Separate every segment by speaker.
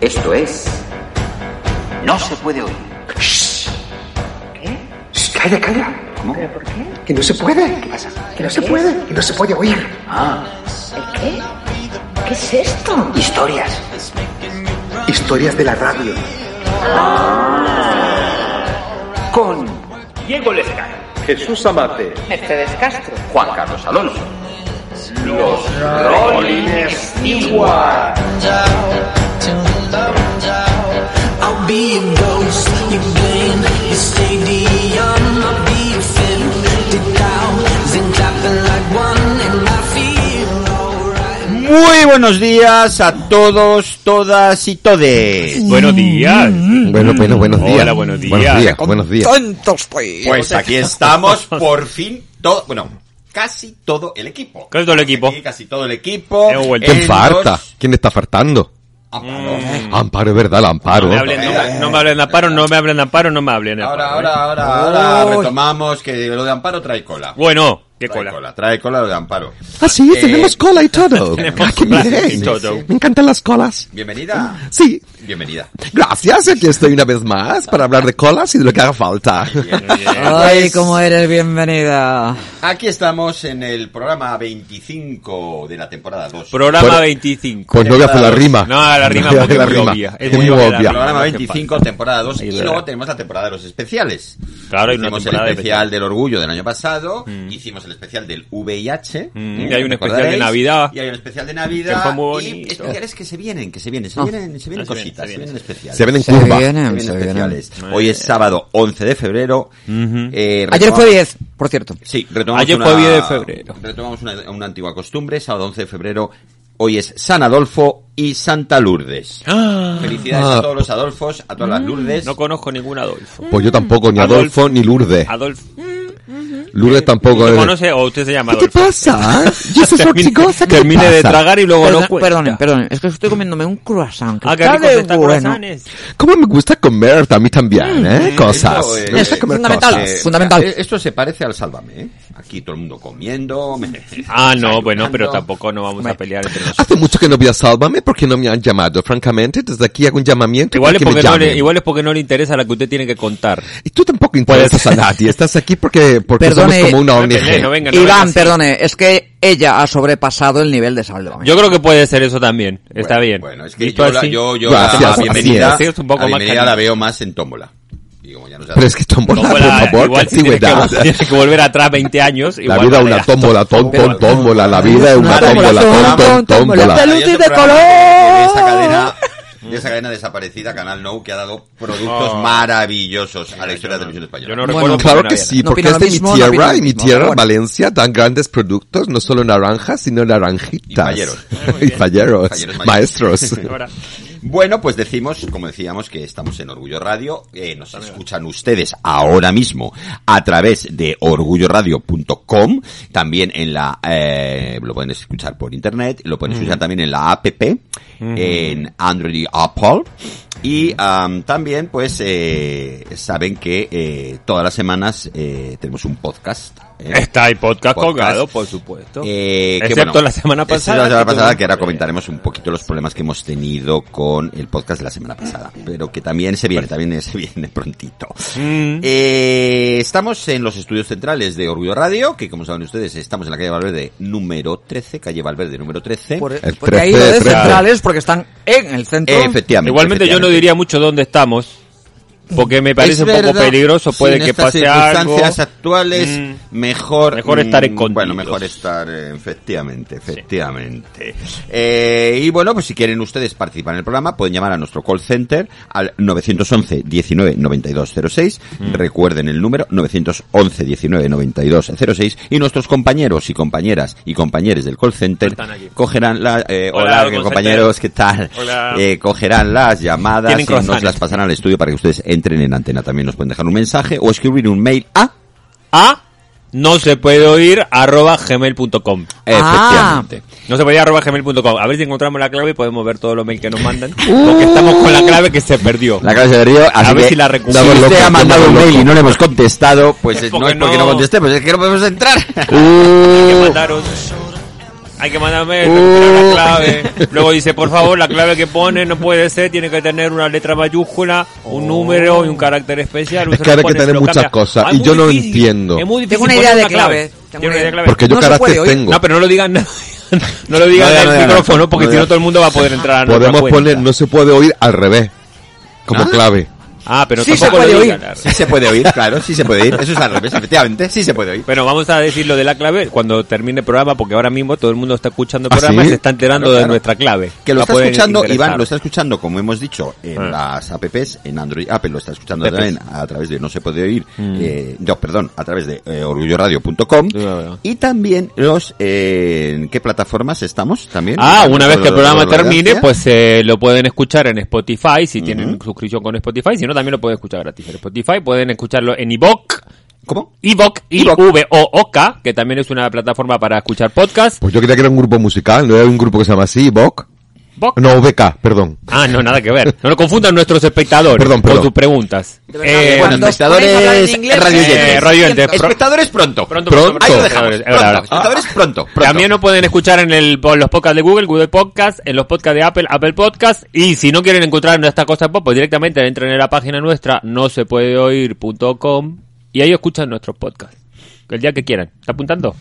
Speaker 1: Esto es. No se puede oír. ¿Qué?
Speaker 2: Calla, calla.
Speaker 1: ¿Cómo?
Speaker 3: ¿Pero por qué?
Speaker 2: Que no se puede.
Speaker 1: ¿Qué pasa?
Speaker 2: Que no se puede. Que no se puede oír.
Speaker 1: Ah,
Speaker 3: ¿El qué? ¿Qué es esto?
Speaker 1: historias.
Speaker 2: Historias de la radio.
Speaker 3: Ah.
Speaker 1: Con
Speaker 4: Diego Lesca,
Speaker 5: Jesús Amate.
Speaker 3: Mercedes Castro.
Speaker 1: Juan Carlos Alonso. Los Rolling Stewart.
Speaker 6: I'll be a ghost, you blame the stadium. I'll be a fifty thousand clapping like one, and I feel alright.
Speaker 7: Muy buenos días a todos, todas y todes.
Speaker 4: Mm. Buenos días.
Speaker 8: Bueno, bueno, buenos días.
Speaker 4: Hola, buenos días.
Speaker 8: Buenos días, buenos días.
Speaker 6: Tontos, pues.
Speaker 7: Pues aquí estamos por fin todo, bueno, casi todo el equipo.
Speaker 4: Casi todo el equipo.
Speaker 7: Aquí casi todo el equipo.
Speaker 4: Hemos vuelto.
Speaker 8: ¿Quién
Speaker 7: En
Speaker 8: farta?
Speaker 7: los-
Speaker 8: ¿Quién está fartando? Mm. Amparo, es verdad, la Amparo.
Speaker 4: No me hablen, no, me- no me hablen de amparo, no me hablen de amparo, no me hablen de
Speaker 7: Ahora,
Speaker 4: amparo, ¿eh?
Speaker 7: ahora, ahora, ahora retomamos que lo de Amparo trae cola.
Speaker 4: Bueno, Oh, qué
Speaker 7: Trae
Speaker 4: cola.
Speaker 7: Trae cola lo de Amparo.
Speaker 8: Ah, sí,
Speaker 7: Eh,
Speaker 8: tenemos cola y todo.
Speaker 4: tenemos
Speaker 8: Ah, qué
Speaker 4: cola
Speaker 8: bien.
Speaker 4: y todo.
Speaker 8: Me encantan las colas.
Speaker 7: Bienvenida.
Speaker 8: Sí,
Speaker 7: Bienvenida.
Speaker 8: gracias. Aquí estoy una vez más para hablar de colas y de lo que haga falta.
Speaker 6: Ay,
Speaker 7: Pues,
Speaker 6: cómo eres bienvenida.
Speaker 7: Aquí estamos en el programa 25 de la temporada 2.
Speaker 4: Programa
Speaker 8: Bueno,
Speaker 4: 25.
Speaker 8: Pues no voy a hacer la rima.
Speaker 4: No, la rima
Speaker 8: No voy a
Speaker 4: es
Speaker 8: hacer
Speaker 4: muy
Speaker 8: la rima.
Speaker 4: obvia. Es
Speaker 8: Es muy
Speaker 4: muy obvia la
Speaker 8: obvia.
Speaker 4: rima.
Speaker 7: programa
Speaker 4: no se
Speaker 7: 25, temporada 2.
Speaker 4: Ahí
Speaker 7: Y
Speaker 4: verás.
Speaker 7: luego tenemos la temporada de los especiales.
Speaker 4: Claro, hay una
Speaker 7: Hicimos el
Speaker 4: temporada de
Speaker 7: especial del orgullo del año pasado. Hicimos el especial del VIH.
Speaker 4: Mm,
Speaker 7: ¿eh?
Speaker 4: y hay un especial de
Speaker 7: Recordaréis.
Speaker 4: Navidad.
Speaker 7: Y hay un especial de Navidad.
Speaker 4: Que fue muy
Speaker 7: y
Speaker 4: bonito.
Speaker 7: especiales que se vienen, que se vienen. Se vienen, se vienen
Speaker 4: se vienen,
Speaker 7: cositas,
Speaker 4: se
Speaker 7: se
Speaker 4: vienen.
Speaker 7: vienen especiales.
Speaker 8: Ah. Se ven en
Speaker 6: Se
Speaker 8: curva.
Speaker 6: vienen.
Speaker 7: Se vienen
Speaker 6: se
Speaker 7: especiales. Hoy es sábado 11 de febrero. Eh,
Speaker 6: Ayer
Speaker 7: retomamos-
Speaker 6: fue 10, por cierto.
Speaker 7: Sí, retomamos
Speaker 4: Ayer
Speaker 7: una,
Speaker 4: fue 10 de febrero.
Speaker 7: Retomamos una, una antigua costumbre, sábado 11 de febrero. Hoy es San Adolfo y Santa Lourdes. Felicidades a todos los Adolfos, a todas las Lourdes.
Speaker 4: Ah. Mm. No conozco ningún Adolfo.
Speaker 8: Pues yo tampoco, ni Adolfo,
Speaker 4: Adolfo.
Speaker 8: ni Lourdes.
Speaker 4: Adolfo.
Speaker 8: Lourdes tampoco.
Speaker 4: ¿Lo
Speaker 8: eh.
Speaker 4: conoce o usted se llama
Speaker 8: ¿Qué te
Speaker 4: Adolfo?
Speaker 8: pasa? Yo soy
Speaker 4: Termine,
Speaker 8: sortigosa, ¿qué te
Speaker 4: termine de
Speaker 8: pasa?
Speaker 4: tragar y luego
Speaker 6: Perdón,
Speaker 4: no cuenta.
Speaker 6: perdonen, perdonen, es que estoy comiéndome un croissant. Que
Speaker 4: Ah, qué
Speaker 6: está
Speaker 4: ricos
Speaker 6: de
Speaker 4: están
Speaker 6: bueno.
Speaker 4: croissants.
Speaker 8: ¿Cómo me gusta comer a mí
Speaker 4: Mm,
Speaker 8: también, eh? Cosas.
Speaker 7: Esto, eh,
Speaker 8: Me gusta
Speaker 7: es
Speaker 8: comer
Speaker 6: fundamental.
Speaker 8: cosas.
Speaker 7: Eh,
Speaker 6: fundamental.
Speaker 7: eh, Esto se parece al Sálvame, ¿eh? Aquí todo el mundo comiendo.
Speaker 4: Ah, no,
Speaker 7: desayunando.
Speaker 4: bueno, pero tampoco no vamos a pelear
Speaker 8: Este
Speaker 4: entre nosotros.
Speaker 8: Hace mucho que no voy a Sálvame porque no me han llamado. Francamente, desde aquí hago un llamamiento
Speaker 4: Igual
Speaker 8: para
Speaker 4: es,
Speaker 8: que me
Speaker 4: porque no le,
Speaker 8: llamen.
Speaker 4: igual es porque no le interesa la que usted tiene que contar.
Speaker 8: Y tú tampoco interesas a nadie. Estás aquí porque, porque
Speaker 6: Perdone.
Speaker 8: somos como una
Speaker 4: No
Speaker 8: ONG.
Speaker 4: pelee, no venga, no venga
Speaker 6: Iván,
Speaker 4: así.
Speaker 6: perdone, es que ella ha sobrepasado el nivel de Sálvame.
Speaker 4: Yo creo que puede ser eso también. Está bien.
Speaker 7: Bueno, es que
Speaker 4: Visto
Speaker 7: yo, la,
Speaker 4: así-
Speaker 7: yo, yo
Speaker 8: Gracias,
Speaker 7: la
Speaker 8: así
Speaker 7: bienvenida,
Speaker 4: es. Es un
Speaker 7: la,
Speaker 4: poco más
Speaker 7: bienvenida
Speaker 4: cariño.
Speaker 7: la veo más en tómbola. Y como ya nos ha-
Speaker 8: Pero es que tómbola,
Speaker 4: Tómbola,
Speaker 8: por favor,
Speaker 4: igual
Speaker 8: qué
Speaker 4: si tiene que,
Speaker 8: antigüedad.
Speaker 4: vol- tiene que volver atrás 20 años.
Speaker 8: La
Speaker 4: igual
Speaker 8: vida es
Speaker 4: vale.
Speaker 8: una tómbola, tómbola,
Speaker 7: Pero-
Speaker 8: tómbola. La vida es una
Speaker 7: Una tómbola,
Speaker 8: tómbola,
Speaker 7: tómbola,
Speaker 8: tómbola, tómbola.
Speaker 7: Maravilloso
Speaker 6: Peluche de
Speaker 7: programa
Speaker 6: color.
Speaker 7: De esa cadena, de esa cadena desaparecida, Canal Now, que ha dado productos maravillosos a la historia de la televisión española.
Speaker 4: Yo Ah. no
Speaker 6: Bueno,
Speaker 4: recuerdo.
Speaker 8: Claro
Speaker 4: por
Speaker 8: que
Speaker 4: Navidad.
Speaker 8: sí,
Speaker 6: No
Speaker 8: porque
Speaker 6: opino
Speaker 8: este es
Speaker 6: lo
Speaker 8: de mi
Speaker 6: mismo, no
Speaker 8: tierra
Speaker 6: opino lo
Speaker 8: y mi
Speaker 6: mismo,
Speaker 8: tierra,
Speaker 6: pero bueno.
Speaker 8: Valencia, dan grandes productos, no solo naranjas, sino naranjitas.
Speaker 7: Y falleros.
Speaker 8: y falleros,
Speaker 7: Falleros
Speaker 8: maestros.
Speaker 4: Ahora,
Speaker 7: Bueno, pues decimos, como decíamos, que estamos en Orgullo Radio. eh, nos escuchan ustedes ahora mismo a través de orgulloradio.com. También en la, eh, lo pueden escuchar por internet. Lo pueden
Speaker 4: Mm.
Speaker 7: escuchar también en la app, en Android y Apple. Y am, también, pues, eh, saben que eh, todas las semanas eh, tenemos un podcast. eh,
Speaker 4: Está el
Speaker 7: Podcast.
Speaker 4: podcast, colgado, por supuesto.
Speaker 7: eh, que,
Speaker 4: Excepto
Speaker 7: bueno,
Speaker 4: la semana
Speaker 7: excepto
Speaker 4: pasada.
Speaker 7: la semana
Speaker 4: que
Speaker 7: pasada,
Speaker 4: tuvimos-
Speaker 7: que ahora comentaremos un poquito los problemas que hemos tenido con el podcast de la semana pasada. Pero que también se viene, también se viene prontito.
Speaker 4: Mm.
Speaker 7: Eh, estamos en los estudios centrales de Orgullo Radio, que como saben ustedes, estamos en la calle Valverde número 13, calle Valverde número 13.
Speaker 6: Por,
Speaker 8: El
Speaker 6: porque ahí lo de
Speaker 8: 13,
Speaker 6: centrales, porque están en el centro.
Speaker 7: Efectivamente.
Speaker 4: Igualmente yo no
Speaker 7: efectivamente.
Speaker 4: diría mucho dónde estamos. Porque me parece
Speaker 7: Es
Speaker 4: un poco
Speaker 7: verdad,
Speaker 4: peligroso,
Speaker 7: si
Speaker 4: puede
Speaker 7: en
Speaker 4: que
Speaker 7: estas
Speaker 4: pase algo. Mm.
Speaker 7: circunstancias actuales, mejor...
Speaker 4: Mejor estar
Speaker 7: mm,
Speaker 4: escondidos.
Speaker 7: Bueno, mejor estar, eh, efectivamente, efectivamente. Eh, y bueno, pues si quieren ustedes participar en el programa, pueden llamar a nuestro call center al 911 19 92 06.
Speaker 4: Mm.
Speaker 7: Recuerden el número 911 19 92 06. Y nuestros compañeros y compañeras y compañeros del call center
Speaker 4: Están aquí.
Speaker 7: cogerán la... eh,
Speaker 4: Hola,
Speaker 7: hola,
Speaker 4: call
Speaker 7: compañeros, ¿qué tal?
Speaker 4: Hola.
Speaker 7: Eh, cogerán las llamadas
Speaker 4: Tienen
Speaker 7: y nos
Speaker 4: croissant.
Speaker 7: las pasarán al estudio para que ustedes entren en antena. También nos pueden dejar un mensaje o escribir un mail a
Speaker 4: A no se puede oír arroba gmail.com.
Speaker 6: Ah.
Speaker 7: efectivamente.
Speaker 4: No se puede ir arroba gmail.com. A ver si encontramos la clave y podemos ver todos los mails que nos mandan. Porque estamos con la clave que se perdió.
Speaker 7: La clase de Río, así
Speaker 4: A ver
Speaker 7: que
Speaker 4: si la
Speaker 7: si
Speaker 4: recuperamos.
Speaker 7: usted
Speaker 8: Estamos locos,
Speaker 7: ha mandado un
Speaker 8: estamos
Speaker 7: mail y
Speaker 8: locos.
Speaker 7: no le hemos contestado, pues
Speaker 4: Es
Speaker 7: no
Speaker 4: porque
Speaker 7: es porque no,
Speaker 4: no-
Speaker 7: contestemos, es que no podemos entrar.
Speaker 4: Que mandaron. hay que mandarme la clave. Luego dice, por favor, la clave que pone no puede ser, tiene que tener una letra mayúscula, un número y un carácter especial.
Speaker 8: Oh. Es
Speaker 4: Usted
Speaker 8: que
Speaker 4: lo
Speaker 8: hay que
Speaker 4: pone,
Speaker 8: tener
Speaker 4: se lo
Speaker 8: muchas
Speaker 4: cambia.
Speaker 8: cosas, y
Speaker 4: es
Speaker 8: yo
Speaker 4: muy
Speaker 8: no entiendo.
Speaker 4: Es muy difícil
Speaker 5: Tengo una idea
Speaker 4: poner
Speaker 5: de clave.
Speaker 4: Tiene una idea de clave.
Speaker 8: Porque yo
Speaker 5: No se
Speaker 8: carácter
Speaker 5: puede, oye.
Speaker 8: tengo.
Speaker 4: No, pero no lo digan No lo digan
Speaker 7: No, ya,
Speaker 4: en
Speaker 7: no,
Speaker 4: el
Speaker 7: ya, no.
Speaker 4: micrófono, porque
Speaker 7: No,
Speaker 4: si
Speaker 7: ya.
Speaker 4: no todo el mundo va a poder entrar a nuestra
Speaker 8: Podemos
Speaker 4: cuenta.
Speaker 8: poner no se puede oír al revés como clave.
Speaker 4: Ah, pero
Speaker 5: Sí se
Speaker 4: tampoco
Speaker 5: puede
Speaker 4: lo
Speaker 5: oír.
Speaker 4: digan.
Speaker 7: Sí se puede oír, claro, sí se puede oír. Eso es al revés, efectivamente, sí se puede oír.
Speaker 4: Bueno, vamos a decir lo de la clave cuando termine el programa, porque ahora mismo todo el mundo está escuchando el
Speaker 8: ¿Ah,
Speaker 4: programa
Speaker 8: sí?
Speaker 4: y se está enterando
Speaker 7: Claro,
Speaker 4: de
Speaker 7: claro.
Speaker 4: nuestra clave.
Speaker 7: Que lo
Speaker 4: Va a
Speaker 7: está
Speaker 4: poder
Speaker 7: escuchando,
Speaker 4: ingresar.
Speaker 7: Iván, lo está escuchando, como hemos dicho, en
Speaker 4: Ah.
Speaker 7: las apps, en Android Apple, lo está escuchando
Speaker 4: Apps. Mm.
Speaker 7: también a través de No se puede oír, eh, no, perdón, a través de eh, orgulloradio.com.
Speaker 4: Sí, lo veo.
Speaker 7: Y también los, eh, ¿en qué plataformas estamos también?
Speaker 4: Ah, una vez que el programa termine,
Speaker 7: Orgulloradio.
Speaker 4: pues eh, lo pueden escuchar en Spotify, si tienen suscripción con Spotify, si no, también lo pueden escuchar gratis en Spotify, pueden escucharlo en Evoc.
Speaker 7: ¿Cómo?
Speaker 4: Evoc, I-V-O-O-K, que también es una plataforma para escuchar podcast.
Speaker 8: Pues yo creía que era un grupo musical, no era un grupo que se llama así, Voc.
Speaker 4: Voc.
Speaker 8: No, VK, perdón.
Speaker 4: Ah, no, nada que ver. No lo confundan nuestros espectadores
Speaker 8: Perdón, perdón.
Speaker 4: con sus preguntas. Eh,
Speaker 5: De verdad, cuando
Speaker 7: bueno,
Speaker 5: os ponéis a hablar en
Speaker 7: espectadores,
Speaker 5: inglés,
Speaker 7: radio
Speaker 5: eh,
Speaker 7: oyentes.
Speaker 4: radio oyentes.
Speaker 5: siempre.
Speaker 7: Espectadores pronto.
Speaker 4: Pronto,
Speaker 8: pronto,
Speaker 7: Ahí lo
Speaker 4: pronto.
Speaker 7: dejamos.
Speaker 4: Es
Speaker 7: pronto.
Speaker 4: verdad.
Speaker 7: Espectadores pronto, pronto.
Speaker 4: También nos pueden escuchar en el, por los podcasts de Google, Google Podcast, en los podcasts de Apple, Apple Podcast. Y si no quieren encontrar esta cosa pop, pues directamente entren en la página nuestra, no se puede oír.com, y ahí escuchan nuestros podcasts. El día que quieran. ¿Está apuntando?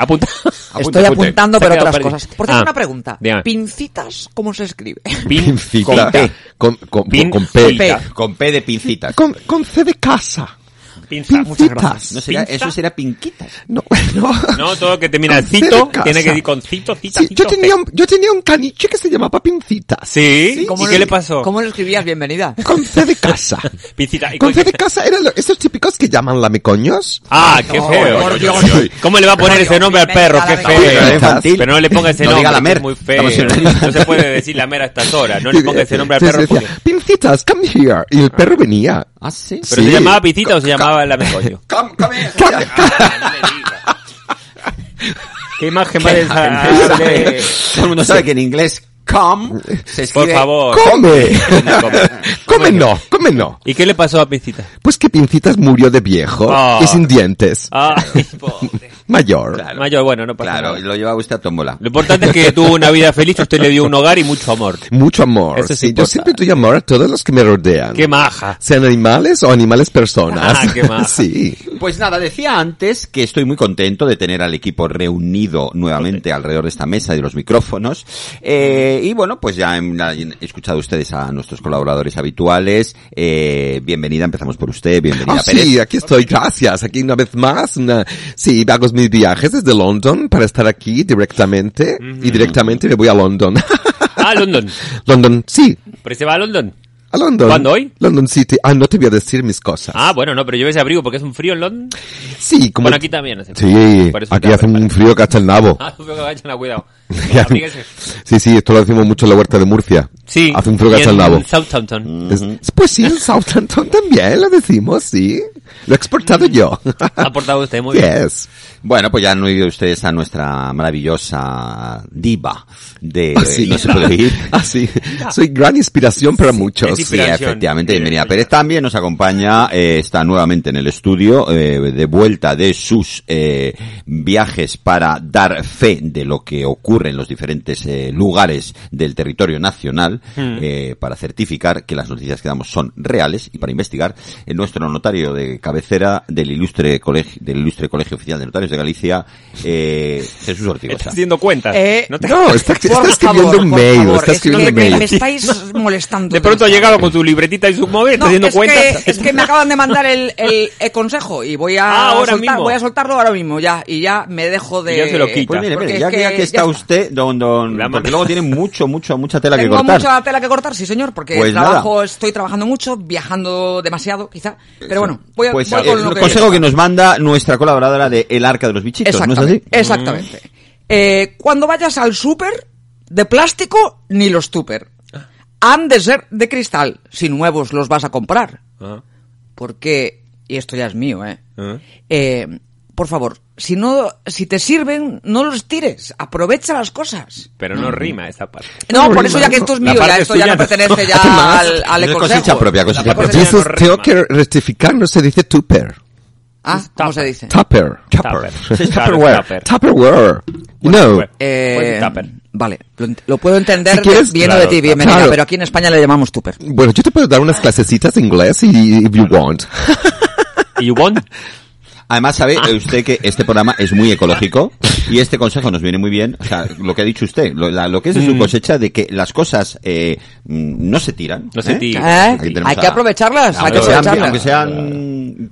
Speaker 4: Apunta.
Speaker 5: Estoy
Speaker 7: apunte.
Speaker 5: apuntando,
Speaker 4: Se ha
Speaker 5: pero
Speaker 4: quedado
Speaker 5: otras
Speaker 4: perdido.
Speaker 5: cosas. Por cierto,
Speaker 4: Ah,
Speaker 5: una pregunta.
Speaker 4: dígame.
Speaker 5: ¿Pincitas cómo se escribe?
Speaker 4: Pin-
Speaker 8: Pincita. Eh,
Speaker 4: Conta.
Speaker 8: Con, con,
Speaker 4: Pin-
Speaker 8: con P.
Speaker 5: P.
Speaker 7: Con P de pincitas.
Speaker 8: Con, con C de casa.
Speaker 4: Pinza.
Speaker 8: Pincitas.
Speaker 7: No será-
Speaker 4: ¿Pinza?
Speaker 7: eso será pinquitas.
Speaker 8: No, no.
Speaker 4: No, todo que termina en
Speaker 8: Con C
Speaker 4: cito,
Speaker 8: de casa.
Speaker 4: tiene que ir con cito, cita,
Speaker 8: Sí,
Speaker 4: cito,
Speaker 8: yo, tenía
Speaker 4: fe.
Speaker 8: un, yo tenía un caniche que se llamaba Pincitas.
Speaker 4: ¿Sí?
Speaker 5: ¿Cómo
Speaker 4: ¿Y
Speaker 5: lo-
Speaker 4: qué le pasó?
Speaker 5: ¿Cómo lo escribías? Bienvenida.
Speaker 8: Con C de casa.
Speaker 4: Pincita. ¿Y
Speaker 8: Con
Speaker 4: qué-
Speaker 8: C de casa eran lo- esos típicos que llaman lamecoños.
Speaker 4: Ah, qué
Speaker 5: No,
Speaker 4: feo.
Speaker 5: por Dios.
Speaker 4: ¿Cómo le va a poner
Speaker 5: Por
Speaker 4: ese
Speaker 5: Dios,
Speaker 4: nombre al perro? Qué
Speaker 5: bienvenida a la
Speaker 7: Navidad.
Speaker 4: feo.
Speaker 7: Infantil.
Speaker 4: Pero no le ponga ese
Speaker 7: No
Speaker 4: nombre,
Speaker 7: diga
Speaker 4: que
Speaker 7: lamer.
Speaker 4: es muy feo.
Speaker 7: Estamos en-
Speaker 4: No se puede decir lamer a estas horas. No le ponga ese nombre al
Speaker 8: Sí,
Speaker 4: perro.
Speaker 8: se decía,
Speaker 4: porque-
Speaker 8: Pincitas, come here. Y el perro venía.
Speaker 7: Ah, sí.
Speaker 4: ¿Pero
Speaker 8: Sí.
Speaker 4: se llamaba Pitita o se llamaba Lamecoño?
Speaker 7: Come, come.
Speaker 4: Ah, ¿Qué imagen más desagradable?
Speaker 7: Todo el mundo sabe que en inglés come se escribe
Speaker 4: Por favor.
Speaker 8: ¡Come!
Speaker 4: Come.
Speaker 8: ¡Come no! ¡Come no!
Speaker 4: ¿Y qué le pasó a Pitita?
Speaker 8: Pues que Pincitas murió de viejo
Speaker 4: Ah.
Speaker 8: y sin dientes.
Speaker 4: Ay, pobre.
Speaker 8: Mayor.
Speaker 7: Claro.
Speaker 4: Ah, Mayor, bueno, no pasa
Speaker 7: Claro,
Speaker 4: nada.
Speaker 7: lo llevaba usted a tómbola.
Speaker 4: Lo importante es que tuvo una vida feliz, usted le dio un hogar y mucho amor.
Speaker 8: Mucho amor.
Speaker 4: Eso es
Speaker 8: Sí, yo
Speaker 4: importante.
Speaker 8: siempre doy amor a todos los que me rodean.
Speaker 4: ¡Qué maja!
Speaker 8: Sean animales o animales personas.
Speaker 4: Ah, qué mal.
Speaker 8: Sí.
Speaker 7: Pues nada, decía antes que estoy muy contento de tener al equipo reunido nuevamente alrededor de esta mesa y de los micrófonos. Eh, y bueno, pues ya han han escuchado ustedes a nuestros colaboradores habituales. Eh, bienvenida, empezamos por usted, bienvenida
Speaker 8: Ah,
Speaker 7: Pérez.
Speaker 8: sí, aquí estoy, gracias. Aquí una vez más. una- Sí, hago mis viajes desde London para estar aquí directamente. Y directamente me voy a London.
Speaker 4: Ah, London.
Speaker 8: London, sí.
Speaker 4: ¿Pero se va a London?
Speaker 8: A London.
Speaker 4: ¿Cuándo hoy?
Speaker 8: London City. Ah, no te voy a decir mis cosas.
Speaker 4: Ah, bueno, no, pero yo ese abrigo porque es un frío en London.
Speaker 8: Sí, como...
Speaker 4: Bueno, aquí también hace
Speaker 8: Sí,
Speaker 4: Por eso
Speaker 8: aquí
Speaker 4: te
Speaker 8: hace un
Speaker 4: preparo.
Speaker 8: frío que hasta el nabo.
Speaker 4: Ah, pero vayan a cuidado.
Speaker 8: Ya.
Speaker 4: Abríguese.
Speaker 8: Sí, sí, esto lo decimos mucho en la huerta de Murcia.
Speaker 4: Sí.
Speaker 8: Hace un frío que
Speaker 4: y
Speaker 8: hasta el
Speaker 4: en
Speaker 8: nabo.
Speaker 4: Southampton.
Speaker 8: Es- Pues sí, en Southampton también lo decimos, sí. Lo he exportado
Speaker 4: Mm.
Speaker 8: yo.
Speaker 4: Ha aportado usted muy bien.
Speaker 8: Yes.
Speaker 7: Bueno, pues ya han oído ustedes a nuestra maravillosa diva de
Speaker 8: Ah, Sí.
Speaker 7: No se puede ir.
Speaker 8: Ah, sí. Soy gran inspiración para muchos.
Speaker 4: es
Speaker 7: Sí,
Speaker 4: inspiración.
Speaker 7: efectivamente, bienvenida Pérez también nos acompaña, eh, está nuevamente en el estudio, eh, de vuelta de sus eh, viajes para dar fe de lo que ocurre en los diferentes eh, lugares del territorio nacional,
Speaker 4: Hmm.
Speaker 7: eh, para certificar que las noticias que damos son reales y para investigar. Eh, nuestro notario de cabecera del ilustre colegio, del ilustre colegio oficial de notarios de Galicia, eh, Jesús
Speaker 4: Está
Speaker 7: Ortigosa.
Speaker 4: haciendo cuentas.
Speaker 5: Eh,
Speaker 4: No te-
Speaker 8: No, está, está
Speaker 5: Por
Speaker 8: escribiendo
Speaker 5: favor,
Speaker 8: un
Speaker 5: por
Speaker 8: mail,
Speaker 5: favor,
Speaker 8: está
Speaker 5: es que
Speaker 8: escribiendo un
Speaker 5: me, me
Speaker 8: mail.
Speaker 5: estáis molestando.
Speaker 4: De pronto ha
Speaker 5: demasiado.
Speaker 4: llegado con su libretita y su móvil, está
Speaker 5: No,
Speaker 4: haciendo
Speaker 5: es
Speaker 4: cuentas.
Speaker 5: que, es que me acaban de mandar el, el, el consejo y voy a,
Speaker 4: Ah, ahora
Speaker 5: soltar-
Speaker 4: mismo.
Speaker 5: voy a soltarlo ahora mismo ya y ya me dejo de...
Speaker 4: Y ya se lo quita.
Speaker 7: Pues mire,
Speaker 5: Porque
Speaker 7: mire,
Speaker 5: es
Speaker 7: ya que, ya que está
Speaker 5: ya
Speaker 7: usted, don, don,
Speaker 4: La
Speaker 7: porque
Speaker 4: mano.
Speaker 7: luego tiene mucho, mucho, mucha tela que
Speaker 5: Tengo
Speaker 7: cortar.
Speaker 5: mucha tela que cortar, sí señor, porque
Speaker 7: Pues
Speaker 5: trabajo, estoy trabajando mucho, viajando demasiado quizá, pero bueno, voy, a-
Speaker 7: Pues
Speaker 5: voy
Speaker 7: eh,
Speaker 5: con lo
Speaker 7: el
Speaker 5: que...
Speaker 7: consejo que nos manda nuestra colaboradora de El Arca de los Bichitos, ¿no es así?
Speaker 5: Exactamente. exactamente. Eh, cuando vayas al súper, de plástico ni los tupper. Han de ser de cristal, si nuevos los vas a comprar.
Speaker 4: Ah,
Speaker 5: Porque, y esto ya es mío, ¿eh?
Speaker 4: ah.
Speaker 5: Eh, por favor, si no, si te sirven, no los tires. Aprovecha las cosas.
Speaker 4: Pero
Speaker 8: Mm.
Speaker 4: no rima esa parte.
Speaker 5: No, por eso ya que esto es
Speaker 4: La
Speaker 5: mío,
Speaker 4: parte
Speaker 5: ya
Speaker 4: es
Speaker 5: esto ya
Speaker 4: tuya,
Speaker 5: no
Speaker 4: no.
Speaker 5: pertenece ya
Speaker 8: Además,
Speaker 5: al, al
Speaker 7: es
Speaker 5: ecosejo.
Speaker 7: cosecha propia,
Speaker 5: La
Speaker 7: cosecha
Speaker 5: parte
Speaker 8: Y
Speaker 4: propia.
Speaker 5: es-
Speaker 8: eso
Speaker 4: no
Speaker 8: tengo
Speaker 4: rima.
Speaker 8: que rectificar, no se dice tupper.
Speaker 5: Ah,
Speaker 4: Es
Speaker 5: ¿cómo
Speaker 4: tupper.
Speaker 5: se dice?
Speaker 8: Tupper.
Speaker 4: Tupper.
Speaker 8: It's
Speaker 4: Claro,
Speaker 8: Tupperware.
Speaker 4: tupper.
Speaker 8: Tupperware. You know.
Speaker 5: Eh,
Speaker 4: Pues tupper.
Speaker 5: vale, lo, ent- lo puedo entender
Speaker 8: Si quieres-
Speaker 5: viendo
Speaker 4: Claro,
Speaker 5: de ti, bienvenida,
Speaker 8: claro.
Speaker 5: pero aquí en España le llamamos tupper.
Speaker 8: Bueno, yo te puedo dar unas clasecitas de inglés y, if you want.
Speaker 4: Mm. ¿Y Ah. you want?
Speaker 7: Además, sabe usted que este programa es muy ecológico y este consejo nos viene muy bien. O sea, lo que ha dicho usted, lo, la- lo que es de su
Speaker 4: Mm.
Speaker 7: cosecha de que las cosas eh, mm, no se tiran.
Speaker 4: No se
Speaker 7: ¿eh?
Speaker 4: tiran.
Speaker 5: ¿Eh?
Speaker 7: Aquí tenemos
Speaker 5: Hay que
Speaker 7: a-
Speaker 5: aprovecharlas, hay que
Speaker 7: Aunque sean,
Speaker 5: aprovecharlas.
Speaker 7: aunque
Speaker 5: Mm.
Speaker 7: sean-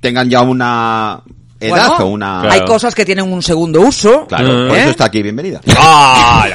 Speaker 7: tengan ya una edad
Speaker 5: Bueno,
Speaker 7: o una...
Speaker 4: Claro. Mm.
Speaker 5: Hay cosas que tienen un segundo uso.
Speaker 7: Claro, por
Speaker 5: ¿eh?
Speaker 7: eso está aquí, bienvenida.
Speaker 4: ¡Ah!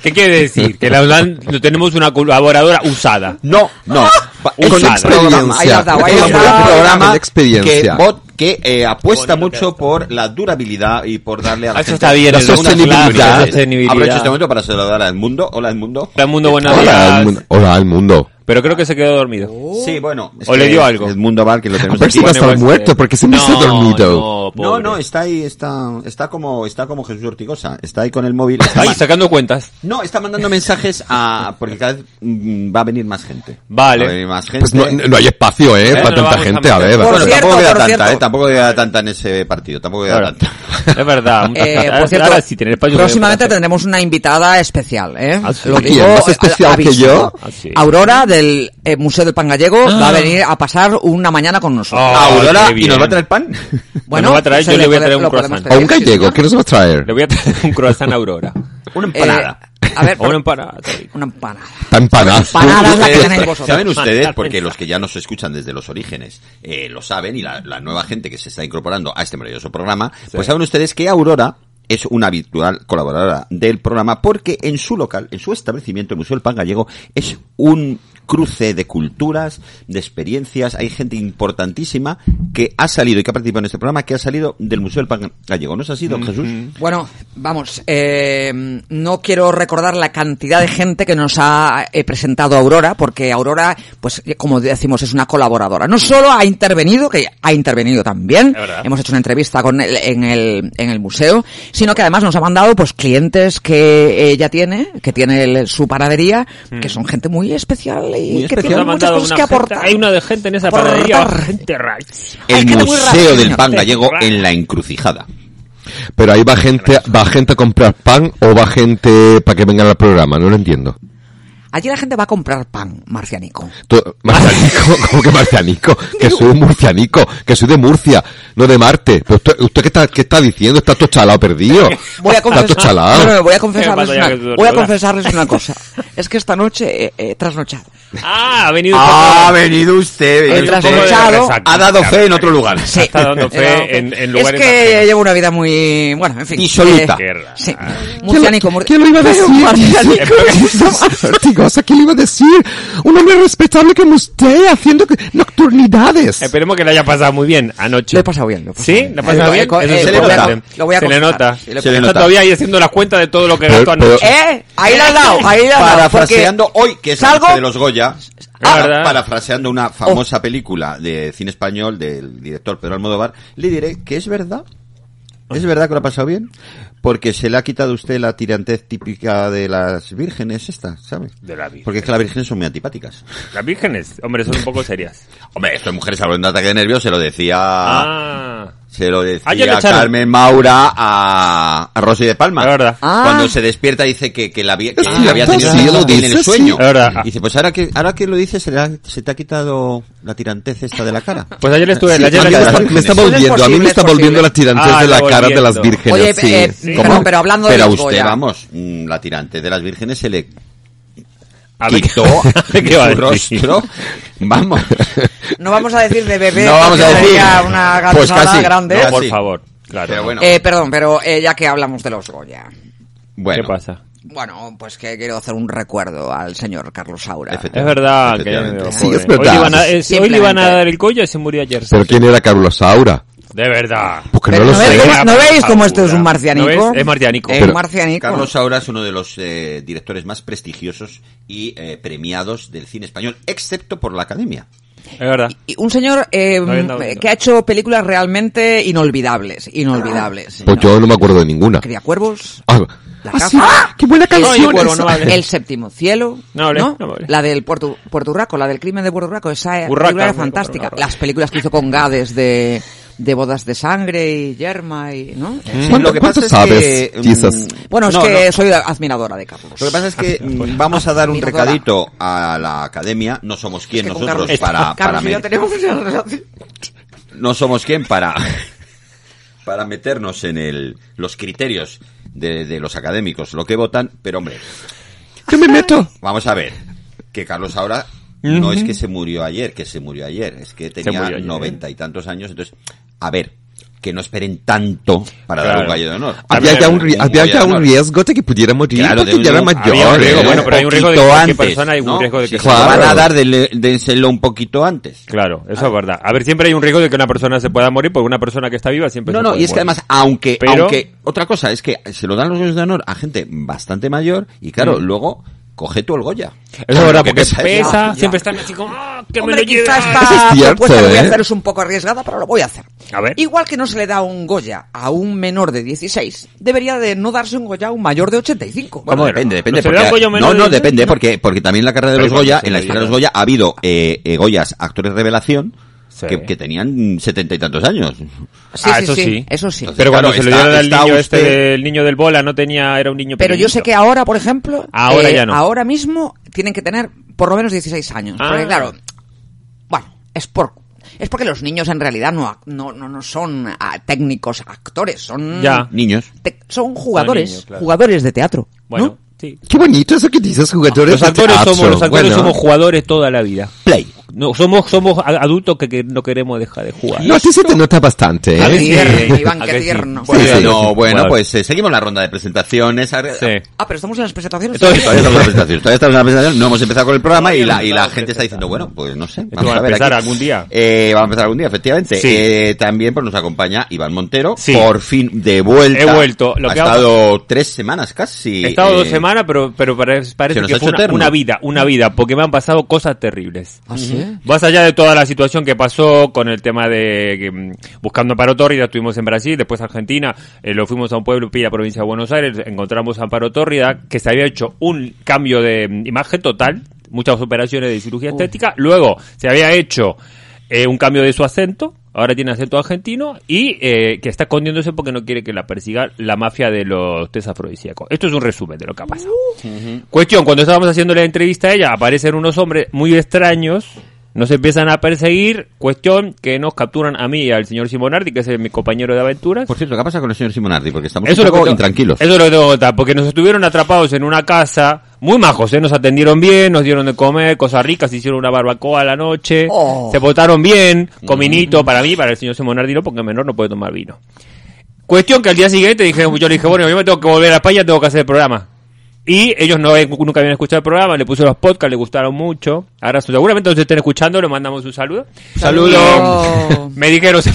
Speaker 4: ¿Qué quiere decir? Que la Holanda- no tenemos una colaboradora usada.
Speaker 7: No, no. Pa-
Speaker 4: Con
Speaker 7: es un
Speaker 4: experiencia.
Speaker 7: programa-
Speaker 8: Ahí la has dado, ahí la has
Speaker 7: es un
Speaker 8: dado.
Speaker 7: programa
Speaker 8: Con experiencia.
Speaker 7: que, bot- que, eh, apuesta mucho por la durabilidad y por darle a la
Speaker 4: Ah, Eso
Speaker 7: gente
Speaker 4: está bien,
Speaker 7: las
Speaker 4: el de una
Speaker 7: sostenibilidades.
Speaker 4: clase, la sostenibilidad.
Speaker 7: Aprovecho este momento para saludar al mundo. Hola, el mundo.
Speaker 4: Está el mundo buenos
Speaker 8: Hola, al
Speaker 4: días.
Speaker 8: mundo. Hola, al mundo.
Speaker 4: Pero creo que se quedó dormido.
Speaker 8: Oh.
Speaker 7: Sí, bueno. es
Speaker 4: O le
Speaker 7: que
Speaker 4: dio algo.
Speaker 7: El mundo bar que lo
Speaker 8: A
Speaker 7: tenemos
Speaker 8: ver
Speaker 7: aquí.
Speaker 8: si va a estar
Speaker 4: Bueno,
Speaker 8: muerto,
Speaker 4: este-
Speaker 8: porque se me hizo
Speaker 4: No,
Speaker 8: dormido.
Speaker 4: No,
Speaker 7: No,
Speaker 4: pobre.
Speaker 7: no, está ahí, está, está como, está como Jesús Ortigosa. Está ahí con el móvil. Está
Speaker 4: Ahí,
Speaker 7: ma-
Speaker 4: sacando cuentas.
Speaker 7: no, está mandando mensajes a, porque cada vez mm, va a venir más gente.
Speaker 4: Vale.
Speaker 7: Va a venir más gente.
Speaker 8: Pues no, no hay espacio, ¿eh?
Speaker 4: Eh, no
Speaker 8: para
Speaker 4: lo
Speaker 8: tanta
Speaker 4: vamos a
Speaker 8: gente, a,
Speaker 4: meter.
Speaker 8: ver.
Speaker 5: Por
Speaker 7: bueno,
Speaker 8: bastante.
Speaker 5: cierto,
Speaker 7: tampoco queda
Speaker 5: por
Speaker 7: tanta,
Speaker 5: cierto.
Speaker 7: ¿eh? Tampoco queda tanta en ese partido. Tampoco queda
Speaker 4: Claro.
Speaker 7: tanta.
Speaker 4: Es verdad. muchas
Speaker 5: Eh,
Speaker 4: gracias.
Speaker 5: por cierto,
Speaker 4: Ahora sí, tener espacio
Speaker 5: próximamente
Speaker 4: para-
Speaker 5: tendremos una invitada especial, ¿eh?
Speaker 4: Ah, sí.
Speaker 5: Lo
Speaker 4: ¿Quién?
Speaker 5: digo,
Speaker 8: ¿Más
Speaker 5: eh,
Speaker 8: especial que
Speaker 5: aviso.
Speaker 8: yo?
Speaker 4: Ah, sí.
Speaker 5: Aurora del eh, Museo del Pan Gallego va a venir a pasar una mañana con nosotros. pues
Speaker 4: Oh,
Speaker 7: Aurora,
Speaker 4: qué
Speaker 7: ¿y nos va a
Speaker 4: bien.
Speaker 7: traer pan?
Speaker 4: Bueno, va a traer,
Speaker 5: se
Speaker 4: yo le voy a
Speaker 5: pode-
Speaker 4: traer un
Speaker 5: lo podemos
Speaker 4: croissant.
Speaker 8: O
Speaker 5: pedir,
Speaker 8: un
Speaker 5: sí,
Speaker 8: gallego,
Speaker 5: señor.
Speaker 8: ¿qué nos va a traer?
Speaker 4: Le voy a traer un croissant Aurora.
Speaker 7: Una
Speaker 5: Eh,
Speaker 7: empanada.
Speaker 5: a ver,
Speaker 4: O una empanada.
Speaker 5: una empanada.
Speaker 8: Tan panaz.
Speaker 5: Empanadas la que
Speaker 7: Ustedes-
Speaker 5: tenéis vosotros.
Speaker 7: Saben ustedes,
Speaker 4: Maldad
Speaker 7: porque
Speaker 4: esa.
Speaker 7: los que ya nos escuchan desde los orígenes eh, lo saben, y la, la nueva gente que se está incorporando a este maravilloso programa, pues saben ustedes que Aurora es una habitual colaboradora del programa porque en su local, en su establecimiento, el Museo del Pan Gallego, es un cruce de culturas, de experiencias, hay gente importantísima que ha salido y que ha participado en este programa, que ha salido del Museo del Pan Gallego. ¿No es así, don Jesús?
Speaker 5: Bueno, vamos, eh, no quiero recordar la cantidad de gente que nos ha eh, presentado Aurora, porque Aurora, pues eh, como decimos, es una colaboradora. No solo ha intervenido, que ha intervenido también, hemos hecho una entrevista con él en el, en el museo, sino que además nos ha mandado pues clientes que ella tiene, que tiene el- su panadería, que son gente Mm. muy especial y que tiene
Speaker 4: Nos ha
Speaker 5: muchas
Speaker 4: mandado
Speaker 5: cosas
Speaker 4: una
Speaker 5: que
Speaker 4: gente-
Speaker 5: aportar.
Speaker 4: Hay una de gente en esa
Speaker 5: Aportar.
Speaker 4: panadería. Gente rara.
Speaker 5: Hay
Speaker 7: El
Speaker 5: gente muy rara,
Speaker 7: Museo del
Speaker 5: señor.
Speaker 7: Pan Gallego en la encrucijada.
Speaker 8: Pero ahí va gente, va gente a comprar pan o va gente para que vengan al programa, no lo entiendo.
Speaker 5: Allí la gente va a comprar pan, marcianico.
Speaker 8: To- Marcianico, ¿cómo que marcianico? Que soy un murcianico, que soy de Murcia, no de Marte. Pero usted, ¿usted qué, está, qué está diciendo? Está todo chalado perdido.
Speaker 5: voy a confesar,
Speaker 8: Está todo chalado.
Speaker 5: No, no, voy a
Speaker 4: Me
Speaker 5: confesarles
Speaker 4: pasa ya que es
Speaker 5: una,
Speaker 4: verdad.
Speaker 5: voy a confesarles una cosa. Es que esta noche eh, he trasnochado.
Speaker 4: Ah, ha venido.
Speaker 7: Ha venido
Speaker 5: He
Speaker 7: usted, viene usted.
Speaker 5: trasnochado.
Speaker 7: Ha dado fe en otro lugar.
Speaker 5: Sí.
Speaker 4: Está dando fe
Speaker 5: He dado
Speaker 4: en- en lugares
Speaker 5: Es que
Speaker 4: ajenos.
Speaker 5: llevo una vida muy, bueno, en fin.
Speaker 7: Disoluta.
Speaker 5: eh,
Speaker 4: Guerra.
Speaker 5: sí. Murciánico, mur-
Speaker 8: ¿Qué lo iba a decir?
Speaker 5: marcianico.
Speaker 8: Ortigosa, ¿qué le iba a decir? Un hombre respetable como usted haciendo que- nocturnidades.
Speaker 4: Esperemos que le haya pasado muy bien anoche.
Speaker 5: Lo he pasado bien, lo he pasado
Speaker 4: ¿Sí?
Speaker 5: bien.
Speaker 4: ¿Lo ha
Speaker 5: Eh,
Speaker 4: pasado bien?
Speaker 5: lo he-
Speaker 4: Eso
Speaker 5: eh,
Speaker 4: es
Speaker 7: se le
Speaker 4: importante.
Speaker 5: nota. Lo voy a
Speaker 4: Se le
Speaker 5: confesar.
Speaker 4: nota.
Speaker 5: Sí, lo he
Speaker 7: Se le
Speaker 4: Está
Speaker 7: nota.
Speaker 4: todavía ahí haciendo las cuentas de todo lo que gastó
Speaker 8: Pero- pero-
Speaker 4: anoche.
Speaker 5: Eh, ahí la has dado, ahí la has dado.
Speaker 7: Parafraseando hoy, que es la
Speaker 5: salgo- Ah, Oh.
Speaker 7: noche de los Goya, para-
Speaker 4: verdad.
Speaker 7: parafraseando una famosa película de cine español del director Pedro Almodóvar, le diré que es verdad. ¿Es verdad que lo ha pasado bien? Porque se le ha quitado a usted la tirantez típica de las vírgenes esta, ¿sabes?
Speaker 4: De la virgen.
Speaker 7: Porque es que las vírgenes son muy antipáticas.
Speaker 4: Las vírgenes, hombre, son un poco serias.
Speaker 7: Hombre, esto de mujeres hablando de ataque de nervios se lo decía...
Speaker 4: Ah.
Speaker 7: Se lo
Speaker 4: Ah, ya
Speaker 7: decía
Speaker 4: lo echaron.
Speaker 7: Carmen Maura a, a Rosy de Palma.
Speaker 4: Es verdad.
Speaker 5: Ah.
Speaker 7: Cuando se despierta dice que, que la, había- que
Speaker 8: Es cierto,
Speaker 7: había tenido
Speaker 8: sí,
Speaker 7: una
Speaker 8: lo
Speaker 7: ataque en
Speaker 8: dice,
Speaker 7: el
Speaker 8: sí.
Speaker 7: sueño.
Speaker 4: Es verdad.
Speaker 7: Y dice, pues ahora que, ahora que lo dices, se, le ha- se te ha quitado la tirantez esta de la cara.
Speaker 4: Pues ayer estuve,
Speaker 8: Sí,
Speaker 4: ayer
Speaker 8: a mí
Speaker 4: la-
Speaker 8: me está, me está
Speaker 5: Eso es
Speaker 8: volviendo, a mí
Speaker 5: posible,
Speaker 8: me está
Speaker 5: es posible.
Speaker 8: volviendo la tirantez
Speaker 4: Ah,
Speaker 8: de la
Speaker 4: está
Speaker 8: cara de las
Speaker 4: volviendo.
Speaker 8: vírgenes.
Speaker 5: Oye,
Speaker 8: sí.
Speaker 5: eh,
Speaker 8: ¿Cómo?
Speaker 5: perdón, pero hablando de
Speaker 7: Pero a
Speaker 5: los
Speaker 7: usted,
Speaker 5: Goya.
Speaker 7: vamos, mm, la tirantez de las vírgenes se le
Speaker 4: A ver,
Speaker 7: quitó
Speaker 4: ¿qué
Speaker 7: de
Speaker 4: va a
Speaker 7: su
Speaker 4: decir?
Speaker 7: rostro. Vamos.
Speaker 5: No vamos a decir de bebé,
Speaker 7: No vamos a
Speaker 5: porque
Speaker 7: decir.
Speaker 5: sería una garzada
Speaker 7: Pues casi.
Speaker 5: grande.
Speaker 4: No,
Speaker 7: Casi.
Speaker 4: por favor. Claro.
Speaker 7: Pero bueno,
Speaker 5: Eh, perdón, pero eh, ya que hablamos de los Goya.
Speaker 7: bueno.
Speaker 4: ¿Qué pasa?
Speaker 5: Bueno, pues que quiero hacer un recuerdo al señor Carlos Saura.
Speaker 7: Efectivamente.
Speaker 4: Es verdad Ah, que
Speaker 7: Efectivamente.
Speaker 8: Sí,
Speaker 4: pobre.
Speaker 8: es verdad.
Speaker 4: Hoy le iban a, es- hoy le iban a
Speaker 5: Simplemente.
Speaker 4: dar el collo y se murió ayer.
Speaker 8: ¿Pero quién era Carlos Saura?
Speaker 4: De verdad.
Speaker 8: Porque
Speaker 5: Pero
Speaker 8: no lo
Speaker 5: no
Speaker 8: sé.
Speaker 5: veis cómo-
Speaker 4: Era
Speaker 5: ¿no
Speaker 4: por
Speaker 5: veis cómo
Speaker 4: favor.
Speaker 5: esto es un
Speaker 4: ¿No
Speaker 5: marcianico?
Speaker 4: ves? Es marcianico.
Speaker 5: Es
Speaker 8: Pero-
Speaker 5: marcianico.
Speaker 7: Carlos Saura es uno de los eh, directores más prestigiosos y eh, premiados del cine español, excepto por la academia.
Speaker 4: Es verdad.
Speaker 5: Y un señor eh,
Speaker 4: No habían dado cuenta.
Speaker 5: que ha hecho películas realmente inolvidables, inolvidables.
Speaker 8: Pues yo no me acuerdo de ninguna.
Speaker 5: Cría cuervos,
Speaker 8: Ah,
Speaker 5: La
Speaker 8: ah,
Speaker 5: casa.
Speaker 8: sí, ¡Qué buena
Speaker 4: No, yo
Speaker 8: canción!
Speaker 4: cuero,
Speaker 8: esa.
Speaker 4: no vale.
Speaker 5: El séptimo cielo,
Speaker 4: No hablé, no hablé.
Speaker 5: la del Puerto, Puerto Urraco, la del crimen de Puerto Urraco, esa
Speaker 4: Urraca,
Speaker 5: película era
Speaker 4: Urraco,
Speaker 5: fantástica.
Speaker 4: Urraco.
Speaker 5: Las películas que hizo con Gades de de bodas de sangre y yerma y, ¿no?
Speaker 8: Mm.
Speaker 5: Eh,
Speaker 8: ¿Cuánto-
Speaker 7: lo que pasa
Speaker 8: cuánto
Speaker 7: es
Speaker 8: sabes,
Speaker 7: que, mm,
Speaker 8: Jesus?
Speaker 5: Bueno, es
Speaker 7: no,
Speaker 5: que
Speaker 7: no.
Speaker 5: soy admiradora de Carlos.
Speaker 7: Lo que pasa es que mm, vamos a dar un
Speaker 5: Mira,
Speaker 7: recadito a la academia. No somos quién
Speaker 5: Es que con
Speaker 7: nosotros
Speaker 5: Carlos-
Speaker 7: para, para
Speaker 5: Carlos y yo
Speaker 7: met-
Speaker 5: tenemos una relación.
Speaker 7: no somos quién para para meternos en el los criterios de, de los académicos, lo que votan, pero hombre,
Speaker 8: Yo me meto.
Speaker 7: vamos a ver que Carlos ahora no es que se murió ayer, que se murió ayer, es que tenía
Speaker 8: ¿eh?
Speaker 4: murió ayer.
Speaker 7: noventa y tantos años, entonces a ver que no esperen tanto para dar
Speaker 4: Claro.
Speaker 7: un gallo de honor.
Speaker 4: A
Speaker 8: Había
Speaker 4: ver,
Speaker 8: ya un, ri-
Speaker 7: un
Speaker 8: había ya
Speaker 7: gobierno.
Speaker 8: un riesgo de que pudiera morir
Speaker 7: Claro, de
Speaker 8: porque
Speaker 7: un-
Speaker 8: ya era
Speaker 7: había
Speaker 8: mayor.
Speaker 4: Había un riesgo,
Speaker 8: ¿eh?
Speaker 4: bueno, pero hay un riesgo de que
Speaker 7: poquito
Speaker 4: cualquier
Speaker 7: antes,
Speaker 4: persona hay un
Speaker 7: ¿no?
Speaker 4: riesgo de
Speaker 7: Si
Speaker 4: que
Speaker 7: se
Speaker 8: se
Speaker 7: lo van
Speaker 8: muera.
Speaker 7: a dar, denle- dénselo un poquito antes.
Speaker 4: Claro, eso es verdad. A ver, siempre hay un riesgo de que una persona se pueda morir, porque una persona que está viva siempre
Speaker 7: No,
Speaker 4: se
Speaker 7: no,
Speaker 4: puede
Speaker 7: y es que
Speaker 4: morir.
Speaker 7: además, aunque,
Speaker 4: Pero-
Speaker 7: aunque, otra cosa es que se lo dan los Goyos de Honor a gente bastante mayor y claro,
Speaker 8: Mm.
Speaker 7: luego coge tú el Goya.
Speaker 4: Eso es verdad,
Speaker 7: Porque
Speaker 4: porque
Speaker 7: pesa-
Speaker 4: pesa,
Speaker 5: Ya, ya.
Speaker 4: siempre están así como, "Ah, que me
Speaker 5: Hombre,
Speaker 4: lo lleve".
Speaker 5: quizás
Speaker 8: Eso
Speaker 5: esta
Speaker 8: es cierto,
Speaker 5: propuesta que pues, voy a
Speaker 8: ¿eh?
Speaker 5: hacer es un poco arriesgada, pero lo voy a hacer.
Speaker 4: A ver.
Speaker 5: Igual que no se le da un Goya a un menor de 16, debería de no darse un Goya a un mayor de 85.
Speaker 7: Bueno,
Speaker 4: ¿Cómo era?
Speaker 7: depende, depende.
Speaker 4: ¿No se
Speaker 7: porque-
Speaker 4: da un Goya menor
Speaker 7: no,
Speaker 4: de
Speaker 7: no,
Speaker 4: dieciséis?
Speaker 7: depende,
Speaker 4: No.
Speaker 7: porque, porque también en la carrera de
Speaker 4: Pero
Speaker 7: los
Speaker 4: igual
Speaker 7: Goya,
Speaker 4: se
Speaker 7: en la
Speaker 4: le
Speaker 7: historia de los
Speaker 4: diga.
Speaker 7: Goya, ha habido eh, eh, Goyas, actores revelación,
Speaker 4: Sí.
Speaker 7: que, que tenían setenta y tantos años.
Speaker 5: Sí,
Speaker 4: Ah,
Speaker 5: sí,
Speaker 4: eso sí.
Speaker 5: Eso sí.
Speaker 7: Entonces,
Speaker 4: Pero cuando
Speaker 7: Claro,
Speaker 4: se lo
Speaker 7: está-
Speaker 4: dieron al
Speaker 7: está
Speaker 4: niño
Speaker 7: usted-
Speaker 4: este, del- el niño del bola, no tenía, era un niño
Speaker 5: Pero yo
Speaker 4: pequeñito.
Speaker 5: sé que ahora, por ejemplo, eh,
Speaker 4: Ahora ya no.
Speaker 5: ahora mismo tienen que tener por lo menos 16 años.
Speaker 4: Ah.
Speaker 5: Porque claro, bueno, es por es porque los niños en realidad no no no, no son ah, técnicos actores, son
Speaker 4: Ya.
Speaker 7: Mm. Niños.
Speaker 5: te- son jugadores,
Speaker 4: niños, claro.
Speaker 5: jugadores de teatro,
Speaker 4: Bueno,
Speaker 5: ¿no?
Speaker 4: sí.
Speaker 8: Qué bonito eso que dices, jugadores
Speaker 4: Los
Speaker 8: de
Speaker 4: actores,
Speaker 8: teatro.
Speaker 4: somos, los actores
Speaker 8: Bueno.
Speaker 4: somos jugadores toda la vida.
Speaker 7: Play.
Speaker 4: No, somos, somos a- adultos que, que no queremos dejar de jugar.
Speaker 8: No, a ti se te nota bastante, ¿eh?
Speaker 4: A ver
Speaker 5: sí.
Speaker 4: si-
Speaker 5: Tierno, Iván,
Speaker 4: a
Speaker 5: qué
Speaker 4: que sí.
Speaker 5: tierno.
Speaker 8: Sí, sí,
Speaker 7: bueno,
Speaker 8: sí.
Speaker 7: bueno,
Speaker 4: Vale.
Speaker 7: pues eh, seguimos la ronda de presentaciones. Ar-
Speaker 4: Sí.
Speaker 5: Ah, pero estamos en las presentaciones.
Speaker 4: Entonces-
Speaker 7: Todavía estamos en la presentación, todavía estamos en la presentación, no hemos empezado con el programa y la, y la
Speaker 4: Todavía no
Speaker 7: gente está
Speaker 4: empezamos.
Speaker 7: diciendo, bueno, pues no sé,
Speaker 4: va
Speaker 7: vamos
Speaker 4: a
Speaker 7: a ver.
Speaker 4: empezar
Speaker 7: aquí.
Speaker 4: algún día.
Speaker 7: Eh, va a empezar algún día, efectivamente.
Speaker 4: Sí.
Speaker 7: Eh, también pues nos acompaña Iván Montero,
Speaker 4: Sí.
Speaker 7: por fin de vuelta.
Speaker 4: He vuelto. Lo
Speaker 7: ha
Speaker 4: que hago-
Speaker 7: estado tres semanas casi.
Speaker 4: He estado dos
Speaker 7: eh,
Speaker 4: semanas, pero, pero parece, parece
Speaker 7: se nos ha
Speaker 4: que fue
Speaker 7: hecho
Speaker 4: una,
Speaker 7: eterno.
Speaker 4: una vida, una vida, porque me han pasado cosas terribles.
Speaker 7: ¿Ah,
Speaker 4: Más allá de toda la situación que pasó con el tema de que, mm, buscando Amparo Tórrida, estuvimos en Brasil, después Argentina, eh, lo fuimos a un pueblo, pilla provincia de Buenos Aires, encontramos a Amparo Tórrida, que se había hecho un cambio de mm, imagen total, muchas operaciones de cirugía estética, luego se había hecho eh, un cambio de su acento, ahora tiene acento argentino, y eh, que está escondiéndose porque no quiere que la persiga la mafia de los test afrodisíacos. Esto es un resumen de lo que ha pasado. Cuestión, cuando estábamos haciendo la entrevista a ella, aparecen unos hombres muy extraños, nos empiezan a perseguir, cuestión que nos capturan a mí y al señor Simonardi, que es eh, mi compañero de aventuras.
Speaker 7: Por cierto, ¿qué pasa con el señor Simonardi? Porque estamos
Speaker 4: Eso
Speaker 7: un
Speaker 4: es lo
Speaker 7: poco
Speaker 4: que tengo-
Speaker 7: intranquilos.
Speaker 4: Eso es lo que tengo que contar, porque nos estuvieron atrapados en una casa, muy majos, ¿eh? nos atendieron bien, nos dieron de comer, cosas ricas, hicieron una barbacoa a la noche,
Speaker 5: Oh.
Speaker 4: se portaron bien,
Speaker 7: Mm.
Speaker 4: cominito para mí, para el señor Simonardi no, porque el menor no puede tomar vino. Cuestión que al día siguiente dije, yo le dije, bueno, yo me tengo que volver a España, tengo que hacer el programa. Y ellos no habían- nunca habían escuchado el programa, le puse los podcasts, le gustaron mucho. Ahora seguramente nos estén escuchando, le mandamos un saludo.
Speaker 5: Saludo.
Speaker 4: Me dijeron, se-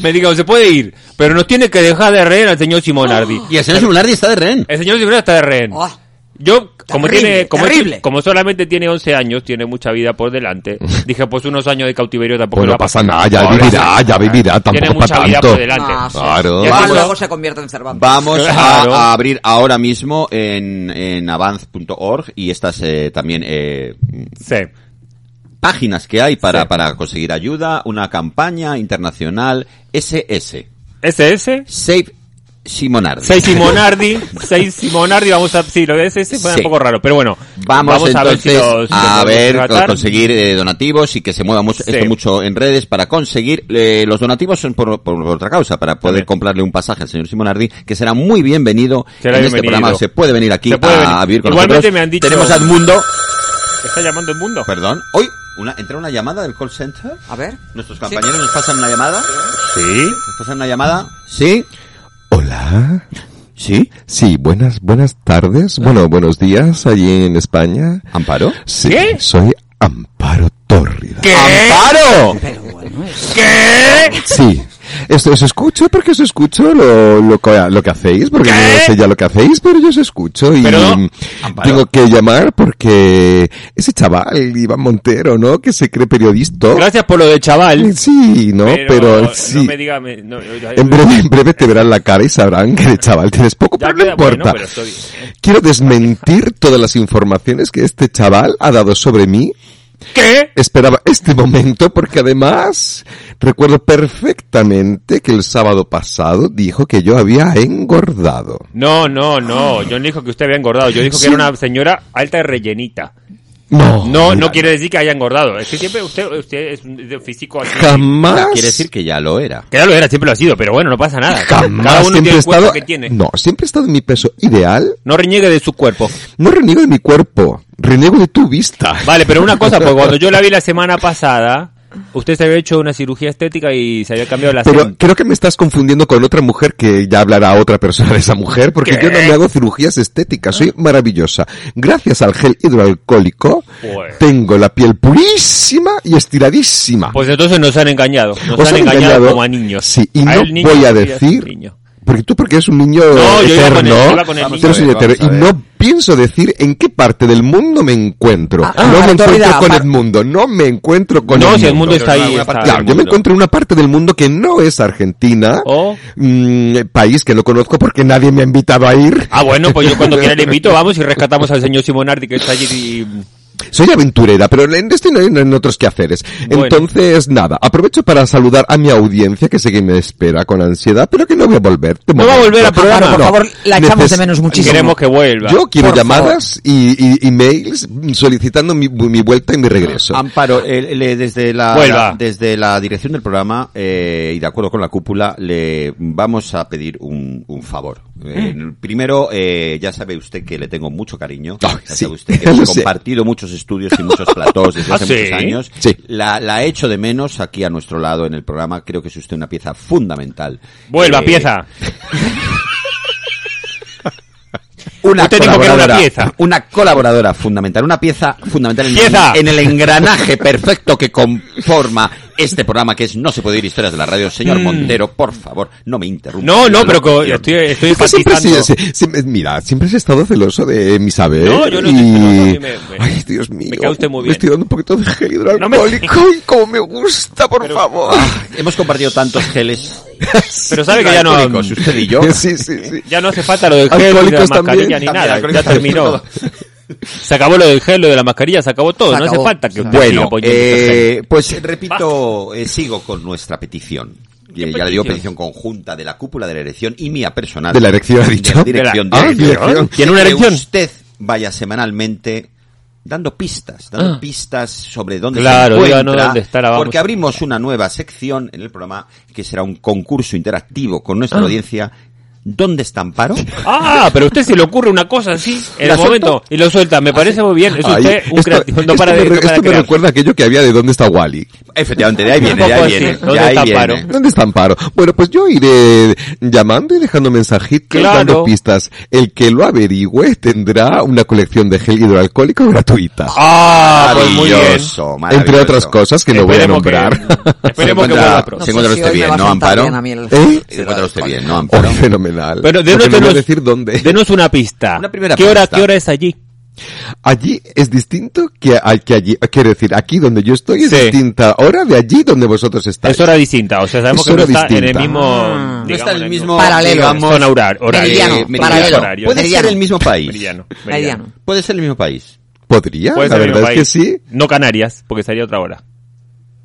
Speaker 4: me dijeron, se puede ir, pero nos tiene que dejar de rehén al señor Simonardi.
Speaker 7: Y el señor Simonardi está de rehén.
Speaker 4: El señor Simonardi está de rehén.
Speaker 5: Ah,
Speaker 4: Yo, como,
Speaker 5: Terrible,
Speaker 4: tiene, como,
Speaker 5: terrible.
Speaker 4: como solamente tiene 11 años, tiene mucha vida por delante, dije, pues unos años de cautiverio tampoco
Speaker 8: Pues
Speaker 4: le va
Speaker 8: no
Speaker 4: a pasar.
Speaker 8: pasa nada, ya
Speaker 4: Pobre
Speaker 8: vivirá,
Speaker 4: señor.
Speaker 8: ya vivirá, tampoco
Speaker 4: Tiene
Speaker 8: es
Speaker 4: mucha
Speaker 8: para
Speaker 4: vida
Speaker 8: tanto.
Speaker 4: por delante.
Speaker 5: Ah, sí.
Speaker 8: Claro.
Speaker 5: Ya
Speaker 7: Vamos-
Speaker 5: luego se convierte en Cervantes.
Speaker 7: Vamos a-
Speaker 4: Claro.
Speaker 7: a, abrir ahora mismo en, en avanz.org y estas eh, también eh,
Speaker 4: Sí.
Speaker 7: páginas que hay para,
Speaker 4: Sí.
Speaker 7: para conseguir ayuda, una campaña internacional SS.
Speaker 4: SS,
Speaker 7: Save Simonardi.
Speaker 4: 6 Simonardi, 6 Simonardi, vamos a... Sí, lo de SS fue
Speaker 7: Sí.
Speaker 4: un poco raro, pero bueno.
Speaker 7: Vamos, entonces
Speaker 4: a ver si lo- si lo
Speaker 7: a
Speaker 4: podemos
Speaker 7: ver, con-
Speaker 4: tratar.
Speaker 7: conseguir eh, donativos y que se mueva mucho,
Speaker 4: Sí.
Speaker 7: esto mucho en redes para conseguir eh, los donativos son por, por- por otra causa, para poder comprarle un pasaje al señor Simonardi, que será muy bienvenido
Speaker 4: Será
Speaker 7: en este
Speaker 4: bienvenido.
Speaker 7: programa. Se puede venir aquí
Speaker 4: Se puede
Speaker 7: a,
Speaker 4: venir.
Speaker 7: a vivir con
Speaker 4: Igualmente
Speaker 7: nosotros.
Speaker 4: me han dicho-
Speaker 7: Tenemos a Edmundo,
Speaker 4: ¿Está llamando el mundo?
Speaker 7: perdón, hoy una, entra una llamada del call center.
Speaker 5: A ver.
Speaker 7: Nuestros compañeros nos pasan una llamada.
Speaker 4: Sí.
Speaker 7: Nos pasan una llamada. Sí.
Speaker 8: Hola.
Speaker 7: Sí.
Speaker 8: Sí, buenas, buenas tardes.
Speaker 4: Ah.
Speaker 8: Bueno, buenos días allí en España.
Speaker 7: Amparo.
Speaker 8: Sí,
Speaker 4: ¿Qué?
Speaker 8: soy Amparo Tórrida.
Speaker 7: ¡Amparo!
Speaker 8: Sí. Esto os escucho porque os escucho lo, lo, que- lo que hacéis, porque no sé ya lo que hacéis, pero yo os escucho y
Speaker 4: Pero no.
Speaker 7: Amparo.
Speaker 8: tengo que llamar porque ese chaval, Iván Montero, ¿no? Que se cree periodista.
Speaker 4: Gracias por lo de chaval.
Speaker 8: Sí, ¿no? Pero, sí.
Speaker 4: No me diga... me- no, ya-
Speaker 8: En breve, en breve te verán la cara y sabrán que de chaval tienes poco,
Speaker 4: ya
Speaker 8: pero no
Speaker 4: queda- bueno,
Speaker 8: importa.
Speaker 4: pero estoy- ¿eh?
Speaker 8: Quiero desmentir todas las informaciones que este chaval ha dado sobre mí
Speaker 4: ¿Qué?
Speaker 8: Esperaba este momento porque además recuerdo perfectamente que el sábado pasado dijo que yo había engordado.
Speaker 4: No, no, no. Yo no dijo que usted había engordado. Yo dijo que era una señora alta y rellenita.
Speaker 7: Oh,
Speaker 8: No,
Speaker 4: No, no
Speaker 8: mira,
Speaker 4: quiere decir que haya engordado. Es que siempre usted, usted es un- de físico así.
Speaker 8: Jamás.
Speaker 7: Quiere decir que ya lo era.
Speaker 4: Que ya lo era, siempre lo ha sido, pero bueno, no pasa nada. Cada
Speaker 8: Jamás
Speaker 4: uno
Speaker 8: siempre
Speaker 4: tiene
Speaker 8: he
Speaker 4: el cuerpo
Speaker 8: estado.
Speaker 4: que tiene.
Speaker 8: No, siempre he estado en mi peso ideal.
Speaker 4: No reniegue de su cuerpo.
Speaker 8: No reniego de mi cuerpo, reniego de tu vista.
Speaker 4: Vale, pero una cosa, pues, porque cuando yo la vi la semana pasada, usted se había hecho una cirugía estética y se había cambiado la
Speaker 8: Pero
Speaker 4: cen-
Speaker 8: creo que me estás confundiendo con otra mujer que ya hablará otra persona de esa mujer, porque yo no me hago cirugías estéticas, soy maravillosa. Gracias al gel hidroalcohólico,
Speaker 4: Pues.
Speaker 8: tengo la piel purísima y estiradísima.
Speaker 4: Pues entonces nos han engañado. Nos
Speaker 8: ¿Os
Speaker 4: han,
Speaker 8: han
Speaker 4: engañado,
Speaker 8: engañado?
Speaker 4: como a niños.
Speaker 8: Sí, y
Speaker 4: A
Speaker 8: no
Speaker 4: el niño
Speaker 8: voy a
Speaker 4: que quería ser
Speaker 8: decir-
Speaker 4: niño.
Speaker 8: Porque tú, porque eres un niño
Speaker 4: No, yo iba
Speaker 8: eterno,
Speaker 4: con el- yo iba con el
Speaker 8: tú
Speaker 4: niño.
Speaker 8: eres un
Speaker 7: Vamos a ver,
Speaker 8: eterno, y
Speaker 7: vamos a
Speaker 8: no pienso decir en qué parte del mundo me encuentro.
Speaker 5: Ah, ah,
Speaker 8: no me
Speaker 5: actualidad,
Speaker 8: encuentro con
Speaker 5: par-
Speaker 8: el mundo, no me encuentro con
Speaker 4: No,
Speaker 8: el
Speaker 4: si el mundo
Speaker 8: mundo.
Speaker 4: está
Speaker 7: Pero en
Speaker 4: ahí.
Speaker 7: alguna
Speaker 4: está.
Speaker 7: parte
Speaker 8: Claro,
Speaker 7: del
Speaker 8: yo me
Speaker 7: mundo.
Speaker 8: encuentro en una parte del mundo que no es Argentina,
Speaker 4: Oh.
Speaker 8: mm, país que no conozco porque nadie me ha invitado a ir.
Speaker 4: Ah, bueno, pues yo cuando quiera le invito, vamos y rescatamos al señor Simonardi que está allí. y-
Speaker 8: Soy aventurera, pero en este no hay no hay otros quehaceres.
Speaker 4: Bueno.
Speaker 8: Entonces, nada, aprovecho para saludar a mi audiencia que sé que me espera con ansiedad, pero que no voy a volver. de
Speaker 4: No va a
Speaker 8: momento.
Speaker 4: volver al programa.
Speaker 5: Amparo, por
Speaker 8: No.
Speaker 5: favor, la echamos de
Speaker 8: Neces-
Speaker 5: menos muchísimo.
Speaker 4: Queremos que vuelva.
Speaker 8: Yo quiero
Speaker 5: Por
Speaker 8: llamadas y, y emails solicitando mi, mi vuelta y mi
Speaker 5: Ah,
Speaker 8: regreso.
Speaker 7: Amparo, eh, le- desde la,
Speaker 4: Vuelva.
Speaker 7: desde la dirección del programa eh, y de acuerdo con la cúpula le vamos a pedir un, un favor. Eh,
Speaker 4: Mm.
Speaker 7: Primero, eh, ya sabe usted que le tengo mucho cariño.
Speaker 8: Ay,
Speaker 7: ya
Speaker 8: sí,
Speaker 7: sabe usted que
Speaker 8: lo
Speaker 7: hemos
Speaker 8: sé.
Speaker 7: compartido muchos estudios y muchos platós desde
Speaker 4: ¿Ah,
Speaker 7: hace
Speaker 4: sí?
Speaker 7: muchos años.
Speaker 8: Sí.
Speaker 7: La, la echo de menos aquí a nuestro lado en el programa. Creo que es usted una pieza fundamental.
Speaker 4: Vuelva,
Speaker 7: Eh,
Speaker 4: pieza.
Speaker 7: Una
Speaker 4: Usted dijo que era una
Speaker 7: colaboradora,
Speaker 4: pieza.
Speaker 7: una colaboradora fundamental, una pieza fundamental en,
Speaker 4: ¡Pieza!
Speaker 7: en el engranaje perfecto que conforma este programa que es No se puede ir historias de la radio. Señor Montero, por favor, no me interrumpa.
Speaker 4: Mm. No, no, pero co-
Speaker 7: Yo-
Speaker 4: estoy, estoy
Speaker 8: Es que siempre
Speaker 4: enfatizando.
Speaker 8: se- se- se- mira, siempre has estado celoso de mi saber.
Speaker 4: No, yo no
Speaker 8: y...
Speaker 4: estoy celoso, a mí me- me-
Speaker 8: Ay, Dios mío.
Speaker 4: me cae usted muy bien.
Speaker 8: estoy dando un poquito de gel
Speaker 4: No me- ah,
Speaker 8: hidroalcohólico y como me gusta, por favor.
Speaker 7: Hemos compartido tantos geles.
Speaker 4: Pero sabe que ya no,
Speaker 7: Alcohólicos, usted y yo.
Speaker 8: Sí, sí, sí.
Speaker 4: ya no hace falta lo del gel, ni de la
Speaker 8: Alcohólicos
Speaker 4: mascarilla,
Speaker 8: también,
Speaker 4: ni
Speaker 8: también,
Speaker 4: nada. Ya
Speaker 7: alcohólicos
Speaker 4: terminó. Se acabó lo del gel, lo de la mascarilla, se acabó todo.
Speaker 5: Se
Speaker 4: no hace
Speaker 5: acabó.
Speaker 4: falta que usted siga
Speaker 7: Bueno,
Speaker 4: apoyando este gel.
Speaker 7: eh, pues repito, eh, sigo con nuestra petición. Eh, ya le digo petición
Speaker 4: petición?
Speaker 7: conjunta de la cúpula de la erección y mía personal.
Speaker 8: De la erección, ha dicho.
Speaker 7: De la dirección.
Speaker 8: De la- ah,
Speaker 7: de la erección.
Speaker 8: dirección.
Speaker 4: ¿Tiene una
Speaker 7: Que
Speaker 4: erección?
Speaker 7: usted vaya semanalmente dando pistas, dando pistas sobre dónde
Speaker 4: Ah. Claro,
Speaker 7: se
Speaker 4: diga,
Speaker 7: encuentra,
Speaker 4: no, dónde estará, vamos.
Speaker 7: porque abrimos una nueva sección en el programa que será un concurso interactivo con nuestra audiencia. ¿Dónde está Amparo?
Speaker 4: Ah, pero a usted se le ocurre una cosa así en
Speaker 7: ¿La
Speaker 4: el momento
Speaker 7: suelto?
Speaker 4: y lo suelta. Me parece muy bien. Es
Speaker 8: Ay,
Speaker 4: usted un
Speaker 8: Ah, esto-
Speaker 4: creativo. No
Speaker 8: esto
Speaker 4: para
Speaker 8: me
Speaker 4: de,
Speaker 8: re-
Speaker 4: no para
Speaker 8: esto
Speaker 4: de
Speaker 8: me
Speaker 4: crear.
Speaker 8: recuerda aquello que había de dónde está Wally.
Speaker 7: Efectivamente, de ahí viene, de
Speaker 4: Un
Speaker 7: ahí
Speaker 4: poco
Speaker 7: viene.
Speaker 4: así. ¿Dónde
Speaker 7: de ahí
Speaker 4: está
Speaker 7: viene.
Speaker 4: Amparo?
Speaker 8: ¿Dónde está Amparo? Bueno, pues yo iré llamando y dejando mensajitos,
Speaker 4: Claro.
Speaker 8: dando pistas. El que lo averigüe tendrá una colección de gel hidroalcohólico gratuita.
Speaker 4: Ah, pues muy bien.
Speaker 7: Maravilloso,
Speaker 8: entre
Speaker 7: maravilloso.
Speaker 8: otras cosas que no voy a
Speaker 4: Esperemos que-
Speaker 8: nombrar.
Speaker 4: Esperemos que
Speaker 7: Se encuentra-
Speaker 4: vuelva pronto.
Speaker 7: Se encuentra
Speaker 5: sé si hoy
Speaker 7: usted
Speaker 5: me
Speaker 7: bien,
Speaker 5: va a
Speaker 7: ¿no,
Speaker 5: sentar
Speaker 7: Amparo?
Speaker 5: bien a mí el-
Speaker 8: ¿Eh?
Speaker 7: Se encuentra usted bien, ¿no,
Speaker 8: Oh,
Speaker 7: Amparo?
Speaker 8: fenomenal.
Speaker 4: Pero
Speaker 8: Porque
Speaker 4: denos,
Speaker 8: no voy a
Speaker 4: denos-
Speaker 8: decir dónde.
Speaker 4: denos una pista.
Speaker 7: Una primera
Speaker 4: ¿Qué hora,
Speaker 7: pista.
Speaker 4: ¿Qué hora es allí?
Speaker 8: Allí es distinto que, al que allí. Quiero decir, aquí donde yo estoy es
Speaker 4: Sí.
Speaker 8: distinta hora de allí donde vosotros estáis.
Speaker 4: Es hora distinta. O sea, sabemos
Speaker 8: Es
Speaker 4: que no
Speaker 8: hora
Speaker 4: está en el
Speaker 8: distinta.
Speaker 4: mismo.
Speaker 5: Ah.
Speaker 7: No está
Speaker 4: digamos,
Speaker 7: en el mismo
Speaker 5: Paralelo.
Speaker 7: digamos,
Speaker 4: zona horar- horario.
Speaker 5: Meridiano,
Speaker 7: eh,
Speaker 5: paralelo.
Speaker 4: horario.
Speaker 7: Puede
Speaker 5: Meridiano.
Speaker 7: ser el mismo país.
Speaker 4: Meridiano.
Speaker 5: Mediano.
Speaker 7: Puede ser el mismo país.
Speaker 8: Podría,
Speaker 4: Puede
Speaker 8: la
Speaker 4: ser el
Speaker 8: verdad
Speaker 4: mismo
Speaker 8: es que
Speaker 4: país.
Speaker 8: sí.
Speaker 4: No Canarias, porque sería otra hora.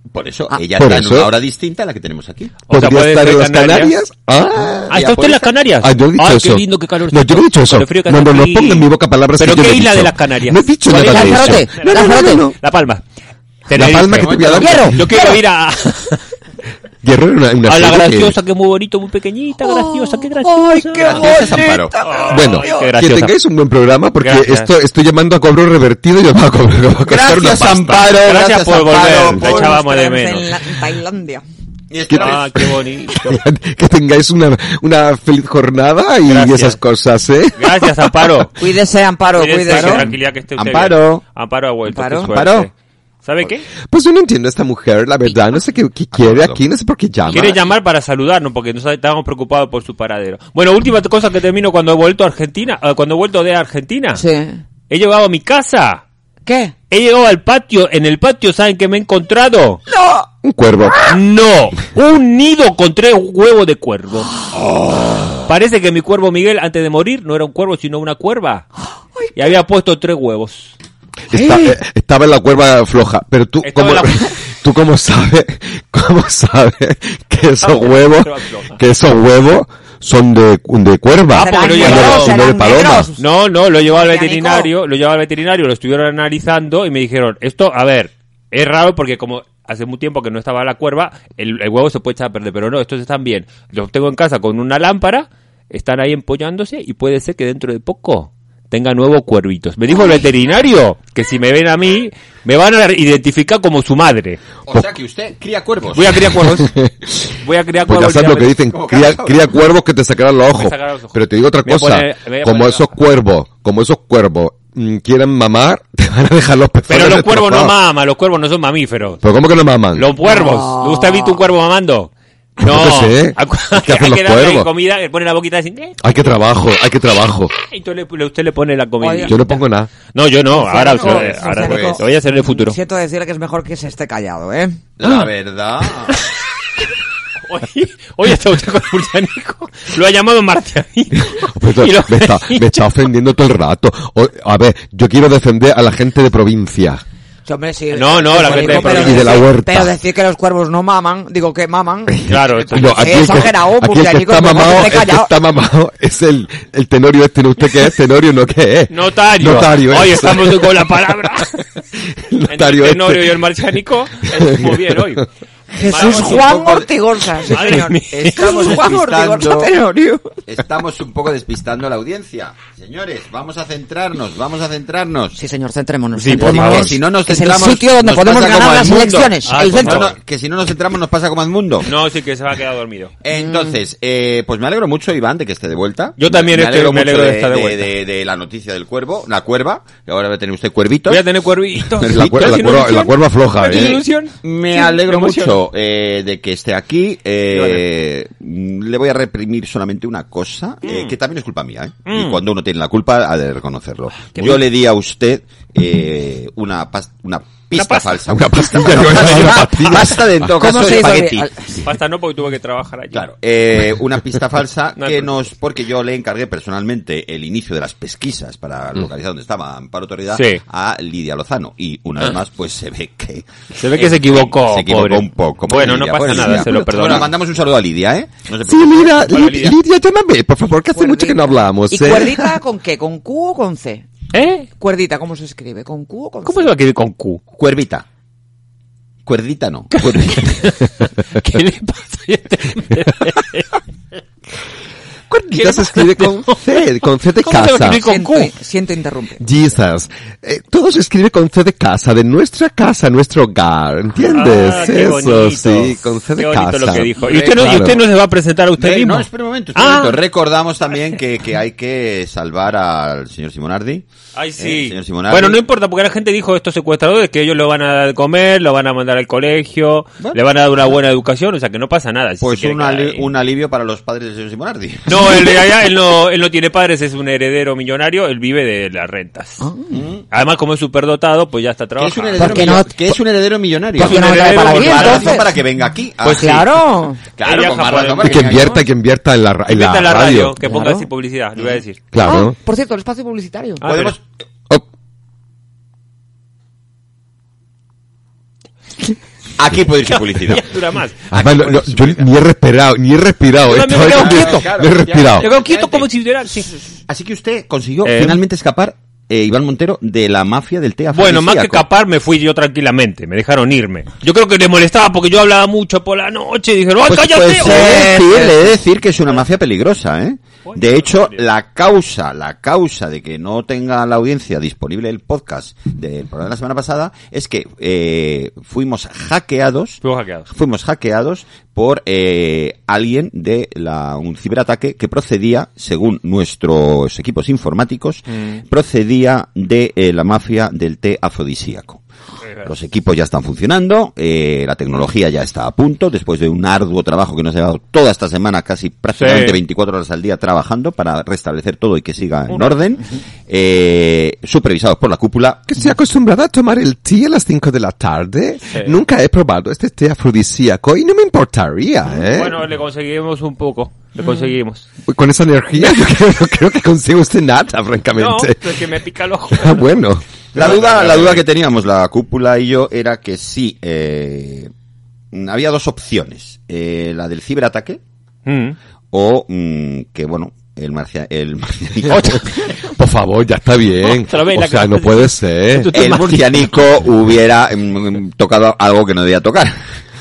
Speaker 7: Por eso,
Speaker 5: Ah.
Speaker 7: ella
Speaker 8: por
Speaker 7: está en
Speaker 8: eso.
Speaker 7: una hora distinta a la que tenemos aquí.
Speaker 4: O
Speaker 8: Podría
Speaker 4: sea, puede
Speaker 8: estar
Speaker 4: ser
Speaker 8: en las
Speaker 4: Canarias.
Speaker 8: Canarias. Ah,
Speaker 4: Ah, ¿está
Speaker 7: Ya,
Speaker 4: usted en las
Speaker 7: por
Speaker 4: Canarias?
Speaker 8: Ah, yo he dicho
Speaker 4: Ay,
Speaker 8: eso.
Speaker 4: qué lindo, qué calor.
Speaker 8: No, yo no he dicho eso.
Speaker 4: Calorfrío que
Speaker 8: No,
Speaker 4: hace
Speaker 8: no, no
Speaker 4: aquí.
Speaker 8: ponga en mi boca palabras
Speaker 4: ¿Pero
Speaker 8: que yo no
Speaker 4: qué
Speaker 8: he
Speaker 4: isla
Speaker 8: dicho.
Speaker 4: de las Canarias?
Speaker 8: No he dicho
Speaker 4: ¿Cuál
Speaker 8: nada
Speaker 4: es?
Speaker 8: de eso.
Speaker 5: Lanzarote,
Speaker 8: No, no, no,
Speaker 5: Lanzarote.
Speaker 8: no, no.
Speaker 4: La Palma.
Speaker 8: La Palma que te voy a dar.
Speaker 5: ¡Hierro!
Speaker 4: Yo quiero ir a,
Speaker 8: Hierro era una, una
Speaker 4: a Ah, la
Speaker 8: serie que-
Speaker 4: graciosa, que es muy bonito, muy pequeñita, graciosa, qué graciosa.
Speaker 5: ¡Ay, qué
Speaker 7: Gracias, Amparo.
Speaker 8: Bueno,
Speaker 4: Ay, qué
Speaker 8: que
Speaker 4: graciosa.
Speaker 8: tengáis un buen programa porque
Speaker 4: Gracias.
Speaker 8: esto estoy llamando a cobro revertido y os va a cobrar va a costar una
Speaker 7: Gracias,
Speaker 8: pasta.
Speaker 7: Amparo.
Speaker 4: Gracias por
Speaker 7: Amparo,
Speaker 4: volver. Te
Speaker 7: por-
Speaker 4: echaba- echábamos de
Speaker 5: Esperanza
Speaker 4: menos.
Speaker 5: En la- Tailandia.
Speaker 7: Y esperamos-
Speaker 4: Ah, qué bonito.
Speaker 8: que tengáis una, una feliz jornada y
Speaker 4: Gracias.
Speaker 8: esas cosas, ¿eh.
Speaker 4: Gracias, Amparo.
Speaker 5: Cuídese, Amparo,
Speaker 4: Cuídese,
Speaker 5: cuídese.
Speaker 4: que tranquilidad que esté usted
Speaker 7: Amparo.
Speaker 4: bien. Amparo ha vuelto.
Speaker 5: Amparo.
Speaker 4: qué suerte.
Speaker 7: Amparo.
Speaker 4: ¿Sabe qué?
Speaker 8: Pues yo no entiendo a esta mujer, la verdad, no sé qué, qué quiere aquí, no sé por qué llama.
Speaker 4: Quiere llamar para saludarnos porque nos estábamos preocupados por su paradero. Bueno, última cosa que termino cuando he vuelto a Argentina, ah, cuando he vuelto de Argentina.
Speaker 5: Sí.
Speaker 4: He llegado a mi casa.
Speaker 5: ¿Qué?
Speaker 4: He llegado al patio. En el patio, ¿saben qué me he encontrado?
Speaker 8: Un
Speaker 6: ¡Ah!
Speaker 8: cuervo.
Speaker 4: No, un nido con tres huevos de cuervo. Parece que mi cuervo Miguel, antes de morir, no era un cuervo, sino una cuerva. Y había puesto tres huevos.
Speaker 8: Está-
Speaker 5: ¡Eh!
Speaker 8: eh, estaba en la cuerda floja, pero tú,
Speaker 4: Estaba
Speaker 8: ¿cómo,
Speaker 4: en la-
Speaker 8: tú cómo sabes, cómo sabes que esos
Speaker 4: en la
Speaker 8: huevos,
Speaker 4: cuerda floja.
Speaker 8: que esos huevos son de, de cuerva?
Speaker 4: Ah, porque no
Speaker 8: Y
Speaker 4: llegaron,
Speaker 8: de- y no
Speaker 5: pues,
Speaker 8: de
Speaker 5: serán
Speaker 8: paloma.
Speaker 5: negros.
Speaker 4: No, no, lo llevaba al
Speaker 5: Mecánico.
Speaker 4: veterinario, lo llevaba al veterinario, lo estuvieron analizando y me dijeron, esto, a ver, es raro porque como hace mucho tiempo que no estaba la cuerva, el, el huevo se puede echar a perder, pero no, estos están bien. Los tengo en casa con una lámpara, están ahí empollándose y puede ser que dentro de poco tenga nuevos cuervitos. Me dijo el veterinario que si me ven a mí, me van a identificar como su madre.
Speaker 7: O sea que usted cría cuervos.
Speaker 4: Voy a criar cuervos. Voy a criar
Speaker 8: Pues
Speaker 4: cuervos.
Speaker 8: ya sabes lo que
Speaker 4: me-
Speaker 8: dicen,
Speaker 7: como
Speaker 8: cría,
Speaker 7: cazador.
Speaker 8: cría cuervos que te sacarán los ojos.
Speaker 4: sacarán los ojos.
Speaker 8: Pero te digo otra
Speaker 4: Me voy a
Speaker 8: cosa,
Speaker 4: poner- me voy a
Speaker 8: como
Speaker 4: poner
Speaker 8: esos
Speaker 4: la-
Speaker 8: cuervos, como esos cuervos mm, quieren mamar, te van a dejar los pezones
Speaker 4: Pero los cuervos no
Speaker 8: destrozados.
Speaker 4: maman, los cuervos no son mamíferos.
Speaker 8: ¿Pero cómo que no maman?
Speaker 4: Los cuervos. ¿Usted ha visto un cuervo mamando? No.
Speaker 8: Yo qué sé.
Speaker 4: Acu-
Speaker 8: ¿Qué hacen
Speaker 4: hay
Speaker 8: los
Speaker 4: que darle
Speaker 8: cuervos?
Speaker 4: comida, le pone la boquita así. eh,
Speaker 8: Hay que trabajo, hay que trabajo.
Speaker 4: Y tú le- le- usted le pone la comida.
Speaker 8: Yo no pongo nada.
Speaker 4: No, yo no. Ahora,
Speaker 5: Oceánico,
Speaker 4: ahora, ahora-
Speaker 5: Oceánico.
Speaker 4: lo voy a hacer en el futuro.
Speaker 5: Siento decirle que es mejor que se esté callado, ¿eh?
Speaker 4: Ah.
Speaker 7: La verdad.
Speaker 4: Hoy, hoy está usted con Murcianico. Lo ha llamado Marcianico.
Speaker 8: Pero
Speaker 4: Y lo-
Speaker 8: Pues me, está, me está ofendiendo todo el rato. O- a ver, yo quiero defender a la gente de provincia.
Speaker 5: Sí, hombre, sí.
Speaker 4: No, no, la
Speaker 5: Oceánico,
Speaker 4: gente de
Speaker 5: pero
Speaker 4: Florida.
Speaker 8: Y de la
Speaker 5: decir-
Speaker 8: huerta.
Speaker 5: Pero decir que los cuervos no maman, digo que maman.
Speaker 4: Claro, esto-
Speaker 8: No,
Speaker 5: Eh,
Speaker 8: aquí, el que,
Speaker 5: exagerado,
Speaker 8: aquí el que
Speaker 5: Murcianico,
Speaker 8: está
Speaker 5: mejor que
Speaker 8: mamado,
Speaker 5: esté
Speaker 8: el que
Speaker 5: callado.
Speaker 8: está mamado es el, el tenorio este, ¿no? ¿Usted qué es? Tenorio, ¿no qué es?
Speaker 4: Notario.
Speaker 8: Notario.
Speaker 4: Hoy
Speaker 8: eso.
Speaker 4: estamos con la palabra.
Speaker 8: El
Speaker 4: Entre
Speaker 8: notario
Speaker 4: el
Speaker 8: este.
Speaker 4: Tenorio y el Marcianico. Estamos bien hoy.
Speaker 5: Jesús
Speaker 4: Madre-
Speaker 5: Juan Ortigosa, sí,
Speaker 4: Madre
Speaker 5: señor.
Speaker 4: mía.
Speaker 5: Jesús Juan Ortigosa
Speaker 7: despistando-
Speaker 5: Tenorio.
Speaker 7: Estamos un poco despistando a la audiencia. Señores, vamos a centrarnos, vamos a centrarnos.
Speaker 5: Sí, señor, centrémonos.
Speaker 4: Sí, por
Speaker 5: Centrémonos.
Speaker 4: favor.
Speaker 7: Si no nos
Speaker 5: Que es el
Speaker 7: centramos,
Speaker 5: sitio donde
Speaker 7: nos
Speaker 5: podemos
Speaker 7: pasa
Speaker 5: ganar
Speaker 7: como al
Speaker 5: las
Speaker 7: mundo.
Speaker 5: elecciones,
Speaker 4: Ah,
Speaker 5: el
Speaker 4: por
Speaker 5: centro.
Speaker 7: No, no, que si no nos centramos nos pasa como al mundo.
Speaker 4: No, sí que se va a quedar dormido.
Speaker 7: Entonces, eh, pues me alegro mucho, Iván, de que esté de vuelta.
Speaker 4: Yo también estoy- me
Speaker 7: mucho
Speaker 4: alegro de estar de vuelta.
Speaker 7: De, de la noticia del cuervo, la cuerva, que ahora va a tener usted cuervito.
Speaker 4: Voy a tener cuervitos.
Speaker 8: La cuer-
Speaker 4: Pero
Speaker 8: la
Speaker 4: sin
Speaker 8: cuerva-
Speaker 4: ilusión.
Speaker 8: la cuerva floja,
Speaker 4: Pero sin
Speaker 8: eh.
Speaker 4: ilusión.
Speaker 7: Me
Speaker 4: Sí,
Speaker 7: alegro
Speaker 4: me emociona.
Speaker 7: mucho eh, de que esté aquí. eh, mm, le voy a reprimir solamente una cosa, eh, que también es culpa mía. ¿eh? Y cuando uno tiene la culpa, ha de reconocerlo. Yo le di a usted eh, una, pas- una pista
Speaker 4: pasta.
Speaker 7: falsa.
Speaker 8: Una pastilla, yo iba a decir una
Speaker 7: pasta,
Speaker 8: pastilla.
Speaker 7: pasta de en todo
Speaker 5: ¿Cómo se
Speaker 7: caso,
Speaker 5: hizo?
Speaker 7: espagueti.
Speaker 5: Al-
Speaker 4: Pasta no, porque tuve que trabajar allí.
Speaker 7: Claro, eh, una pista falsa
Speaker 4: No hay
Speaker 7: que
Speaker 4: problema.
Speaker 7: nos, porque yo le encargué personalmente el inicio de las pesquisas para localizar dónde estaba Amparo Torrida
Speaker 4: Mm. Sí. Ah.
Speaker 7: a Lidia Lozano y una vez más pues se ve que
Speaker 4: Se ve que se equivocó,
Speaker 7: se equivocó
Speaker 4: pobre.
Speaker 7: un poco.
Speaker 4: Bueno, no pasa nada, se lo
Speaker 7: perdona.
Speaker 4: perdonamos.
Speaker 7: mandamos un saludo a Lidia, ¿eh? No se
Speaker 8: Sí,
Speaker 7: preocupe.
Speaker 8: mira,
Speaker 4: Bueno,
Speaker 8: Lid-
Speaker 4: Lidia.
Speaker 8: Lidia. llámame, por favor, que hace mucho que no
Speaker 7: Pues,
Speaker 8: hablamos.
Speaker 5: ¿Y
Speaker 8: ¿eh?
Speaker 5: cuerdita con qué? ¿Con Q o con C?
Speaker 4: ¿Eh?
Speaker 5: Cuerdita, ¿cómo se escribe? ¿Con Q o con
Speaker 4: ¿Cómo
Speaker 5: C?
Speaker 4: se va a quedar con Q?
Speaker 7: Cuervita. Cuerdita no. Cuervita.
Speaker 4: ¿Qué le pasa a este hombre?
Speaker 8: Cuerdita se escribe con C, con C de
Speaker 4: ¿Cómo se va a
Speaker 8: casa.
Speaker 4: escribir con
Speaker 5: siento,
Speaker 4: Q?
Speaker 5: siento interrumpir.
Speaker 8: Jesus. Eh, todo se escribe con C de casa, de nuestra casa, nuestro hogar, ¿entiendes?
Speaker 4: Ah, qué bonito.
Speaker 8: Eso, sí, con C de
Speaker 4: Qué bonito
Speaker 8: casa.
Speaker 4: lo que dijo. ¿Y
Speaker 8: Eh,
Speaker 4: usted, no, y
Speaker 8: claro.
Speaker 4: usted no se va a presentar a usted
Speaker 7: Re-
Speaker 4: mismo?
Speaker 7: Eh, no, espera un momento, espera un
Speaker 4: ah,
Speaker 7: momento. Recordamos también que, que hay que salvar al señor Simonardi.
Speaker 4: ay,
Speaker 7: Eh,
Speaker 4: sí.
Speaker 7: señor Simonardi.
Speaker 4: bueno, no importa, porque la gente dijo estos secuestradores que ellos lo van a dar de comer, lo van a mandar al colegio,
Speaker 7: Bueno.
Speaker 4: le van a dar una buena educación, o sea que no pasa nada. si
Speaker 7: Pues
Speaker 4: se quiere
Speaker 7: un,
Speaker 4: quedar
Speaker 7: ali-
Speaker 4: ahí.
Speaker 7: un alivio para los padres del señor Simonardi.
Speaker 4: No, él, de allá, él no, él no tiene padres, es un heredero millonario, él vive de las rentas.
Speaker 5: Ah.
Speaker 4: Además, como es superdotado, pues ya
Speaker 7: Que
Speaker 4: está
Speaker 7: es un
Speaker 4: trabajando.
Speaker 7: heredero,
Speaker 5: Porque
Speaker 7: millo-
Speaker 5: no-
Speaker 7: que es un heredero millonario.
Speaker 5: Porque no me trae
Speaker 4: heredero
Speaker 5: para
Speaker 4: por
Speaker 5: aquí,
Speaker 7: Con
Speaker 4: barato,
Speaker 7: razón
Speaker 5: entonces.
Speaker 7: para que venga aquí. Ah,
Speaker 4: Pues
Speaker 7: sí.
Speaker 5: Claro.
Speaker 7: Claro,
Speaker 4: Ella
Speaker 7: con
Speaker 4: jamás-
Speaker 7: más
Speaker 8: Y
Speaker 7: razón para
Speaker 8: que
Speaker 7: venga aquí.
Speaker 8: invierta, que invierta en la, ra- en
Speaker 4: Inventa
Speaker 8: la
Speaker 4: la radio,
Speaker 8: radio.
Speaker 4: que ponga
Speaker 5: Claro.
Speaker 4: así publicidad, le voy a decir.
Speaker 8: Claro.
Speaker 5: Ah, por cierto, el espacio publicitario.
Speaker 4: Ah,
Speaker 7: Podemos-
Speaker 8: Oh,
Speaker 7: Aquí puede irse publicidad.
Speaker 4: Ya dura más.
Speaker 8: además, no- no, yo ni he respirado, ni he respirado.
Speaker 4: Yo también me
Speaker 8: Estaba-
Speaker 4: quedo quieto.
Speaker 7: Claro,
Speaker 8: ni he
Speaker 7: ya.
Speaker 8: respirado.
Speaker 4: Yo quedo quieto como si hubiera... sí.
Speaker 7: Así que usted consiguió
Speaker 4: Eh.
Speaker 7: finalmente escapar, eh, Iván Montero, de la mafia del té
Speaker 4: Bueno, más que
Speaker 7: afrodisíaco.
Speaker 4: escapar, me fui yo tranquilamente. Me dejaron irme. Yo creo que les molestaba porque yo hablaba mucho por la noche. Y dijeron, ¡ay,
Speaker 7: Pues,
Speaker 4: cállate!
Speaker 7: pues,
Speaker 4: oh".
Speaker 7: le he de decir, le he de decir que es una mafia peligrosa, ¿eh? De hecho, la causa, la causa de que no tenga la audiencia disponible el podcast del programa de la semana pasada es que eh, fuimos hackeados
Speaker 4: Fuimos hackeados.
Speaker 7: fuimos hackeados por eh, alguien de la, un ciberataque que procedía, según nuestros equipos informáticos,
Speaker 4: Mm.
Speaker 7: procedía de eh, la mafia del té afrodisíaco. Los equipos ya están funcionando, eh, la tecnología ya está a punto, después de un arduo trabajo que nos ha llevado toda esta semana, casi prácticamente
Speaker 4: Sí.
Speaker 7: 24 horas al día trabajando para restablecer todo y que siga en orden, eh, supervisados por la cúpula,
Speaker 8: Que estoy acostumbrada a tomar el té a las 5 de la tarde. Nunca he probado este té afrodisíaco y no me importaría, ¿eh?
Speaker 4: Bueno, le conseguimos un poco. Le conseguimos.
Speaker 8: Con esa energía yo creo, no creo que consiga usted nada,
Speaker 4: No,
Speaker 8: este francamente.
Speaker 4: es que me pica el ojo.
Speaker 8: Ah, bueno.
Speaker 7: La duda, la duda que teníamos la cúpula y yo era que sí, eh, había dos opciones. Eh, la del ciberataque
Speaker 4: Mm.
Speaker 7: o mm, que, bueno, el marciano... El, marcianico-
Speaker 4: Otra-
Speaker 8: Por favor, ya está bien.
Speaker 4: Otra vez la
Speaker 8: o sea, no
Speaker 4: cabeza.
Speaker 8: puede ser.
Speaker 4: Tú-
Speaker 7: el marcianico hubiera mm, tocado algo que no debía tocar.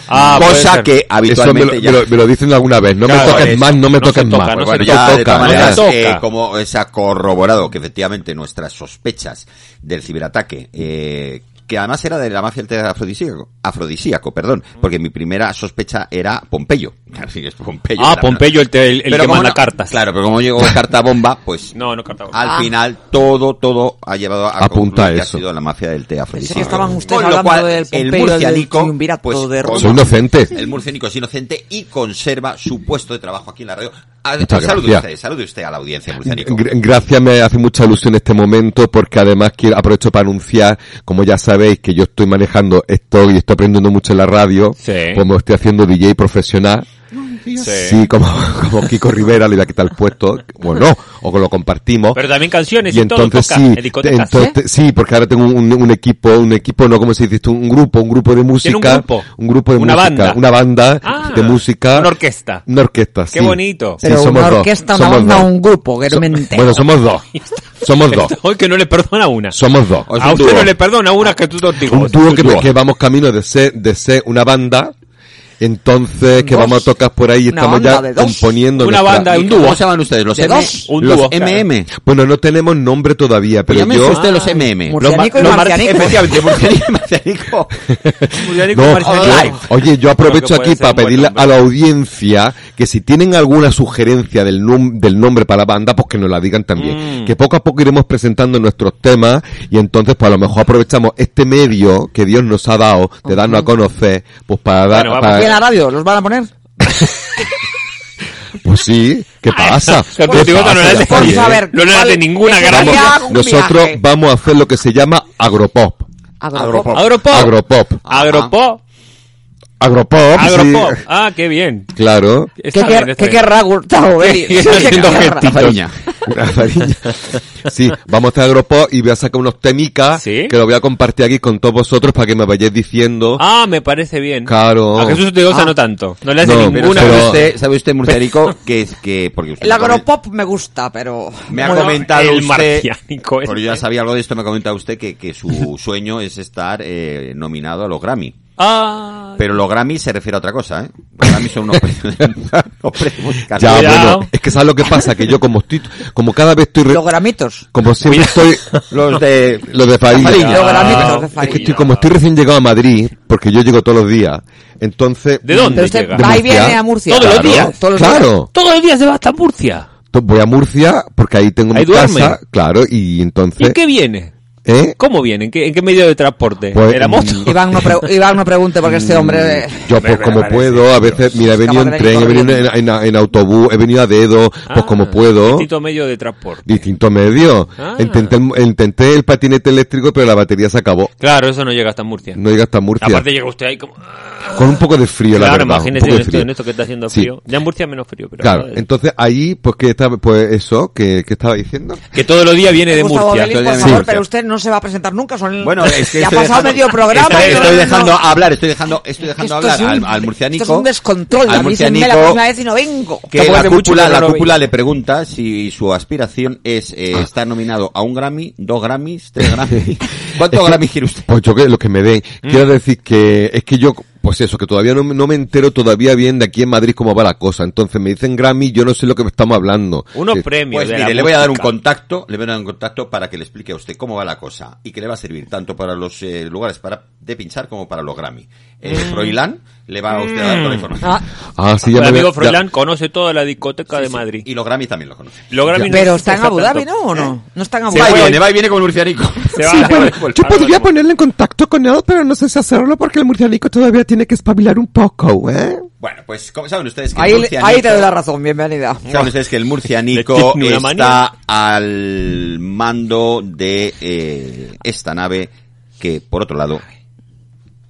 Speaker 4: Ah, puede
Speaker 7: Cosa
Speaker 4: ser.
Speaker 7: que
Speaker 8: Eso me
Speaker 7: habitualmente
Speaker 8: lo,
Speaker 7: ya...
Speaker 8: me lo- me lo dicen alguna vez. No
Speaker 4: Claro,
Speaker 8: me toques
Speaker 4: eso.
Speaker 8: más, no me
Speaker 4: No se
Speaker 8: toques
Speaker 4: toca,
Speaker 8: más.
Speaker 4: no
Speaker 7: Bueno,
Speaker 4: se
Speaker 7: pues
Speaker 4: toca.
Speaker 7: ya de todas
Speaker 4: no se
Speaker 7: maneras,
Speaker 4: toca.
Speaker 7: eh, como se ha corroborado que efectivamente nuestras sospechas del ciberataque, eh, que además era de la mafia del afrodisíaco, afrodisíaco, perdón, porque mi primera sospecha era Pompeyo. Así que es Pompeyo.
Speaker 4: Ah,
Speaker 7: era-
Speaker 4: Pompeyo, el, te- el- el
Speaker 7: Pero
Speaker 4: que
Speaker 7: como
Speaker 4: manda
Speaker 7: no-
Speaker 4: cartas.
Speaker 7: Claro, pero como llegó carta bomba, pues
Speaker 4: No, no cartas.
Speaker 7: al
Speaker 5: Ah.
Speaker 7: final todo, todo ha llevado a
Speaker 8: Apunta
Speaker 7: concluir
Speaker 8: a
Speaker 7: que ha
Speaker 8: eso.
Speaker 7: sido la mafia del té
Speaker 5: Pensé
Speaker 7: afrodisíaco.
Speaker 5: que estaban ustedes
Speaker 7: Con lo
Speaker 5: hablando
Speaker 7: cual,
Speaker 5: del Pompeyo,
Speaker 7: el
Speaker 5: del
Speaker 7: murcianico,
Speaker 5: triunvirato
Speaker 7: pues,
Speaker 5: de Roma.
Speaker 8: Soy inocente.
Speaker 7: El murcianico es inocente y conserva su puesto de trabajo aquí en la radio. A-
Speaker 8: Muchas
Speaker 7: salude
Speaker 8: gracias.
Speaker 7: usted, salude usted a la audiencia murcianico.
Speaker 8: Gr- Gracias, me hace mucha ilusión este momento porque además quiero aprovecho para anunciar, como ya sabéis, que yo estoy manejando esto y estoy aprendiendo mucho en la radio,
Speaker 4: Sí.
Speaker 8: como estoy haciendo DJ profesional. Sí, como, como Kiko Rivera le voy a quitar el puesto, bueno, no, o lo compartimos.
Speaker 4: Pero también canciones y,
Speaker 8: y
Speaker 4: todo
Speaker 8: entonces
Speaker 4: toca ¿eh?
Speaker 8: sí,
Speaker 4: en discotecas.
Speaker 8: entonces, sí, porque ahora tengo un, un equipo, un equipo, no como se dice, esto? un grupo, un grupo de música,
Speaker 4: grupo?
Speaker 8: un grupo de
Speaker 4: Una
Speaker 8: música,
Speaker 4: banda.
Speaker 8: una banda
Speaker 4: Ah,
Speaker 8: de música,
Speaker 4: una orquesta.
Speaker 8: una orquesta,
Speaker 4: Qué
Speaker 8: sí.
Speaker 4: bonito.
Speaker 8: Sí,
Speaker 5: Pero
Speaker 8: somos
Speaker 5: una
Speaker 8: dos,
Speaker 5: orquesta, una
Speaker 8: somos
Speaker 5: banda,
Speaker 8: dos.
Speaker 5: un grupo, que no
Speaker 8: So-
Speaker 5: me entero.
Speaker 8: bueno, somos dos, somos dos,
Speaker 4: Hoy que no le perdona una.
Speaker 8: somos dos.
Speaker 4: a
Speaker 8: un
Speaker 4: usted
Speaker 8: dúo,
Speaker 4: no le perdona una que tú contigo.
Speaker 8: un dúo que, que vamos camino de ser, de ser una banda. Entonces, que
Speaker 5: Dos.
Speaker 8: vamos a tocar por ahí,
Speaker 5: Una
Speaker 8: estamos
Speaker 5: banda
Speaker 8: ya
Speaker 5: de dos.
Speaker 8: componiendo
Speaker 4: Una
Speaker 8: nuestra-
Speaker 4: banda, un dúo.
Speaker 7: ¿Cómo se llaman ustedes? Los
Speaker 5: De
Speaker 7: M.
Speaker 5: dos.
Speaker 4: Un
Speaker 7: los
Speaker 4: dúo, claro.
Speaker 7: MM.
Speaker 8: Bueno, no tenemos nombre todavía, pero
Speaker 7: Llámense
Speaker 8: yo...
Speaker 7: ustedes los MM.
Speaker 5: Murcianico y
Speaker 7: Los ma- los mar-
Speaker 5: marcianico.
Speaker 7: Efectivamente, murcianico y marcianico.
Speaker 4: Murcianico
Speaker 8: No,
Speaker 4: Marcianico.
Speaker 8: yo-
Speaker 4: Live.
Speaker 8: oye, yo aprovecho
Speaker 4: Creo que
Speaker 8: aquí
Speaker 4: puede ser
Speaker 8: para
Speaker 4: un buen
Speaker 8: pedirle
Speaker 4: nombre.
Speaker 8: a la audiencia que si tienen alguna sugerencia del, num- del nombre para la banda, pues que nos la digan también.
Speaker 4: Mm.
Speaker 8: Que poco a poco iremos presentando nuestros temas y entonces pues a lo mejor aprovechamos este medio que Dios nos ha dado de darnos a conocer, pues para dar...
Speaker 4: Bueno, vamos.
Speaker 8: para-
Speaker 5: ¿Y en la radio? ¿Los van a poner?
Speaker 8: pues sí, ¿qué pasa?
Speaker 4: La
Speaker 8: ¿Qué pasa?
Speaker 4: Peutigota no la
Speaker 8: Ya
Speaker 4: hace-
Speaker 8: está
Speaker 5: Por
Speaker 8: bien.
Speaker 5: saber.
Speaker 4: No le
Speaker 5: ¿cuál-
Speaker 4: hace ninguna
Speaker 5: qué
Speaker 4: gran-
Speaker 5: sería
Speaker 8: Vamos-
Speaker 5: un
Speaker 8: nosotros
Speaker 5: viaje?
Speaker 8: vamos a hacer lo que se llama agropop.
Speaker 5: Agropop.
Speaker 4: Agropop.
Speaker 8: Agropop.
Speaker 4: Agropop.
Speaker 8: Agropop. sí.
Speaker 4: Agropop. Ah, qué bien.
Speaker 8: Claro.
Speaker 5: ¿Qué,
Speaker 4: Está
Speaker 5: quer-
Speaker 4: bien, está
Speaker 5: qué
Speaker 4: bien.
Speaker 5: querrá Gustavo?
Speaker 4: Sí,
Speaker 5: Belli?
Speaker 4: está
Speaker 5: Sí,
Speaker 4: haciendo
Speaker 5: qué querrá.
Speaker 7: La fariña.
Speaker 8: Una varilla. Sí, vamos a hacer agropop y voy a sacar unos temicas
Speaker 4: Sí.
Speaker 8: que los voy a compartir aquí con todos vosotros para que me vayáis diciendo.
Speaker 4: Ah, me parece bien.
Speaker 8: Claro.
Speaker 4: A Jesús de Osa
Speaker 8: Ah.
Speaker 4: no tanto. No le hace
Speaker 8: No,
Speaker 7: Pero
Speaker 4: ninguna.
Speaker 7: ¿sabe
Speaker 8: Pero-
Speaker 7: usted, sabe usted murcianico que es que... Porque usted
Speaker 5: El
Speaker 7: me ha comen-
Speaker 5: agropop me gusta, pero...
Speaker 7: Me ha
Speaker 4: Bueno,
Speaker 7: comentado
Speaker 4: el
Speaker 7: usted...
Speaker 4: marcianico este.
Speaker 7: Porque yo ya sabía algo de esto, me ha comentado usted que, que su sueño es estar eh, nominado a los Grammy.
Speaker 4: Ah,
Speaker 7: Pero los Grammy se refiere a otra cosa, ¿eh? Los Grammy son unos premios, unos premios musicales.
Speaker 8: Ya,
Speaker 4: Cuidado.
Speaker 8: bueno, es que sabes lo que pasa, que yo como estoy, como cada vez estoy, re-
Speaker 5: Los gramitos.
Speaker 8: como siempre estoy,
Speaker 7: Los de...
Speaker 8: Los de Farina. Ah,
Speaker 7: Farina.
Speaker 5: Los gramitos, los de
Speaker 8: es que
Speaker 5: farina.
Speaker 8: estoy, como estoy recién llegado a Madrid, porque yo llego todos los días, entonces...
Speaker 4: ¿De dónde
Speaker 5: Pero usted
Speaker 4: llega?
Speaker 5: va y
Speaker 8: De Murcia.
Speaker 5: viene a Murcia.
Speaker 4: Todos los
Speaker 5: Claro,
Speaker 4: días.
Speaker 5: Todos los días.
Speaker 8: Claro.
Speaker 4: todos los días se va hasta Murcia.
Speaker 8: Entonces Voy a Murcia porque ahí tengo
Speaker 4: Ahí
Speaker 8: mi
Speaker 4: duerme.
Speaker 8: casa, claro, y
Speaker 4: ¿Y
Speaker 8: entonces...
Speaker 4: en qué viene?
Speaker 8: ¿Eh?
Speaker 4: ¿Cómo viene? ¿En qué, en qué medio de transporte?
Speaker 8: Pues,
Speaker 4: ¿En la moto?
Speaker 8: mm,
Speaker 5: Iván no, pre- Iván no pregunte porque
Speaker 4: Mm.
Speaker 5: este hombre... eh,
Speaker 8: Yo pues como puedo, a veces, mira, he venido
Speaker 5: Acaba
Speaker 8: en
Speaker 5: de
Speaker 8: tren, he
Speaker 5: venir
Speaker 8: venido en, en- en autobús, he venido a dedo, pues
Speaker 4: Ah,
Speaker 8: como puedo,
Speaker 4: Distinto medio de transporte.
Speaker 8: distinto medio.
Speaker 4: Ah.
Speaker 8: Intenté, el, intenté el patinete eléctrico, pero la batería se acabó.
Speaker 4: Claro, eso no llega hasta Murcia.
Speaker 8: No llega hasta Murcia.
Speaker 4: Aparte llega usted ahí como...
Speaker 8: Con un poco de frío, la
Speaker 4: claro,
Speaker 8: verdad. un
Speaker 4: imagínese
Speaker 8: poco de
Speaker 4: en esto,
Speaker 8: frío.
Speaker 4: en esto que está haciendo
Speaker 8: Sí.
Speaker 4: frío. Ya en Murcia menos frío, pero... eh.
Speaker 8: Claro, entonces ahí, pues que estaba, pues eso, que, que estaba diciendo.
Speaker 4: Que todos los días viene de
Speaker 5: Gustavo
Speaker 4: Murcia.
Speaker 5: Belli,
Speaker 7: todo el
Speaker 5: por
Speaker 7: día de
Speaker 5: favor,
Speaker 7: Murcia.
Speaker 5: pues, pero usted no se va a presentar nunca. Son...
Speaker 7: Bueno, es que
Speaker 5: ya ha
Speaker 7: estoy
Speaker 5: pasado
Speaker 7: dejando-
Speaker 5: medio programa.
Speaker 7: Estoy,
Speaker 5: y no-
Speaker 7: estoy
Speaker 5: no-
Speaker 7: dejando hablar, estoy dejando, estoy
Speaker 5: Esto
Speaker 7: dejando
Speaker 5: es
Speaker 7: hablar al,
Speaker 5: un-
Speaker 7: al murcianico.
Speaker 5: Esto es un descontrol.
Speaker 7: Al
Speaker 5: A mí se me la pues,
Speaker 7: murcianico,
Speaker 5: próxima vez y no vengo.
Speaker 7: Que
Speaker 4: Tampoco
Speaker 7: la
Speaker 4: hace mucho
Speaker 7: cúpula,
Speaker 4: que no
Speaker 7: la
Speaker 4: lo veía.
Speaker 5: eh.
Speaker 7: cúpula le pregunta si su aspiración es eh, estar nominado a un Grammy, dos Grammys, tres Grammys.
Speaker 8: Es
Speaker 7: ¿Cuántos
Speaker 8: que-
Speaker 7: Grammys quiere usted?
Speaker 8: Pues yo que lo que me den.
Speaker 4: Mm.
Speaker 8: Quiero decir que es que yo, pues eso, que todavía no, me- no me entero todavía bien de aquí en Madrid cómo va la cosa. Entonces me dicen Grammy, yo no sé lo que estamos hablando.
Speaker 4: Unos
Speaker 8: Sí.
Speaker 4: premios
Speaker 7: Pues
Speaker 4: de la
Speaker 7: mire, le voy a dar un
Speaker 4: música.
Speaker 7: contacto, le voy a dar un contacto para que le explique a usted cómo va la cosa y que le va a servir tanto para los eh, lugares para de pinchar como para los Grammy. Eh,
Speaker 5: Mm.
Speaker 7: Froilán le va a usted a dar toda la información.
Speaker 8: Ah, sí, ya
Speaker 4: El
Speaker 8: me
Speaker 4: amigo
Speaker 8: ya-
Speaker 4: Froilán conoce toda la discoteca de Madrid.
Speaker 7: Y los Grammy también lo conocen.
Speaker 4: Los Grammy no
Speaker 5: Pero
Speaker 4: se
Speaker 5: está en
Speaker 4: usa
Speaker 5: Abu Dhabi,
Speaker 4: tanto. Eh.
Speaker 5: ¿no? ¿O no? No está en Abu
Speaker 7: Va y
Speaker 5: Dhabi.
Speaker 7: viene, va y viene con el murcianico.
Speaker 4: Se va
Speaker 8: Sí,
Speaker 4: a-
Speaker 8: bueno, yo
Speaker 4: Ahora
Speaker 8: podría
Speaker 4: volvemos.
Speaker 8: ponerle en contacto con él, pero no sé si hacerlo porque el murcianico todavía tiene que espabilar un poco, ¿eh?
Speaker 7: Bueno, pues como saben ustedes que el
Speaker 5: Ahí,
Speaker 7: murcianico-
Speaker 5: ahí te doy la razón. Bienvenida.
Speaker 7: Saben ustedes que el
Speaker 4: Le
Speaker 7: murcianico
Speaker 4: tiene una
Speaker 7: está
Speaker 4: manía.
Speaker 7: al mando de eh, esta nave que, por otro lado,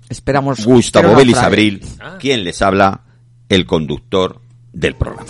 Speaker 5: Esperamos.
Speaker 7: Gustavo
Speaker 5: pero no
Speaker 7: Belis
Speaker 5: trae.
Speaker 7: Abril, quien les habla, el conductor del programa.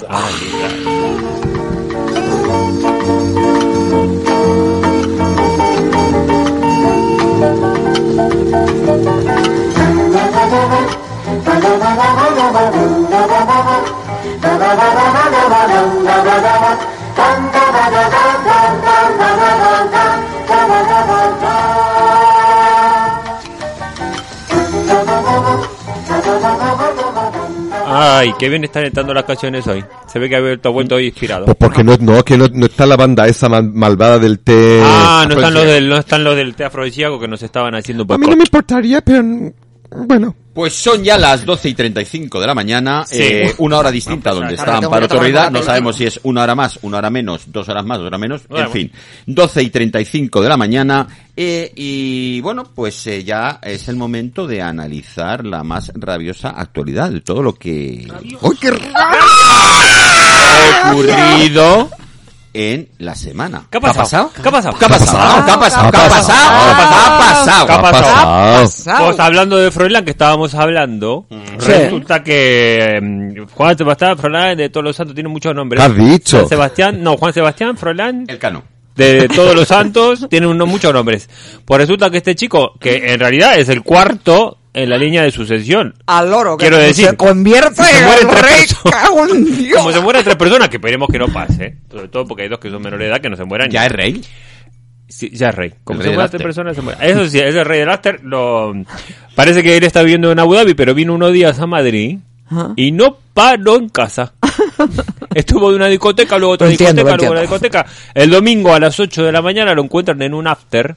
Speaker 4: Ay, qué bien están entrando las canciones hoy. Se ve que ha vuelto, ha vuelto hoy inspirado.
Speaker 8: Pues porque no, no, que no, no está la banda esa mal- malvada del té.
Speaker 4: Ah, no están los del, no están los del té afrodisíaco que nos estaban haciendo un
Speaker 8: pues A
Speaker 4: poco.
Speaker 8: mí no me importaría, pero bueno.
Speaker 7: Pues son ya las 12 y 35 de la mañana,
Speaker 4: Sí. pues,
Speaker 7: eh, una hora distinta donde
Speaker 5: ahora
Speaker 7: está
Speaker 5: tengo
Speaker 7: Amparo
Speaker 5: que tomar
Speaker 7: Torrida,
Speaker 5: mate.
Speaker 7: no sabemos si es una hora más, una hora menos, dos horas más, dos horas menos,
Speaker 4: Bueno.
Speaker 7: en fin, 12 y 35 de la mañana eh, y bueno, pues eh, ya es el momento de analizar la más rabiosa actualidad de todo lo que
Speaker 8: ¡Ay, qué raro!
Speaker 7: ha ocurrido en la semana.
Speaker 4: ¿Qué ha pasado? ¿Qué ha pasado?
Speaker 7: ¿Qué ha pasado? ¿Qué ha pasado? ¿Qué ha pasado? ¿Qué ha pasado?
Speaker 4: ¿Qué ha
Speaker 8: pasado?
Speaker 4: Pues hablando de Froilán, que estábamos hablando,
Speaker 7: Mm.
Speaker 4: resulta que mm, Juan Sebastián Froilán de Todos los Santos tiene muchos nombres.
Speaker 8: ¿Qué has dicho?
Speaker 4: Juan Sebastián, no, Juan Sebastián Froilán
Speaker 7: El cano.
Speaker 4: de Todos los Santos tiene unos, muchos nombres. Pues resulta que este chico, que en realidad es el cuarto en la línea de sucesión.
Speaker 5: Al loro, que
Speaker 4: Quiero decir,
Speaker 5: se convierte
Speaker 4: se
Speaker 5: en
Speaker 4: mueren
Speaker 5: el
Speaker 4: tres
Speaker 5: rey.
Speaker 4: personas.
Speaker 5: Cago en Dios.
Speaker 4: Como se mueren tres personas, que esperemos que no pase. Sobre todo porque hay dos que son menor de edad que no se mueran.
Speaker 7: ¿Ya es rey?
Speaker 4: Sí, ya es rey. Como
Speaker 7: El
Speaker 4: se
Speaker 7: rey
Speaker 4: muera
Speaker 7: del
Speaker 4: tres
Speaker 7: after.
Speaker 4: personas, se muera. Eso sí, es el rey del after. Lo... Parece que él está viviendo en Abu Dhabi, pero vino unos días a Madrid y no paró en casa. Estuvo de una discoteca, luego otra
Speaker 5: Lo entiendo,
Speaker 4: discoteca,
Speaker 5: lo
Speaker 4: luego una discoteca. El domingo a las 8 de la mañana lo encuentran en un after.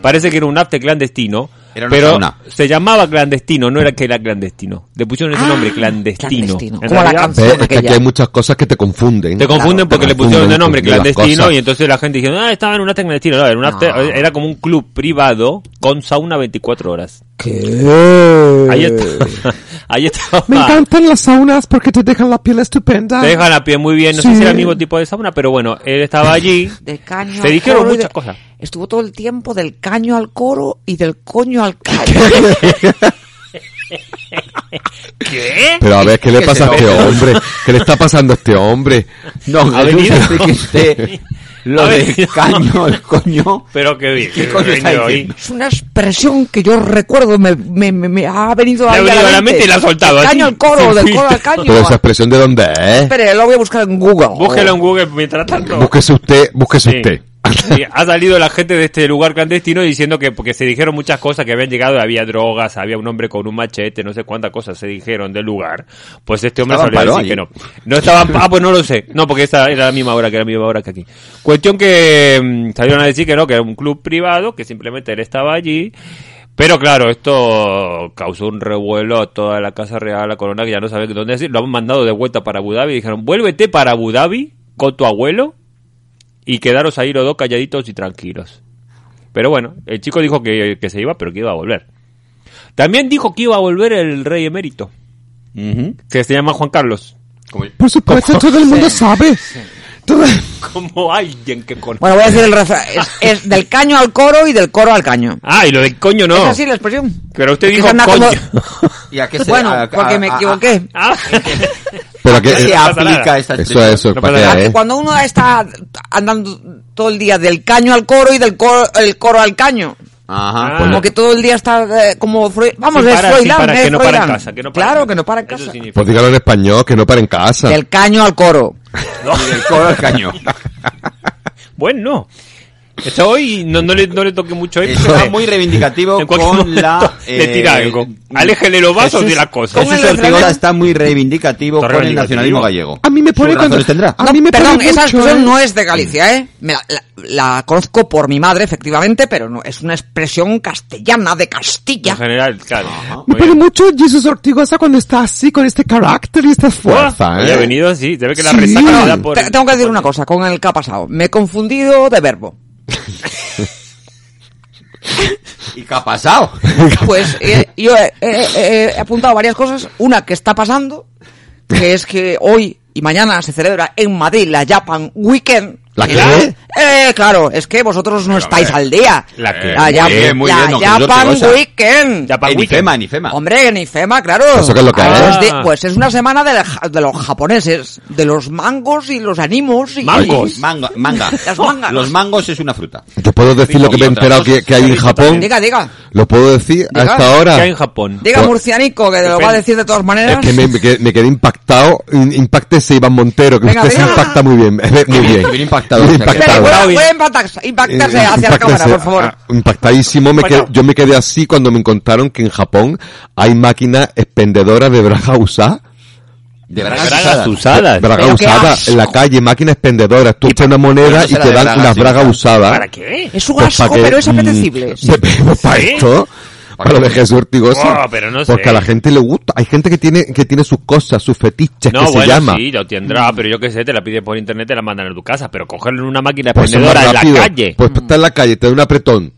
Speaker 4: Parece que era un after clandestino.
Speaker 7: Era una
Speaker 4: pero
Speaker 7: sauna.
Speaker 4: se llamaba clandestino, no era que era clandestino. Le pusieron ese
Speaker 5: Ah,
Speaker 4: nombre, clandestino.
Speaker 5: clandestino.
Speaker 4: En
Speaker 5: Como la
Speaker 4: realidad,
Speaker 5: canción
Speaker 8: Eh, es que aquí
Speaker 5: aquella.
Speaker 8: hay muchas cosas que te confunden.
Speaker 4: te
Speaker 8: Claro,
Speaker 4: confunden porque
Speaker 8: te
Speaker 4: le pusieron
Speaker 8: confunden,
Speaker 4: de nombre
Speaker 8: confunden las
Speaker 4: clandestino
Speaker 8: cosas.
Speaker 4: y entonces la gente dijeron, ah, estaba en un after clandestino. No, era, un after-
Speaker 5: No.
Speaker 4: era como un club privado con sauna 24 horas.
Speaker 8: ¿Qué?
Speaker 4: Ahí estaba. Ahí estaba.
Speaker 8: Eh. Me encantan las saunas porque te dejan la piel estupenda.
Speaker 4: Te dejan la piel muy bien. No sé
Speaker 8: Sí.
Speaker 4: si era el mismo tipo de sauna, pero bueno, él estaba allí.
Speaker 5: Del caño
Speaker 4: Se
Speaker 5: al
Speaker 4: dijeron
Speaker 5: coro y
Speaker 4: muchas
Speaker 5: de-
Speaker 4: cosas.
Speaker 5: Estuvo todo el tiempo del caño al coro y del coño al caño.
Speaker 4: ¿Qué?
Speaker 8: Pero a ver, ¿qué le
Speaker 7: Que
Speaker 8: pasa a
Speaker 7: se
Speaker 8: este
Speaker 7: lo-
Speaker 8: hombre? ¿Qué le está pasando a este hombre?
Speaker 7: No,
Speaker 4: Ha
Speaker 7: yo
Speaker 4: venido.
Speaker 7: sé que
Speaker 8: Este,
Speaker 7: esté lo
Speaker 4: Ha
Speaker 7: de
Speaker 4: venido.
Speaker 7: caño, el coño.
Speaker 4: Pero qué bien. ¿eh?
Speaker 7: ¿Qué coño está
Speaker 4: Venido ahí.
Speaker 7: diciendo?
Speaker 5: es una expresión que yo recuerdo, me, me, me, me ha venido
Speaker 4: Le ha
Speaker 5: ahí
Speaker 4: venido a la mente y la ha soltado
Speaker 5: Del
Speaker 4: así.
Speaker 5: caño al coro,
Speaker 4: Sí,
Speaker 5: del
Speaker 4: sí.
Speaker 5: coro al caño.
Speaker 8: Pero esa expresión de dónde es.
Speaker 5: Espere, lo voy a buscar en Google.
Speaker 4: Búsquelo en Google mientras tanto.
Speaker 8: Búsquese usted, búsquese
Speaker 4: Sí.
Speaker 8: usted.
Speaker 4: Sí, ha salido la gente de este lugar clandestino diciendo que porque se dijeron muchas cosas que habían llegado, había drogas, había un hombre con un machete, no sé cuántas cosas se dijeron del lugar. Pues este hombre
Speaker 7: Estaban
Speaker 4: salió a decir
Speaker 7: paró
Speaker 4: que no.
Speaker 7: allí.
Speaker 4: No estaban, ah, pues no lo sé. No, porque esa era la misma hora que era la misma hora que aquí. Cuestión que mm, salieron a decir que no, que era un club privado, que simplemente él estaba allí. Pero claro, esto causó un revuelo a toda la Casa Real, a la Corona, que ya no sabe dónde decir. Lo han mandado de vuelta para Abu Dhabi. Dijeron, vuélvete para Abu Dhabi con tu abuelo y quedaros ahí los dos calladitos y tranquilos. Pero bueno, el chico dijo que, que se iba, pero que iba a volver. También dijo que iba a volver el rey emérito,
Speaker 7: Ujú.
Speaker 4: que se llama Juan Carlos.
Speaker 7: Como-
Speaker 8: Por supuesto, todo el mundo sabe. Todo-
Speaker 4: Como alguien que conoce.
Speaker 5: Bueno, voy a decir el refrán. Es, es del caño al coro y del coro al caño.
Speaker 4: Ah, y lo del coño no.
Speaker 5: ¿Es así la expresión?
Speaker 4: Pero usted
Speaker 5: Es que
Speaker 4: dijo
Speaker 5: se anda
Speaker 4: coño.
Speaker 7: ¿Y a qué se-
Speaker 5: Bueno,
Speaker 7: a- a-
Speaker 5: porque me
Speaker 7: a- a-
Speaker 5: equivoqué.
Speaker 4: Ah.
Speaker 8: Pero
Speaker 7: ¿A qué
Speaker 8: que, eh,
Speaker 7: se
Speaker 4: pasa nada.
Speaker 7: aplica esta
Speaker 8: eso es, eso es,
Speaker 4: No
Speaker 8: ¿para
Speaker 4: pasa nada.
Speaker 8: qué,
Speaker 5: Que
Speaker 8: eh?
Speaker 5: Cuando uno está andando todo el día del caño al coro y del coro, el coro al caño.
Speaker 7: Ajá.
Speaker 4: Ah.
Speaker 5: Como que todo el día está eh, como Freud- vamos,
Speaker 4: Sin
Speaker 5: es
Speaker 4: parar, sin
Speaker 5: Freudland,
Speaker 4: parar,
Speaker 5: es
Speaker 4: que no para en
Speaker 5: Freudland.
Speaker 4: casa, que no para en
Speaker 5: Claro,
Speaker 4: casa.
Speaker 5: que no para en
Speaker 4: Eso
Speaker 5: casa.
Speaker 4: significa-
Speaker 8: Pues dígalo en español, que no para en casa.
Speaker 5: Del caño al coro.
Speaker 7: Y del codo al caño.
Speaker 4: Bueno. Esto hoy no, no, le, no le toque mucho esto.
Speaker 7: Está muy reivindicativo
Speaker 4: En cualquier
Speaker 7: con
Speaker 4: momento
Speaker 7: la...
Speaker 4: le tira algo. Aléjele los vasos de la cosa.
Speaker 5: ¿Cómo
Speaker 7: Jesús
Speaker 5: eh, el refrán?
Speaker 7: Ortigosa está muy reivindicativo
Speaker 4: Está
Speaker 7: con el
Speaker 4: reivindicativo.
Speaker 7: nacionalismo gallego.
Speaker 8: A mí me pone
Speaker 7: Sus
Speaker 8: cuando-
Speaker 7: razones tendrá.
Speaker 8: A mí
Speaker 5: No,
Speaker 8: me
Speaker 5: perdón,
Speaker 8: pone
Speaker 5: esa
Speaker 8: mucho,
Speaker 5: expresión
Speaker 8: ¿eh?
Speaker 5: no es de Galicia, ¿eh? Me la, la- la conozco por mi madre, efectivamente, pero no es una expresión castellana de Castilla.
Speaker 4: En general, claro.
Speaker 8: Ah, Me
Speaker 4: Muy
Speaker 8: pone
Speaker 4: bien.
Speaker 8: mucho Jesús Ortigosa cuando está así, con este carácter y esta fuerza,
Speaker 4: Ah,
Speaker 8: ¿eh?
Speaker 4: ya ha venido así. Se ve que la
Speaker 8: Sí.
Speaker 4: resaca le da
Speaker 8: Te-
Speaker 4: por...
Speaker 5: Te- tengo que decir una cosa con el que ha pasado. Me he confundido de verbo.
Speaker 7: ¿Y qué ha pasado?
Speaker 5: Pues eh, yo he, he- he- he apuntado varias cosas. Una que está pasando, que es que hoy y mañana se celebra en Madrid la Japan Weekend.
Speaker 8: ¿La
Speaker 5: Y
Speaker 8: qué?
Speaker 5: Eh, claro, es que vosotros no estáis al día.
Speaker 4: La qué.
Speaker 5: La,
Speaker 7: Muy
Speaker 5: Jap-
Speaker 7: bien, muy
Speaker 5: la
Speaker 7: bien, don Jesús
Speaker 5: Japan
Speaker 7: Ortigosa.
Speaker 5: Weekend.
Speaker 4: Ya pa'
Speaker 7: En
Speaker 4: weekend.
Speaker 7: IFEMA, en IFEMA.
Speaker 5: Hombre, en IFEMA, claro.
Speaker 8: ¿Eso qué es lo que
Speaker 5: Ah,
Speaker 4: es?
Speaker 5: pues de- pues es una semana de, la- de los japoneses, de los mangos y los animos. Y,
Speaker 4: Mangos.
Speaker 7: Manga, manga.
Speaker 5: Las mangas.
Speaker 7: Los mangos es una fruta.
Speaker 8: Yo puedo decir lo que me he enterado que, que hay en Japón.
Speaker 5: Diga, diga.
Speaker 8: ¿Lo puedo decir a
Speaker 5: Diga.
Speaker 8: esta hora?
Speaker 4: ¿Qué hay en Japón?
Speaker 5: Diga
Speaker 8: Pues-
Speaker 5: murcianico, que lo va a decir de todas
Speaker 8: Es
Speaker 5: maneras.
Speaker 8: que me, me quedé- me quedé impactado. In- Impactese Iván Montero, que
Speaker 5: Venga,
Speaker 8: usted se
Speaker 5: venga.
Speaker 8: impacta muy bien. Muy bien.
Speaker 7: bien impactado.
Speaker 8: Bien
Speaker 5: Espere,
Speaker 8: impactado.
Speaker 5: puede,
Speaker 4: bien.
Speaker 5: puede impactarse, impactarse
Speaker 8: Eh,
Speaker 5: hacia la cámara,
Speaker 8: impactarse,
Speaker 5: por favor.
Speaker 8: ah, Impactadísimo. Me quedé- yo me quedé así cuando me contaron que en Japón hay máquinas expendedoras de braja usada
Speaker 7: De bragas,
Speaker 4: Bragas
Speaker 7: usadas.
Speaker 4: Ah, usadas.
Speaker 8: Braga
Speaker 5: Pero qué
Speaker 8: usada
Speaker 5: asco.
Speaker 8: en la calle, máquinas expendedoras. Tú echas una moneda
Speaker 7: pero
Speaker 8: y
Speaker 7: no será
Speaker 8: te
Speaker 7: de
Speaker 8: dan
Speaker 7: bragas,
Speaker 8: unas
Speaker 7: sí,
Speaker 8: bragas
Speaker 7: claro.
Speaker 8: usadas.
Speaker 4: ¿Para qué?
Speaker 5: Es un
Speaker 8: Pues pa'
Speaker 5: asco,
Speaker 8: que,
Speaker 5: pero es
Speaker 8: mm,
Speaker 5: apetecible.
Speaker 8: de- pues pa'
Speaker 4: ¿Sí?
Speaker 8: esto, para los de
Speaker 4: Oh, pero no sé.
Speaker 8: Porque a la gente le gusta. Hay gente que tiene, que tiene sus cosas, sus fetiches,
Speaker 4: No,
Speaker 8: que se
Speaker 4: bueno,
Speaker 8: llama.
Speaker 4: sí, lo tendrá, pero yo qué sé, te la pides por internet, te la mandan a tu casa, pero cogerlo en una máquina
Speaker 8: Pues es más
Speaker 4: expendedora en la
Speaker 8: rápido.
Speaker 4: calle.
Speaker 8: Pues está en la calle, te da un apretón.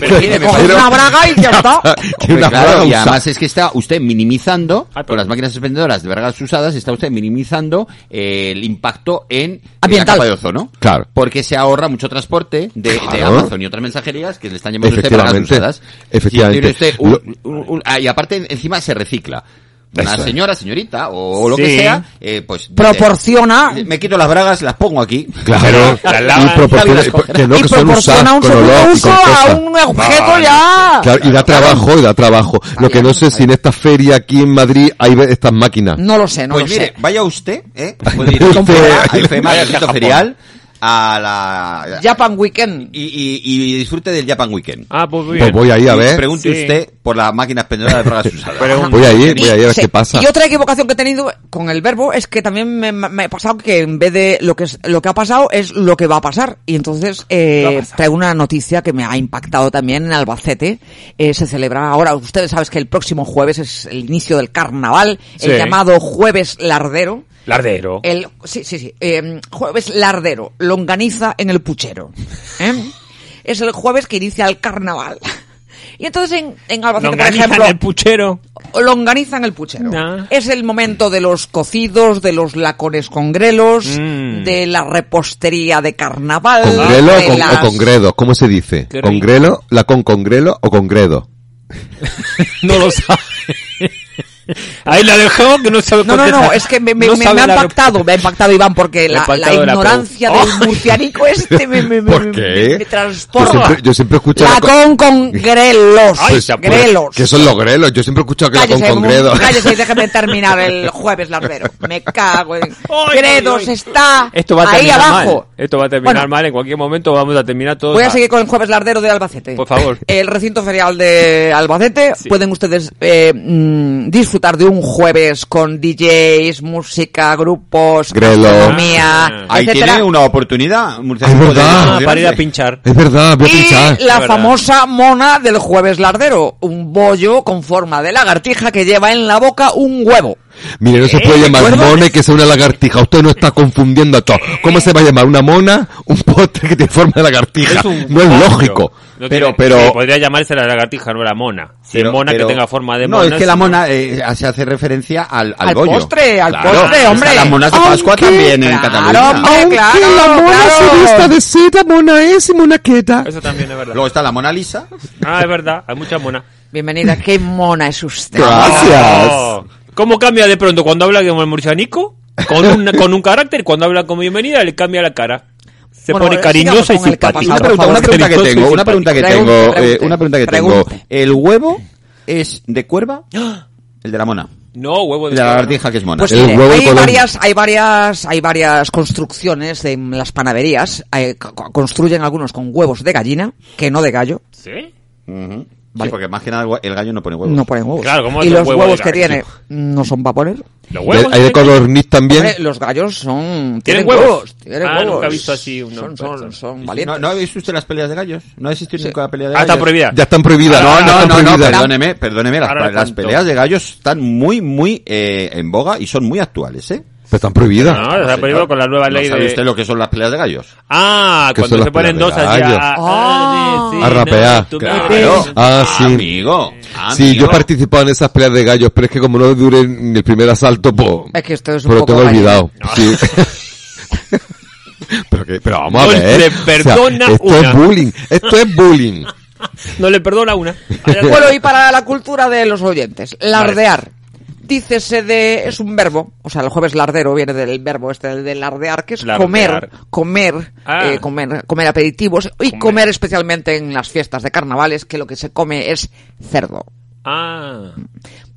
Speaker 4: Pero mire, me
Speaker 5: Coges
Speaker 4: parece-
Speaker 5: una braga y ya está.
Speaker 8: Que
Speaker 7: Hombre,
Speaker 8: una
Speaker 7: claro,
Speaker 8: braga
Speaker 7: y
Speaker 8: usada.
Speaker 7: además es que está usted minimizando,
Speaker 4: Ay,
Speaker 7: con
Speaker 4: perdón.
Speaker 7: las máquinas expendedoras de bragas usadas, está usted minimizando eh, el impacto en eh,
Speaker 5: Ambiental.
Speaker 7: la capa de ozono.
Speaker 8: Claro.
Speaker 7: Porque se ahorra mucho transporte de, de
Speaker 8: Claro.
Speaker 7: Amazon y otras mensajerías que le están llamando a usted bragas
Speaker 8: Efectivamente.
Speaker 7: usadas.
Speaker 8: Efectivamente.
Speaker 7: Y, tiene usted un- un- un- ah, y aparte, encima se recicla. Una
Speaker 8: Eso es.
Speaker 7: señora, señorita, o, o lo
Speaker 4: Sí.
Speaker 7: que sea, eh, pues... dice,
Speaker 5: Proporciona
Speaker 7: Me quito las bragas, las pongo aquí.
Speaker 8: Claro,
Speaker 4: La
Speaker 8: y
Speaker 4: lava-
Speaker 8: proporciona,
Speaker 7: la lava-
Speaker 8: que no,
Speaker 5: y
Speaker 8: que son usadas
Speaker 5: proporciona un
Speaker 8: con olor
Speaker 5: segundo
Speaker 8: y
Speaker 5: uso
Speaker 8: con
Speaker 5: a
Speaker 8: cosas.
Speaker 5: un objeto ya.
Speaker 8: Claro, y da trabajo, y da trabajo. Lo que no sé si en esta feria aquí en Madrid hay ve- estas máquinas.
Speaker 5: No lo sé, no
Speaker 7: pues
Speaker 5: lo
Speaker 7: mire,
Speaker 5: sé.
Speaker 7: vaya usted, ¿eh? Puede ir
Speaker 8: Usted-
Speaker 7: a IFEMA,
Speaker 4: Vaya
Speaker 7: al Distrito
Speaker 4: Japón.
Speaker 7: Ferial, a la...
Speaker 5: Japan Weekend.
Speaker 7: y, y, y disfrute del Japan Weekend.
Speaker 4: Ah, pues muy
Speaker 8: Pues
Speaker 4: bien.
Speaker 8: voy ahí a ver.
Speaker 7: Pregunte
Speaker 4: Sí.
Speaker 7: usted por la máquina expendedora de bragas usadas.
Speaker 4: Pregunta.
Speaker 8: Voy ahí, voy ahí a ver
Speaker 5: Sí.
Speaker 8: qué pasa.
Speaker 5: Y otra equivocación que he tenido con el verbo es que también me, me ha pasado que en vez de lo que es, lo que ha pasado es lo que va a pasar. Y entonces eh, traigo una noticia que me ha impactado también en Albacete. Eh, se celebra ahora, ustedes saben que el próximo jueves es el inicio del carnaval,
Speaker 4: Sí.
Speaker 5: el llamado jueves lardero.
Speaker 4: Lardero.
Speaker 5: El, sí, sí, sí. eh, jueves lardero, longaniza en el puchero. ¿eh? Es el jueves que inicia el carnaval. Y entonces en, en Albacete,
Speaker 4: Longaniza
Speaker 5: por ejemplo,
Speaker 4: en el puchero.
Speaker 5: longanizan el puchero.
Speaker 4: Ah.
Speaker 5: Es el momento de los cocidos, de los lacones con grelos,
Speaker 4: Mm.
Speaker 5: de la repostería de carnaval.
Speaker 8: ¿Con grelo
Speaker 5: de
Speaker 8: o con,
Speaker 5: las-
Speaker 8: o con gredo? ¿Cómo se dice?
Speaker 4: Qué
Speaker 8: ¿Con
Speaker 4: rico.
Speaker 8: grelo? ¿La con con grelo o con gredo?
Speaker 4: No lo sabe. Ahí la dejamos que no sabe
Speaker 5: No, no, no,
Speaker 4: contestar.
Speaker 5: es que me, me-
Speaker 4: No
Speaker 5: me-
Speaker 4: sabe
Speaker 5: me ha
Speaker 4: la-
Speaker 5: impactado, me ha impactado Iván, porque
Speaker 4: Me
Speaker 5: la,
Speaker 4: ha
Speaker 5: la
Speaker 4: impactado la
Speaker 5: ignorancia
Speaker 4: pregunta.
Speaker 5: del murcianico este me, me, me,
Speaker 8: ¿Por
Speaker 5: me-
Speaker 8: qué?
Speaker 5: me transporta.
Speaker 8: Yo siempre- yo siempre escucho la co-
Speaker 5: Lacón con grelos.
Speaker 4: Ay, se apura.
Speaker 5: grelos.
Speaker 8: ¿Qué son los grelos? Yo siempre he escuchado que la con
Speaker 5: Cállese,
Speaker 8: con
Speaker 5: un-
Speaker 8: gredo.
Speaker 5: cállese y déjeme terminar el jueves lardero. Me cago en...
Speaker 4: Ay,
Speaker 5: Gredos
Speaker 4: ay, ay.
Speaker 5: está
Speaker 4: Esto va a
Speaker 5: ahí
Speaker 4: terminar
Speaker 5: abajo.
Speaker 4: mal. Esto va a terminar
Speaker 5: Bueno,
Speaker 4: mal. En cualquier momento vamos a terminar todo.
Speaker 5: Voy a seguir con el jueves lardero de Albacete.
Speaker 4: Por favor.
Speaker 5: El recinto ferial de Albacete. Pueden ustedes eh, mm, disfrutar de un jueves con DJs, música, grupos,
Speaker 8: Grelo.
Speaker 5: gastronomía,
Speaker 4: Ah.
Speaker 7: Ahí
Speaker 5: etcétera.
Speaker 7: tiene una oportunidad. Murcia,
Speaker 8: Es
Speaker 7: de
Speaker 8: verdad.
Speaker 4: Ah,
Speaker 7: emocionarse.
Speaker 4: para ir a pinchar.
Speaker 8: Es verdad, voy a pinchar.
Speaker 5: Y la
Speaker 4: verdad.
Speaker 5: famosa mona del jueves lardero, un bollo con forma de lagartija que lleva en la boca un huevo.
Speaker 8: Mire, no se puede llamar mona y que sea una lagartija. Usted no está confundiendo a todo. ¿Cómo se va a llamar una mona? Un postre que tiene forma de lagartija.
Speaker 4: Es un
Speaker 8: no es
Speaker 4: pollo.
Speaker 8: lógico.
Speaker 4: No
Speaker 7: Pero-
Speaker 4: tiene-
Speaker 7: pero-
Speaker 4: sí, podría llamarse la lagartija, no la mona. Si
Speaker 7: Pero-
Speaker 4: es mona
Speaker 7: pero-
Speaker 4: que tenga forma de
Speaker 7: No,
Speaker 4: mona.
Speaker 7: es que la
Speaker 4: si-
Speaker 7: mona eh, se hace referencia al, al,
Speaker 5: Al
Speaker 7: bollo.
Speaker 5: postre, al postre,
Speaker 7: está
Speaker 5: hombre.
Speaker 7: Las monas de Pascua
Speaker 8: Aunque-
Speaker 7: también en
Speaker 5: claro,
Speaker 7: Cataluña.
Speaker 5: hombre. claro, claro.
Speaker 8: de seda, mona es y mona queda.
Speaker 4: Eso también es verdad.
Speaker 7: Luego está la Mona Lisa.
Speaker 4: Ah, es verdad. Hay muchas monas.
Speaker 5: Bienvenida, qué mona es usted.
Speaker 8: Gracias.
Speaker 4: Oh. ¿Cómo cambia de pronto cuando habla como el murcianico? Con un, con un carácter, cuando habla como bienvenida, le cambia la cara. Se
Speaker 5: Bueno, eh,
Speaker 4: pone
Speaker 5: sigamos
Speaker 4: cariñosa y
Speaker 5: con el que ha
Speaker 4: simpática.
Speaker 5: pasado,
Speaker 7: Una
Speaker 5: por
Speaker 7: pregunta, una
Speaker 5: favor.
Speaker 7: pregunta que
Speaker 4: Cariñosa y
Speaker 7: tengo, una
Speaker 4: simpática.
Speaker 7: pregunta que
Speaker 5: Pregunte,
Speaker 7: tengo, eh,
Speaker 5: pregunte,
Speaker 7: una pregunta que tengo.
Speaker 5: pregunte.
Speaker 7: ¿El huevo es de cuerva? El de la mona.
Speaker 4: ¡Ah! No, huevo
Speaker 7: El
Speaker 4: de
Speaker 7: de la
Speaker 4: cabra.
Speaker 7: lagartija que es mona.
Speaker 5: Pues
Speaker 8: El
Speaker 5: mire,
Speaker 8: huevo
Speaker 5: hay
Speaker 8: colón.
Speaker 5: varias, hay varias, hay varias construcciones en las panaderías. eh, co- co- construyen algunos con huevos de gallina, que no de gallo.
Speaker 4: ¿Sí?
Speaker 7: Ujú. Sí,
Speaker 5: Vale.
Speaker 7: porque más que nada el gallo no pone huevos.
Speaker 5: No ponen huevos.
Speaker 4: Claro, ¿cómo
Speaker 5: y
Speaker 4: es
Speaker 5: los
Speaker 4: un huevo de
Speaker 5: huevos que
Speaker 4: gallo?
Speaker 5: tiene no son para poner.
Speaker 4: Los huevos.
Speaker 8: Hay de codorniz también.
Speaker 5: Hombre, los gallos son.
Speaker 4: ¿Tienen
Speaker 5: Tienen
Speaker 4: huevos?
Speaker 5: huevos. tienen
Speaker 4: Ah,
Speaker 5: huevos.
Speaker 4: nunca he visto así uno.
Speaker 5: Son, son, son
Speaker 7: ¿No,
Speaker 5: valientes.
Speaker 7: ¿No ha visto usted las peleas de gallos? ¿No ha existido nunca pelea de
Speaker 4: Ah,
Speaker 7: gallos?
Speaker 4: está prohibida.
Speaker 8: Ya están prohibidas. ya
Speaker 7: No, no,
Speaker 8: están
Speaker 7: no, no,
Speaker 8: prohibidas.
Speaker 7: perdóneme, perdóneme. Las,
Speaker 4: Ahora
Speaker 7: las
Speaker 4: cuento.
Speaker 7: peleas de gallos están muy, muy eh, en boga y son muy actuales, ¿eh?
Speaker 8: Pero están prohibidas.
Speaker 4: No, está prohibido con la nueva
Speaker 7: ¿No
Speaker 4: ley
Speaker 7: sabe
Speaker 4: de-
Speaker 7: usted lo que son las peleas de gallos?
Speaker 4: Ah,
Speaker 8: Que
Speaker 4: cuando
Speaker 8: son
Speaker 4: se
Speaker 8: las
Speaker 4: ponen dos
Speaker 8: pelas de
Speaker 4: así
Speaker 8: gallo.
Speaker 4: a,
Speaker 5: Ah.
Speaker 4: sí,
Speaker 8: A
Speaker 4: no,
Speaker 8: rapear.
Speaker 4: tú me
Speaker 7: Claro.
Speaker 4: ves.
Speaker 8: Ah, sí.
Speaker 7: Amigo.
Speaker 8: Sí,
Speaker 7: amigo.
Speaker 8: yo he participado en esas peleas de gallos, pero es que como no duré ni el primer asalto, pues...
Speaker 5: Es que esto es un
Speaker 8: Pero
Speaker 5: poco
Speaker 8: tengo
Speaker 5: gallina.
Speaker 8: olvidado. Sí. pero, que, pero vamos a
Speaker 4: No
Speaker 8: ver.
Speaker 4: le
Speaker 8: o sea,
Speaker 4: perdona
Speaker 8: esto
Speaker 4: una.
Speaker 8: es bullying. Esto es bullying.
Speaker 4: No le perdona una.
Speaker 5: Bueno, y para la cultura de los oyentes, lardear. Dícese de, es un verbo, o sea, el jueves lardero viene del verbo este del de lardear, que es
Speaker 4: Lardear.
Speaker 5: comer, comer,
Speaker 4: Ah.
Speaker 5: eh, comer, comer aperitivos y comer. especialmente en las fiestas de carnavales, que lo que se come es cerdo.
Speaker 4: Ah,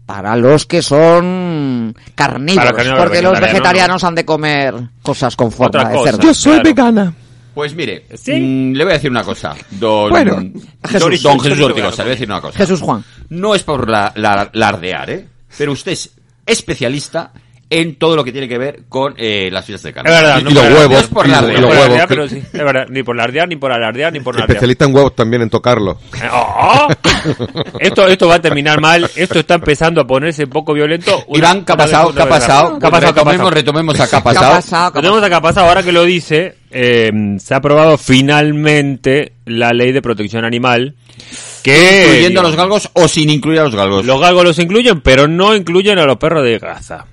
Speaker 5: Para los que son carnívoros,
Speaker 4: Para los que no,
Speaker 5: porque los
Speaker 4: vegetarianos, ¿no?
Speaker 5: vegetarianos han de comer cosas con forma
Speaker 4: Otra
Speaker 5: de
Speaker 4: cosa.
Speaker 5: cerdo.
Speaker 4: Yo soy Claro.
Speaker 8: vegana.
Speaker 7: Pues mire,
Speaker 4: ¿Sí?
Speaker 7: mm, le voy a decir una cosa. Don
Speaker 8: Bueno.
Speaker 7: Jesús,
Speaker 4: Chorizo,
Speaker 7: don Jesús
Speaker 4: chorizo
Speaker 7: Ortigosa,
Speaker 4: vegano.
Speaker 7: le voy a decir una cosa.
Speaker 5: Jesús Juan.
Speaker 7: No es por la, la- lardear, ¿eh? Pero usted es especialista en todo lo que tiene que ver con eh, las fiestas de
Speaker 4: Es
Speaker 7: carne.
Speaker 4: verdad,
Speaker 8: Y-
Speaker 4: no
Speaker 8: y los
Speaker 4: por alardear,
Speaker 8: huevos,
Speaker 4: por
Speaker 8: y los-
Speaker 4: alardear,
Speaker 8: y los
Speaker 4: por
Speaker 8: huevos,
Speaker 4: alardear,
Speaker 8: que-
Speaker 4: pero sí, es verdad, ni por alardear, ni por alardear, ni por alardear.
Speaker 8: Especialista en huevos también en tocarlos. Ah.
Speaker 4: ¡Oh! Esto, esto va a terminar mal, esto está empezando a ponerse un poco violento. Una-
Speaker 7: Iván, ¿qué ha
Speaker 4: una vez,
Speaker 7: pasado?
Speaker 4: otra
Speaker 7: ¿Qué ha
Speaker 4: vez,
Speaker 7: pasado?
Speaker 4: ¿Qué ha pasado? ¿Qué ha
Speaker 7: Retomemos,
Speaker 4: pasado?
Speaker 7: retomemos a qué ha
Speaker 5: ¿Qué ha
Speaker 7: pasado.
Speaker 5: pasado?
Speaker 4: Lo
Speaker 5: ¿Qué ha
Speaker 4: tenemos acá pasado, ahora que lo dice, eh, se ha aprobado finalmente la ley de protección animal. Que
Speaker 7: ¿Incluyendo a los galgos o sin incluir a los galgos?
Speaker 4: Los galgos los incluyen, pero no incluyen a los perros de caza.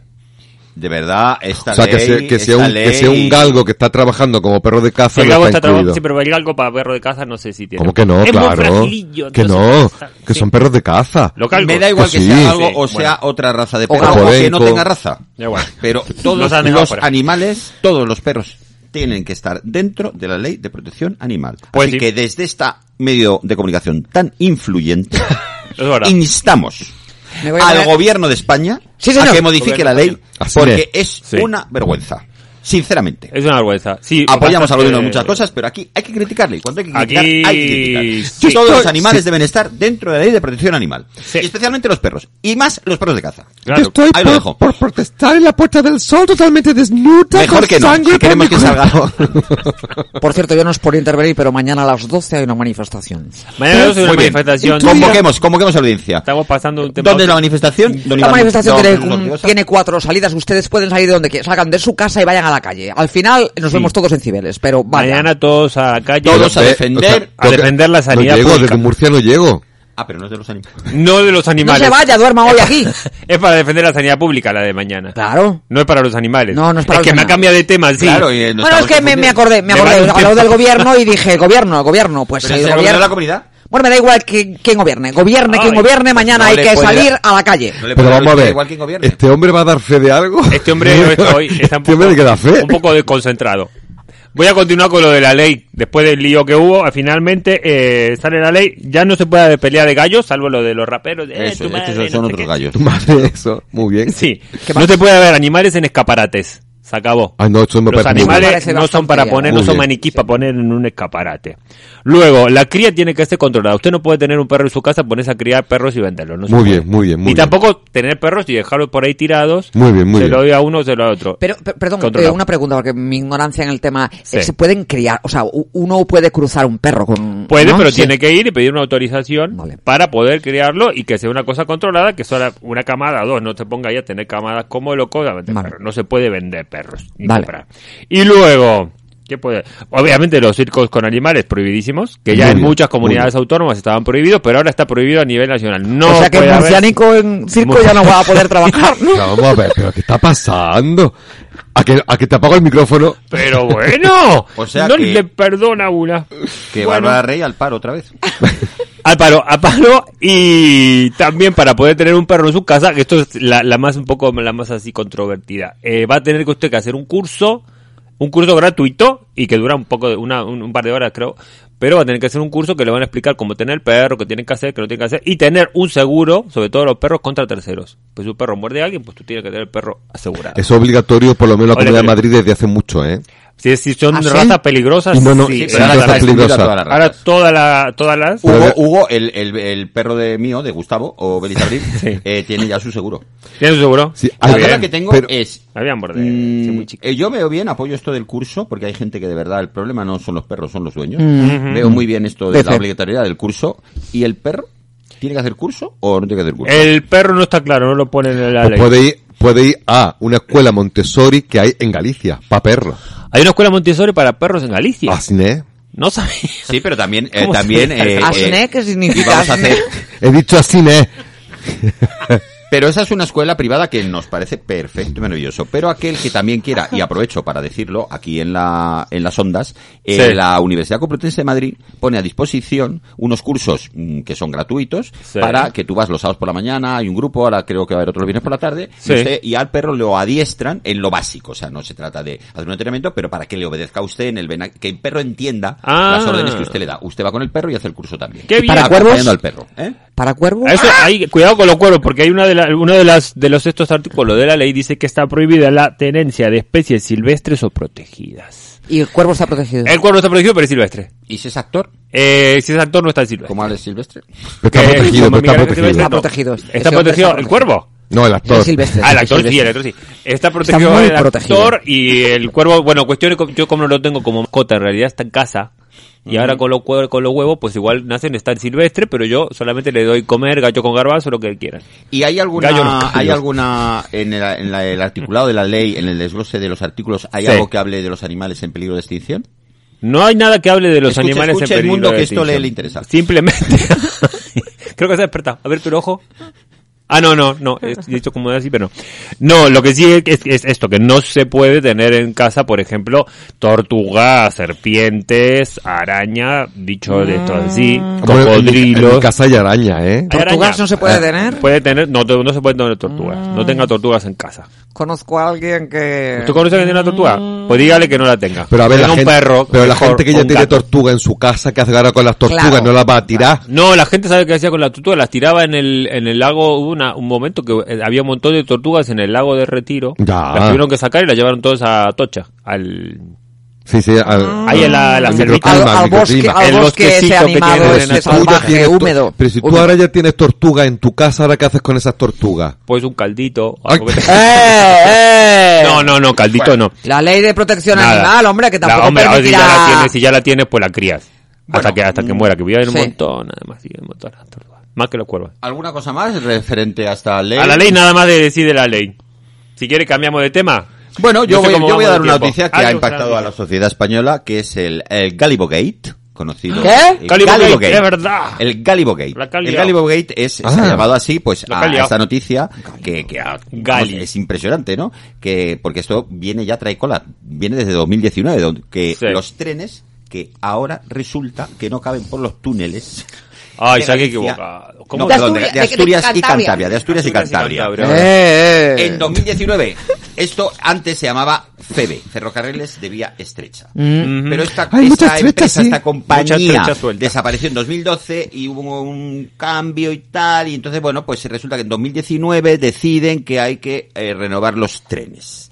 Speaker 7: De verdad, esta
Speaker 8: O sea, que
Speaker 7: ley...
Speaker 8: sea, que, sea
Speaker 7: esta
Speaker 8: un, que
Speaker 7: ley-
Speaker 8: sea un galgo que está trabajando como perro de caza
Speaker 4: El
Speaker 8: no
Speaker 4: galgo
Speaker 8: está
Speaker 4: está trabajando,
Speaker 8: incluido.
Speaker 4: sí, pero el galgo para perro de caza no sé si tiene.
Speaker 8: ¿Cómo que no?
Speaker 4: Es muy
Speaker 8: claro.
Speaker 4: fragilillo,
Speaker 8: Que
Speaker 4: entonces-
Speaker 8: no, que
Speaker 4: Sí.
Speaker 8: son perros de caza.
Speaker 4: Los galgos.
Speaker 7: Me da igual que,
Speaker 8: Pues sí.
Speaker 7: sea galgo
Speaker 4: Sí,
Speaker 7: o
Speaker 4: bueno.
Speaker 7: sea otra raza de
Speaker 5: Ah, O
Speaker 7: perro o, que no
Speaker 8: galáctico.
Speaker 7: tenga raza.
Speaker 4: Da igual.
Speaker 7: Pero
Speaker 4: Los
Speaker 7: todos
Speaker 4: han dejado
Speaker 7: los
Speaker 4: fuera.
Speaker 7: animales, todos los perros tienen que estar dentro de la ley de protección animal.
Speaker 4: Pues
Speaker 7: Así
Speaker 4: sí.
Speaker 7: que desde esta medio de comunicación tan influyente,
Speaker 4: Es verdad.
Speaker 7: instamos
Speaker 5: Me voy
Speaker 7: al
Speaker 5: a poner-
Speaker 7: gobierno de España
Speaker 5: Sí, señor.
Speaker 7: a que modifique
Speaker 4: Gobierno
Speaker 7: la
Speaker 4: de
Speaker 7: ley
Speaker 8: España.
Speaker 7: porque es
Speaker 4: Sí.
Speaker 7: una vergüenza, sinceramente.
Speaker 4: Es una vergüenza. Sí,
Speaker 7: Apoyamos
Speaker 4: bastante-
Speaker 7: al gobierno en muchas cosas, pero aquí hay que criticarle. y Cuando hay que criticar,
Speaker 4: Aquí-
Speaker 7: hay que criticar.
Speaker 4: sí.
Speaker 7: Todos los
Speaker 4: Sí.
Speaker 7: animales deben estar dentro de la ley de protección animal.
Speaker 4: Sí.
Speaker 7: Y especialmente los perros. Y más los perros de caza.
Speaker 4: Claro.
Speaker 8: Estoy
Speaker 7: Ahí lo dejo.
Speaker 8: por, por protestar en la Puerta del Sol totalmente desnuda
Speaker 7: Mejor
Speaker 8: con
Speaker 7: que no.
Speaker 8: sangre
Speaker 7: Si
Speaker 8: por mi
Speaker 7: queremos que salga.
Speaker 8: cuerpo.
Speaker 5: Por cierto, yo no os podía intervenir, pero mañana a las 12 hay una manifestación.
Speaker 4: Mañana vamos a una
Speaker 7: Muy bien.
Speaker 4: manifestación.
Speaker 7: Convoquemos, convoquemos a la audiencia.
Speaker 4: Estamos pasando un tema.
Speaker 7: ¿Dónde es la manifestación? Don
Speaker 5: La
Speaker 7: Iván,
Speaker 5: manifestación
Speaker 7: don
Speaker 5: tiene,
Speaker 7: Jesús
Speaker 5: un-
Speaker 7: Ortega.
Speaker 5: tiene cuatro salidas. Ustedes pueden salir de donde quieran. Salgan de su casa y vayan a la calle. Al final nos vemos todos en Cibeles, pero vaya.
Speaker 4: Mañana todos a la calle.
Speaker 7: Todos a
Speaker 8: Ve,
Speaker 7: defender-
Speaker 4: a defender la sanidad
Speaker 8: No llego,
Speaker 4: pública.
Speaker 8: desde Murcia no llego.
Speaker 7: Ah, pero no es de los animales.
Speaker 4: No de los
Speaker 5: no
Speaker 4: animales.
Speaker 5: se vaya, duerma hoy aquí.
Speaker 4: Es para defender la sanidad pública la de mañana.
Speaker 5: Claro.
Speaker 4: No es para los animales.
Speaker 5: No, no es para
Speaker 4: Es
Speaker 5: los
Speaker 4: que me
Speaker 5: animales.
Speaker 4: cambia de tema, sí.
Speaker 7: Claro, y, eh, nos
Speaker 5: bueno, es
Speaker 7: estamos
Speaker 5: que me, me
Speaker 7: confundiendo.
Speaker 5: acordé, me
Speaker 4: Me
Speaker 5: acordé,
Speaker 4: vale un
Speaker 5: habló
Speaker 4: tiempo.
Speaker 5: del gobierno y dije, gobierno, gobierno, pues
Speaker 7: Pero
Speaker 5: el
Speaker 7: es el gobierno de la comunidad.
Speaker 5: Bueno, me da igual que- quien gobierne, gobierne quien
Speaker 4: Ay,
Speaker 5: gobierne, mañana
Speaker 7: no
Speaker 5: hay
Speaker 7: le
Speaker 5: que
Speaker 7: puede
Speaker 5: salir
Speaker 7: dar-
Speaker 5: a la calle.
Speaker 7: No
Speaker 8: Pero
Speaker 7: le puedo
Speaker 8: vamos a
Speaker 7: decir
Speaker 8: ver,
Speaker 7: Igual que en gobierno.
Speaker 8: ¿este hombre va a dar fe de algo?
Speaker 4: Este hombre está hoy está un
Speaker 8: Este hombre
Speaker 4: poco-
Speaker 8: le queda fe.
Speaker 4: un poco desconcentrado. Voy a continuar con lo de la ley. Después del lío que hubo, eh, finalmente eh, sale la ley. Ya no se puede pelear de gallos, salvo lo de los raperos. de, eh,
Speaker 7: Eso,
Speaker 4: tu madre,
Speaker 7: estos
Speaker 4: no
Speaker 7: son, son
Speaker 4: sé
Speaker 7: otros
Speaker 4: qué.
Speaker 7: gallos.
Speaker 8: Vale, eso, muy bien.
Speaker 4: Sí, no se puede haber animales en escaparates. Se acabó.
Speaker 8: Ah, no, eso me
Speaker 4: Los
Speaker 8: parece muy
Speaker 5: Me
Speaker 4: animales
Speaker 5: parece
Speaker 4: no son
Speaker 5: bastante
Speaker 4: para
Speaker 5: bien.
Speaker 4: poner,
Speaker 8: Muy
Speaker 4: no son
Speaker 8: bien.
Speaker 4: maniquís para poner en un escaparate. Luego, la cría tiene que ser controlada. Usted no puede tener un perro en su casa, ponerse a criar perros y venderlos. No se
Speaker 8: Muy
Speaker 4: puede.
Speaker 8: bien, muy bien, muy
Speaker 4: Y
Speaker 8: bien.
Speaker 4: tampoco tener perros y dejarlos por ahí tirados.
Speaker 8: Muy bien, muy
Speaker 4: se lo
Speaker 8: bien.
Speaker 4: doy a uno, se lo doy a otro.
Speaker 5: Pero, per- perdón, eh,
Speaker 4: Controlado.
Speaker 5: una pregunta, porque mi ignorancia en el tema, eh,
Speaker 4: Sí.
Speaker 5: ¿se pueden criar? O sea, u- uno puede cruzar un perro con...
Speaker 4: Puede,
Speaker 5: ¿no?
Speaker 4: pero
Speaker 5: Sí.
Speaker 4: tiene que ir y pedir una autorización
Speaker 5: Vale.
Speaker 4: para poder criarlo y que sea una cosa controlada, que solo una camada, dos, no te ponga ahí a tener camadas como loco. a vender
Speaker 5: Vale.
Speaker 4: perros. No se puede vender perros ni
Speaker 5: Vale.
Speaker 4: comprar. Y luego, ¿qué puede? Obviamente los circos con animales prohibidísimos, que ya
Speaker 8: Muy
Speaker 4: en
Speaker 8: bien,
Speaker 4: muchas
Speaker 8: muy
Speaker 4: comunidades autónomas estaban prohibidos, pero ahora está prohibido a nivel nacional. No
Speaker 5: o sea que
Speaker 4: puede haber-
Speaker 5: murciánico en circo ya no va a poder trabajar. ¿no?
Speaker 8: Pero vamos a ver, ¿pero qué está pasando? ¿A que, a que te apago el micrófono?
Speaker 4: Pero bueno,
Speaker 7: O sea
Speaker 4: no
Speaker 7: que-
Speaker 4: le perdona una.
Speaker 7: Que
Speaker 4: Bueno.
Speaker 7: Bárbara Rey al paro otra vez.
Speaker 4: Al paro, a paro y también para poder tener un perro en su casa, que esto es la, la más un poco la más así controvertida. eh, va a tener que usted que hacer un curso, un curso gratuito y que dura un poco de una, un, un par de horas creo, pero va a tener que hacer un curso que le van a explicar cómo tener perro, qué tienen que hacer, qué no tienen que hacer y tener un seguro, sobre todo los perros contra terceros. Pues si un perro muerde a alguien, pues tú tienes que tener el perro asegurado.
Speaker 8: Es obligatorio, por lo menos, la
Speaker 4: Oye,
Speaker 8: Comunidad de
Speaker 4: pero-
Speaker 8: Madrid desde hace mucho, ¿eh?
Speaker 4: Si, si son
Speaker 5: ¿Ah, sí?
Speaker 4: razas peligrosas,
Speaker 8: Y no, no,
Speaker 4: sí,
Speaker 8: sí,
Speaker 4: pero
Speaker 8: no
Speaker 4: ahora,
Speaker 8: está
Speaker 4: la-
Speaker 8: peligrosa.
Speaker 4: ahora toda la, todas las
Speaker 8: Pero
Speaker 7: Hugo,
Speaker 8: de-
Speaker 7: Hugo, el, el, el perro de mío, de Gustavo, o Belis Abril,
Speaker 4: Sí.
Speaker 7: eh, tiene ya su seguro.
Speaker 4: ¿Tienes un seguro?
Speaker 8: Sí,
Speaker 7: La
Speaker 8: hay-
Speaker 4: Muy
Speaker 7: duda
Speaker 4: bien.
Speaker 7: que tengo
Speaker 8: pero-
Speaker 7: es...
Speaker 4: Me habían mordido,
Speaker 7: mm,
Speaker 4: sí, muy chiquito.
Speaker 7: eh, yo veo bien, apoyo esto del curso, porque hay gente que de verdad el problema no son los perros, son los dueños. Veo muy bien esto de
Speaker 5: Defe.
Speaker 7: la obligatoriedad del curso. ¿Y el perro tiene que hacer curso o no tiene que hacer curso?
Speaker 4: El perro no está claro, no lo ponen en la
Speaker 8: Pues
Speaker 4: ley.
Speaker 8: puede ir, puede ir a una escuela Montessori que hay en Galicia, para perros.
Speaker 4: Hay una escuela Montessori para perros en Galicia.
Speaker 8: Así, ¿eh?
Speaker 4: No sabía.
Speaker 7: Sí, pero también... eh,
Speaker 4: ¿Cómo se
Speaker 7: también
Speaker 4: llama?
Speaker 7: eh,
Speaker 5: ¿Asné?
Speaker 7: eh,
Speaker 5: ¿Qué significa
Speaker 7: y vamos a
Speaker 5: asné?
Speaker 7: hacer-
Speaker 8: He dicho así, ¿eh?
Speaker 7: Pero esa es una escuela privada que nos parece perfecto y maravilloso. Pero aquel que también quiera, y aprovecho para decirlo aquí en, la, en las ondas, eh,
Speaker 4: Sí.
Speaker 7: la Universidad Complutense de Madrid pone a disposición unos cursos mm, que son gratuitos
Speaker 4: Sí.
Speaker 7: para que tú vas los sábados por la mañana, hay un grupo, ahora creo que va a haber otro los viernes por la tarde,
Speaker 4: Sí.
Speaker 7: y, usted- y al perro lo adiestran en lo básico. O sea, no se trata de hacer un entrenamiento, pero para que le obedezca a usted, en el vena- que el perro entienda
Speaker 4: Ah.
Speaker 7: las órdenes que usted le da. Usted va con el perro y hace el curso también.
Speaker 4: Qué bien.
Speaker 5: para
Speaker 7: Acompañando
Speaker 5: cuervos?
Speaker 7: al perro. ¿eh?
Speaker 5: ¿Para cuervos?
Speaker 4: A Eso, hay, cuidado con los cuervos, porque hay una de la- uno de, las, de los estos artículos de la ley dice que está prohibida la tenencia de especies silvestres o protegidas.
Speaker 5: Y el cuervo está protegido.
Speaker 4: El cuervo está protegido, pero es silvestre.
Speaker 7: ¿Y si es actor?
Speaker 4: Eh, si es actor, no está silvestre.
Speaker 7: ¿Como Alex Silvestre?
Speaker 8: Pero
Speaker 4: Eh,
Speaker 8: está protegido,
Speaker 4: como
Speaker 8: pero está
Speaker 4: Miguel Ángel
Speaker 8: protegido.
Speaker 4: Silvestre,
Speaker 5: Está protegido.
Speaker 4: Está
Speaker 5: Ese hombre
Speaker 4: protegido.
Speaker 5: está
Speaker 4: ¿El
Speaker 5: protegido.
Speaker 4: cuervo?
Speaker 8: No, el actor.
Speaker 5: Silvestre.
Speaker 4: Ah, el actor
Speaker 5: Silvestre.
Speaker 4: sí, el actor sí. Está protegido
Speaker 5: muy
Speaker 4: el actor
Speaker 5: protegido.
Speaker 4: y el cuervo. Bueno, cuestiones co- yo como no lo tengo como mascota, en realidad está en casa. Y ahora con los, cuer- con los huevos, pues igual nacen, están silvestre, pero yo solamente le doy comer gallo con garbanzo, lo que quieran.
Speaker 7: ¿Y hay alguna,
Speaker 4: Gallo no,
Speaker 7: hay
Speaker 4: Dios.
Speaker 7: alguna, en, el, en la- el articulado de la ley, en el desglose de los artículos, hay
Speaker 4: Sí.
Speaker 7: algo que hable de los animales en peligro de extinción?
Speaker 4: No hay nada que hable de los
Speaker 7: Escuche,
Speaker 4: animales
Speaker 7: escuche el
Speaker 4: en peligro
Speaker 7: mundo
Speaker 4: de
Speaker 7: que esto
Speaker 4: extinción.
Speaker 7: le interesa.
Speaker 4: Simplemente. Creo que se ha despertado. A ver tu ojo. Ah, no, no, no. Es, he dicho como así, pero no. No, lo que sí es, es esto, que no se puede tener en casa, por ejemplo, tortugas, serpientes, araña, dicho de esto así,
Speaker 8: Bueno, en mi- en mi
Speaker 4: cocodrilos.
Speaker 8: casa hay araña, ¿eh?
Speaker 4: Hay
Speaker 5: ¿Tortugas
Speaker 4: araña.
Speaker 5: no se puede tener?
Speaker 4: Puede tener, no, no se pueden tener tortugas. No tenga tortugas en casa.
Speaker 5: Conozco a alguien que...
Speaker 4: ¿Tú conoces que tiene una tortuga? Pues dígale que no la tenga.
Speaker 8: Eh. Pero a ver,
Speaker 4: Tenga
Speaker 8: la
Speaker 4: un
Speaker 8: gente,
Speaker 4: perro,
Speaker 8: pero la
Speaker 4: mejor,
Speaker 8: gente que
Speaker 4: o
Speaker 8: ya
Speaker 4: un
Speaker 8: tiene
Speaker 4: gato.
Speaker 8: tortuga en su casa, que hace ahora con las tortugas,
Speaker 5: Claro.
Speaker 8: no las va a tirar.
Speaker 4: No, la gente sabe que hacía con las tortugas. Las tiraba en el, en el lago. Hubo una, un momento que eh, había un montón de tortugas en el lago de Retiro.
Speaker 7: Ah.
Speaker 8: Ya.
Speaker 4: Las tuvieron que sacar y las llevaron todas a Tocha. Al,
Speaker 8: Sí, sí. Al,
Speaker 4: Ahí en la- la
Speaker 8: al
Speaker 4: selvita.
Speaker 8: microclima,
Speaker 5: al,
Speaker 8: al
Speaker 5: al bosque,
Speaker 8: microclima.
Speaker 5: al
Speaker 4: El
Speaker 5: bosque ese
Speaker 4: bosquecito que
Speaker 5: animado,
Speaker 4: tiene en
Speaker 5: ese
Speaker 4: el-
Speaker 8: Tú ya tienes
Speaker 5: salvaje,
Speaker 8: to-
Speaker 5: húmedo.
Speaker 8: Pero si tú
Speaker 5: Húmedo.
Speaker 8: ahora ya tienes tortuga en tu casa, ahora qué haces con esas tortugas?
Speaker 4: pues un caldito.
Speaker 8: Ay.
Speaker 4: algo que-
Speaker 5: ¡Eh, eh!
Speaker 4: No, no, no, caldito no.
Speaker 5: La ley de protección
Speaker 4: Nada.
Speaker 5: animal, hombre, que tampoco
Speaker 4: La- hombre, ahora, si ya
Speaker 5: permitirá- mm,
Speaker 4: la tienes, si ya la tienes, pues la crías. hasta que hasta que muera, que voy a haber un
Speaker 5: sí.
Speaker 4: montón, además, sí, un montón de tortugas. Más que los cuervos.
Speaker 7: ¿Alguna cosa más referente a esta ley?
Speaker 4: A la ley nada más de decir de la ley. Si quiere cambiamos de tema.
Speaker 7: Bueno,
Speaker 4: No
Speaker 7: yo,
Speaker 4: sé
Speaker 7: voy,
Speaker 4: cómo
Speaker 7: yo voy a
Speaker 4: vamos
Speaker 7: dar
Speaker 4: de
Speaker 7: una
Speaker 4: tiempo.
Speaker 7: noticia que
Speaker 4: Ah,
Speaker 7: ha
Speaker 4: yo,
Speaker 7: impactado
Speaker 4: una
Speaker 7: a la sociedad española, que es el, el Gallipogate, conocido.
Speaker 5: ¿Qué?
Speaker 7: El
Speaker 4: Gallipogate, es verdad.
Speaker 7: El Gallipogate.
Speaker 4: La calidad.
Speaker 7: El Gallipogate es, se
Speaker 8: Ah.
Speaker 7: ha llamado así, pues,
Speaker 4: La
Speaker 7: a
Speaker 4: calidad.
Speaker 7: esta noticia, que, que a-
Speaker 4: Gali.
Speaker 7: vamos, es impresionante, ¿no? Que, porque esto viene ya trae cola, viene desde 2019, donde- que
Speaker 4: Sí.
Speaker 7: los trenes que ahora resulta que no caben por los túneles.
Speaker 4: Ay,
Speaker 7: de
Speaker 4: se ha
Speaker 7: Galicia.
Speaker 4: equivocado. ¿Cómo?
Speaker 7: No,
Speaker 3: De
Speaker 7: perdón, de, de
Speaker 3: Asturias- de- de
Speaker 7: Asturias y
Speaker 3: Cantabria.
Speaker 7: Cantabria, de Asturias, y Cantabria.
Speaker 5: Eh, eh.
Speaker 7: En 2019, esto antes se llamaba FEBE, Ferrocarriles de Vía Estrecha. Mm.
Speaker 8: Mm.
Speaker 7: Pero esta,
Speaker 8: Hay
Speaker 7: esta
Speaker 8: mucha estrecha,
Speaker 7: empresa,
Speaker 8: sí.
Speaker 7: esta
Speaker 4: Mucha
Speaker 7: compañía
Speaker 4: estrecha suelta.
Speaker 7: desapareció en 2012 y hubo un cambio y tal. Y entonces, bueno, pues resulta que en 2019 deciden que hay que eh, renovar los trenes.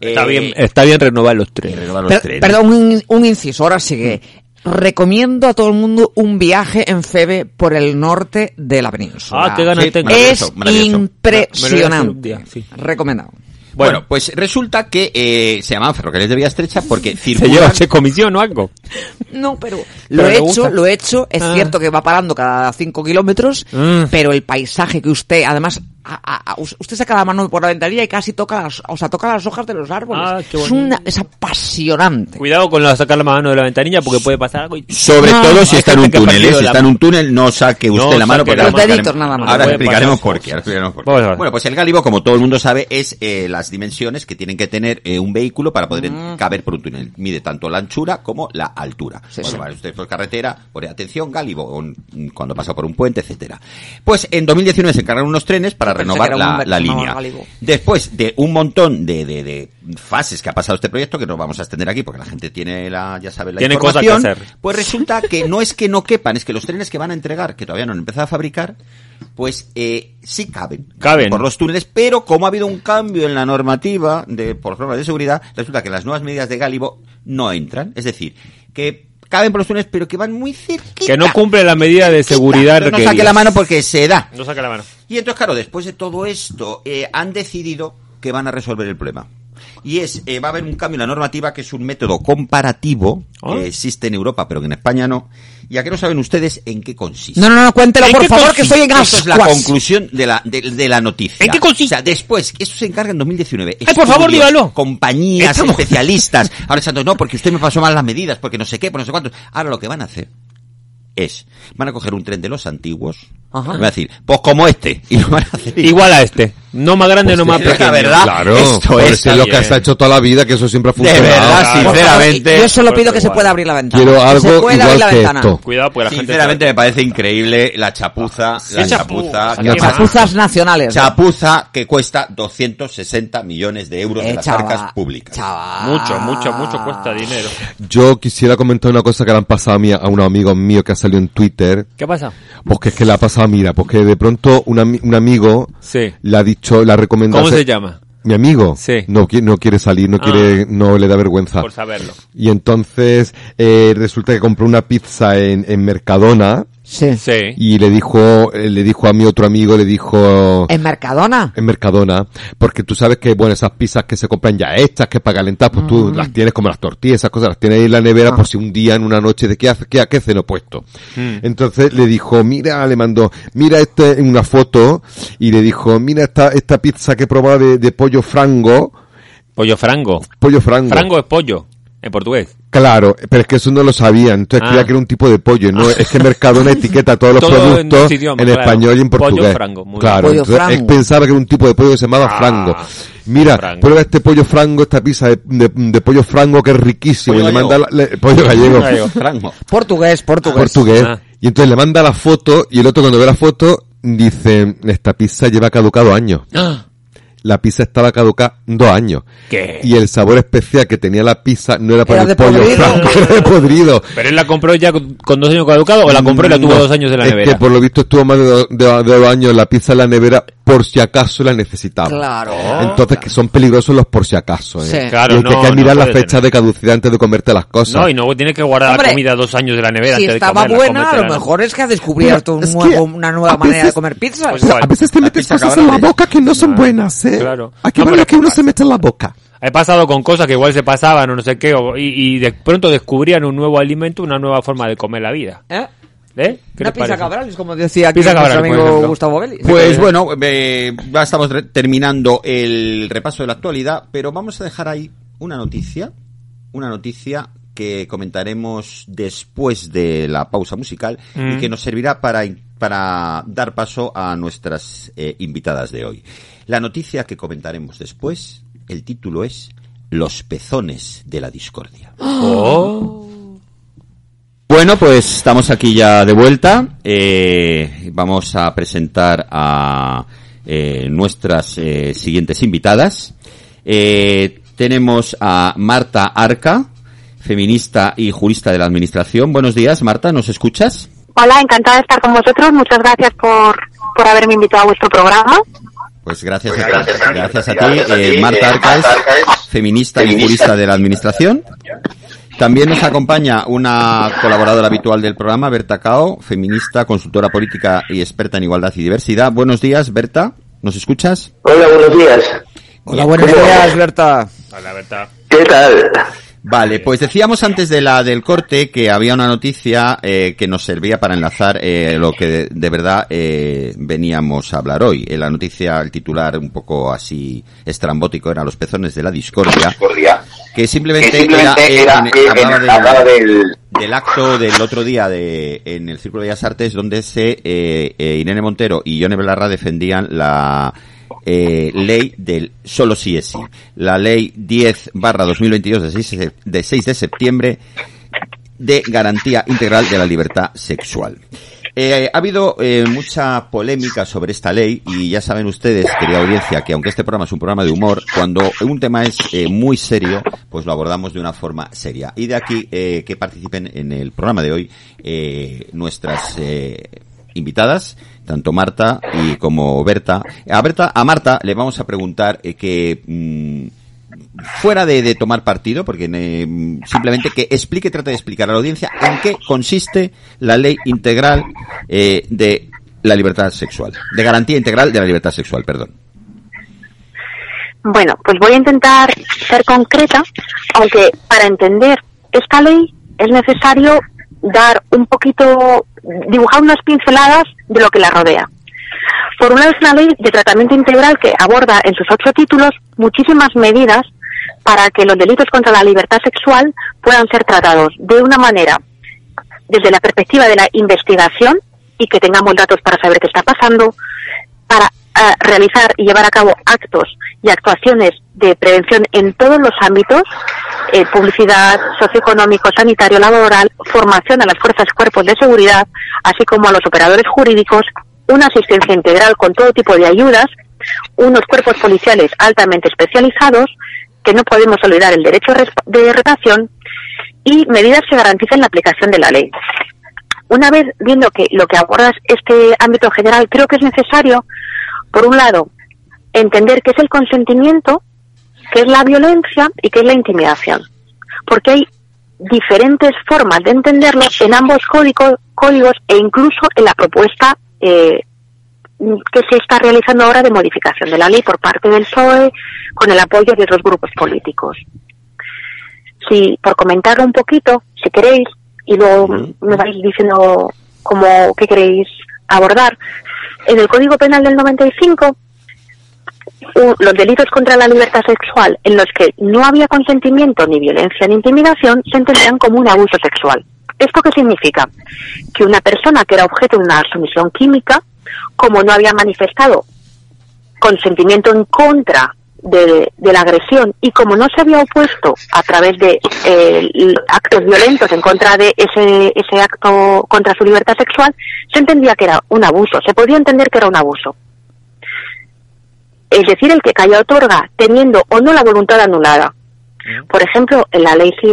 Speaker 4: Está
Speaker 7: Eh,
Speaker 4: bien, está bien renovar los
Speaker 7: eh,
Speaker 4: trenes.
Speaker 7: renovar los
Speaker 5: Per-
Speaker 7: trenes.
Speaker 5: perdón, un, un inciso, ahora sigue. Recomiendo a todo el mundo un viaje en Febe por el norte de la península.
Speaker 4: Ah, qué ganas
Speaker 7: Sí,
Speaker 4: tengo.
Speaker 7: maravilloso,
Speaker 5: es
Speaker 7: maravilloso.
Speaker 4: Me lo voy a hacer un
Speaker 5: impresionante.
Speaker 4: día, sí.
Speaker 5: Recomendado.
Speaker 7: Bueno,
Speaker 4: Bueno,
Speaker 7: pues resulta que eh, se llamaban ferrocarriles de vía estrecha porque
Speaker 4: se lleva
Speaker 7: circulan
Speaker 4: che comisión o algo.
Speaker 5: No, pero,
Speaker 4: Pero
Speaker 5: lo
Speaker 4: le
Speaker 5: he
Speaker 4: gusta.
Speaker 5: hecho, lo he hecho. Es
Speaker 4: Ah.
Speaker 5: cierto que va parando cada cinco kilómetros,
Speaker 4: Mm.
Speaker 5: pero el paisaje que usted, además, a- a- a- usted saca la mano por la ventanilla y casi toca, las, o sea, toca las hojas de los árboles.
Speaker 4: Ah, qué
Speaker 5: es,
Speaker 4: bonito.
Speaker 5: una, es apasionante.
Speaker 4: Cuidado con lo de sacar la mano de la ventanilla porque puede pasar algo. y-
Speaker 7: Sobre
Speaker 4: No,
Speaker 7: todo si
Speaker 4: hay
Speaker 7: está en un
Speaker 4: gente que ha
Speaker 7: túnel, ¿eh?
Speaker 4: perdido
Speaker 7: Si
Speaker 4: la
Speaker 7: está en un túnel, no saque usted
Speaker 4: No
Speaker 7: la mano
Speaker 4: saque
Speaker 7: porque ahora
Speaker 4: la pues
Speaker 5: mano. Los deditos
Speaker 7: explicaremos-
Speaker 5: nada más.
Speaker 7: Ahora
Speaker 4: Puede
Speaker 7: explicaremos
Speaker 4: pasar.
Speaker 7: por qué. ahora explicaremos por qué.
Speaker 4: Vamos a ver.
Speaker 7: Bueno, pues el Gálibo, como todo el mundo sabe, es eh, las dimensiones que tienen que tener eh, un vehículo para poder en- caber por un túnel. Mide tanto la anchura como la altura.
Speaker 5: Sí,
Speaker 7: bueno,
Speaker 5: sí.
Speaker 7: vale, usted por carretera, pone atención, Gálibo, un- cuando pasa por un puente, etcétera. Pues en 2019 se encargaron unos trenes para
Speaker 5: Pensé que
Speaker 7: renovar
Speaker 5: era un
Speaker 7: la,
Speaker 5: hombre que
Speaker 7: la
Speaker 5: se llamaba
Speaker 7: línea.
Speaker 5: Gálibo.
Speaker 7: Después de un montón de, de- de fases que ha pasado este proyecto, que no vamos a extender aquí porque la gente tiene la, ya sabe, la
Speaker 4: Tiene cosas que
Speaker 7: información,
Speaker 4: hacer.
Speaker 7: pues resulta que no es que no quepan, es que los trenes que van a entregar, que todavía no han empezado a fabricar, pues eh, sí caben.
Speaker 4: Caben.
Speaker 7: Por los túneles, pero como ha habido un cambio en la normativa de, por normas de seguridad, resulta que las nuevas medidas de Gálibo no entran. Es decir, que caben por los túneles, pero que van muy cerquita.
Speaker 4: Que no cumple la medida de seguridad
Speaker 7: Quita. No
Speaker 4: requerida.
Speaker 7: saque la mano porque se da.
Speaker 4: No saque la mano.
Speaker 7: Y entonces, claro, después de todo esto, eh, han decidido que van a resolver el problema. Y es, eh, va a haber un cambio en la normativa que es un método comparativo
Speaker 4: Ah.
Speaker 7: que existe en Europa, pero que en España no. Y a que no saben ustedes en qué consiste.
Speaker 5: No, no, no, cuéntelo,
Speaker 4: ¿En
Speaker 5: por
Speaker 4: qué
Speaker 5: favor, que estoy en
Speaker 7: Esa es la
Speaker 5: ascuas.
Speaker 7: conclusión de la, de, de la noticia.
Speaker 4: ¿En qué consiste?
Speaker 7: O sea, después, eso se encarga en 2019.
Speaker 4: Ay, por favor,
Speaker 7: Estudios,
Speaker 4: dígalo.
Speaker 7: Compañías,
Speaker 4: Estamos-
Speaker 7: especialistas. Ahora, Santos, no, porque usted me pasó mal las medidas, porque no sé qué, por no sé cuántos. Ahora lo que van a hacer es, van a coger un tren de los antiguos,
Speaker 5: Ajá.
Speaker 7: y van a decir, pues como este, y lo van a hacer igual.
Speaker 4: Igual a este. No más grande, no más
Speaker 7: Pues la
Speaker 4: pequeño.
Speaker 7: verdad,
Speaker 8: Claro,
Speaker 7: esto
Speaker 8: por
Speaker 7: es
Speaker 8: eso es lo que
Speaker 4: bien.
Speaker 8: se ha hecho toda la vida, que eso siempre ha funcionado.
Speaker 7: verdad,
Speaker 5: Por
Speaker 7: sí.
Speaker 5: favor,
Speaker 7: Sinceramente,
Speaker 5: yo solo pido que se
Speaker 4: igual.
Speaker 5: pueda abrir la ventana.
Speaker 8: Quiero
Speaker 5: Que se
Speaker 8: algo
Speaker 5: pueda
Speaker 8: igual
Speaker 5: abrir la
Speaker 8: que
Speaker 5: ventana.
Speaker 8: esto.
Speaker 4: Cuidado porque la gente... Ah,
Speaker 7: Sinceramente me parece increíble la chapuza, la chapuza,
Speaker 4: chapuza,
Speaker 7: que
Speaker 5: Las
Speaker 4: Qué
Speaker 7: además-
Speaker 5: chapuzas nacionales.
Speaker 7: chapuza que cuesta 260 millones de euros
Speaker 5: Eh,
Speaker 7: de las
Speaker 5: chaval,
Speaker 7: arcas públicas.
Speaker 5: chaval.
Speaker 4: Mucho, mucho, mucho
Speaker 7: Ah.
Speaker 4: cuesta dinero.
Speaker 8: Yo quisiera comentar una cosa que le han pasado a, mí, a unos amigos míos que ha salido en Twitter.
Speaker 4: ¿Qué pasa?
Speaker 8: Pues que es que le ha pasado, mira, pues que de pronto un, ami- un amigo
Speaker 4: Sí.
Speaker 8: le ha dicho, le ha recomendado...
Speaker 4: ¿Cómo
Speaker 8: hacer-
Speaker 4: se llama?
Speaker 8: Mi amigo.
Speaker 4: Sí.
Speaker 8: No, qui- no quiere salir, no
Speaker 4: Ah.
Speaker 8: quiere, no le da vergüenza.
Speaker 4: Por saberlo.
Speaker 8: Y entonces eh, resulta que compró una pizza en, en Mercadona
Speaker 5: Sí.
Speaker 4: Sí.
Speaker 8: Y le dijo, eh, le dijo a mi otro amigo, le dijo
Speaker 5: ¿En Mercadona?
Speaker 8: en Mercadona, porque tú sabes que, bueno, esas pizzas que se compran ya hechas, que para calentar, pues tú
Speaker 5: Mm.
Speaker 8: las tienes como las tortillas, esas cosas, las tienes ahí en la nevera
Speaker 5: Ah.
Speaker 8: por si un día, en una noche, de qué hace, qué, qué ceno puesto. Entonces le dijo, mira, le mandó, mira este, una foto, y le dijo, mira esta, esta pizza que he probado de, de pollo frango,
Speaker 4: Pollo frango.
Speaker 8: pollo frango.
Speaker 4: Frango es pollo, en portugués.
Speaker 8: Claro, pero es que eso no lo sabían, entonces
Speaker 4: Ah.
Speaker 8: creía que era un tipo de pollo, no, es que Mercadona etiqueta todos los
Speaker 4: Todo en
Speaker 8: productos
Speaker 4: dos
Speaker 8: en,
Speaker 4: idiomas, claro.
Speaker 8: español y en
Speaker 4: Pollo
Speaker 8: portugués.
Speaker 4: frango, muy bien. Ah,
Speaker 8: claro,
Speaker 5: Pollo
Speaker 8: entonces él
Speaker 5: frango.
Speaker 8: pensaba que era un tipo de pollo que se llamaba frango. Mira,
Speaker 4: frango.
Speaker 8: prueba este pollo frango, esta pizza de, de- de pollo frango que es riquísimo,
Speaker 7: Pollo
Speaker 8: y le
Speaker 7: gallego.
Speaker 8: manda la- le- pollo gallego,
Speaker 4: Gallego.
Speaker 7: Franco.
Speaker 5: Portugués, portugués.
Speaker 8: portugués,
Speaker 4: Ah.
Speaker 8: y entonces le manda la foto y el otro cuando ve la foto dice, esta pizza lleva caducado años.
Speaker 6: ¡Ah!
Speaker 8: La pizza estaba caducada dos años.
Speaker 4: ¿Qué?
Speaker 8: Y el sabor especial que tenía la pizza no era para
Speaker 5: Era
Speaker 8: el
Speaker 5: de
Speaker 8: pollo
Speaker 5: podrido.
Speaker 8: franco, era de podrido.
Speaker 4: ¿Pero él la compró ya con con dos años caducado o la compró y la tuvo
Speaker 8: Mm, No,
Speaker 4: dos años en la
Speaker 8: Es
Speaker 4: nevera?
Speaker 8: que por lo visto estuvo más de, do- de, de dos años la pizza en la nevera por si acaso la necesitaba.
Speaker 5: Claro.
Speaker 8: Entonces que son peligrosos los por si acaso. ¿eh?
Speaker 5: Sí.
Speaker 4: Claro,
Speaker 8: y hay que,
Speaker 4: no,
Speaker 8: hay que mirar
Speaker 4: no
Speaker 8: la
Speaker 4: puede
Speaker 8: fecha de caducidad antes de comerte las cosas.
Speaker 4: No, y no tienes que guardar
Speaker 5: Hombre,
Speaker 4: la comida dos años de la nevera.
Speaker 5: Si
Speaker 4: antes de
Speaker 5: estaba
Speaker 4: comerla,
Speaker 5: buena, a
Speaker 4: cómetela,
Speaker 5: lo
Speaker 4: ¿no?
Speaker 5: mejor es que has descubierto un
Speaker 8: Pero es
Speaker 5: nuevo-
Speaker 8: que
Speaker 5: una nueva
Speaker 8: a
Speaker 5: manera de
Speaker 8: veces-
Speaker 5: comer pizza.
Speaker 4: Pues
Speaker 8: Pero
Speaker 4: igual.
Speaker 8: a veces te
Speaker 7: La
Speaker 8: metes
Speaker 7: pizza
Speaker 8: cosas
Speaker 7: acabará
Speaker 8: en la
Speaker 7: de-
Speaker 8: boca que no son buenas, ¿eh?
Speaker 4: Claro.
Speaker 8: Hay que
Speaker 4: No,
Speaker 8: ver
Speaker 4: pero
Speaker 8: lo que uno
Speaker 4: pasa.
Speaker 8: se mete en la boca.
Speaker 4: He pasado con cosas que igual se pasaban o no sé qué, o- y, y de pronto descubrían un nuevo alimento, una nueva forma de comer la vida.
Speaker 5: ¿Eh?
Speaker 4: ¿Eh? ¿Qué
Speaker 5: Una
Speaker 4: te
Speaker 5: pizza
Speaker 4: parece?
Speaker 5: cabrales, como decía aquí
Speaker 4: Pizza
Speaker 5: nuestro
Speaker 4: Cabral, por
Speaker 5: amigo
Speaker 4: ejemplo.
Speaker 5: Gustavo Vélez.
Speaker 7: Pues bueno, eh, ya estamos re- terminando el repaso de la actualidad, pero vamos a dejar ahí una noticia, una noticia que comentaremos después de la pausa musical y que nos servirá para, in- para dar paso a nuestras eh, invitadas de hoy. La noticia que comentaremos después, el título es Los pezones de la discordia. Bueno, pues estamos aquí ya de vuelta. Eh, vamos a presentar a eh, nuestras eh, siguientes invitadas. Eh, tenemos a Marta Arca, feminista y jurista de la Administración. Buenos días, Marta, ¿nos escuchas?
Speaker 9: Hola, encantada de estar con vosotros. Muchas gracias por, por haberme invitado a vuestro programa.
Speaker 7: Pues gracias, a, ti. Gracias a ti. Eh, Marta Arca es feminista y jurista de la Administración. También nos acompaña una colaboradora habitual del programa, Berta Cao, feminista, consultora política y experta en igualdad y diversidad. Buenos días, Berta. ¿Nos escuchas?
Speaker 10: Hola, buenos días.
Speaker 5: Hola, buenos días, Berta.
Speaker 4: Hola, Berta.
Speaker 10: ¿Qué tal?
Speaker 7: Vale, pues decíamos antes de la del corte que había una noticia eh, que nos servía para enlazar eh, lo que de, de verdad eh, veníamos a hablar hoy. Eh, la noticia, el titular un poco así estrambótico era los pezones de la discordia,
Speaker 10: Cordia.
Speaker 7: que
Speaker 10: Que
Speaker 7: simplemente,
Speaker 10: simplemente
Speaker 7: era,
Speaker 10: era
Speaker 7: eh,
Speaker 10: que
Speaker 7: en- hablaba
Speaker 10: en-
Speaker 7: del-
Speaker 10: hablaba del...
Speaker 7: del acto del otro día de, en el Círculo de Bellas Artes donde se eh, eh, Irene Montero y Yone Belarra defendían la eh, ley del solo sí es sí. La ley 10 barra 2022 de 6 de sep- de 6 de septiembre de garantía integral de la libertad sexual. Eh, ha habido eh, mucha polémica sobre esta ley y ya saben ustedes, querida audiencia, que aunque este programa es un programa de humor, cuando un tema es eh, muy serio, pues lo abordamos de una forma seria. Y de aquí eh, que participen en el programa de hoy eh, nuestras eh, invitadas, tanto Marta y como Berta. A Berta, a Marta le vamos a preguntar eh, que mm, fuera de, de tomar partido, porque eh, mm, simplemente que explique, trate de explicar a la audiencia en qué consiste la ley integral eh, de la libertad sexual, de garantía integral de la libertad sexual, perdón.
Speaker 9: Bueno, pues voy a intentar ser concreta, aunque para entender esta ley es necesario dar un poquito, dibujar unas pinceladas de lo que la rodea. Por un lado es una ley de tratamiento integral que aborda en sus ocho títulos muchísimas medidas para que los delitos contra la libertad sexual puedan ser tratados de una manera desde la perspectiva de la investigación y que tengamos datos para saber qué está pasando, para eh, realizar y llevar a cabo actos y actuaciones de prevención en todos los ámbitos, eh, publicidad, socioeconómico, sanitario, laboral, formación a las fuerzas y cuerpos de seguridad, así como a los operadores jurídicos, una asistencia integral con todo tipo de ayudas, unos cuerpos policiales altamente especializados, que no podemos olvidar el derecho de resp- de reparación, y medidas que garanticen la aplicación de la ley una vez viendo que lo que abordas este ámbito general, creo que es necesario, por un lado, entender qué es el consentimiento, qué es la violencia y qué es la intimidación. Porque hay diferentes formas de entenderlo en ambos códigos, códigos e incluso en la propuesta eh, que se está realizando ahora de modificación de la ley por parte del PSOE con el apoyo de otros grupos políticos. Si, por comentarlo un poquito, si queréis, y luego me vais diciendo cómo, qué queréis abordar, en el Código Penal del 95 u- los delitos contra la libertad sexual en los que no había consentimiento ni violencia ni intimidación se entenderán como un abuso sexual. ¿Esto qué significa? Que una persona que era objeto de una sumisión química, como no había manifestado consentimiento en contra de, de la agresión y como no se había opuesto a través de eh, l- actos violentos en contra de ese, ese acto contra su libertad sexual, se entendía que era un abuso, se podía entender que era un abuso es decir, el que calla otorga, teniendo o no la voluntad anulada. Por ejemplo, en la ley sí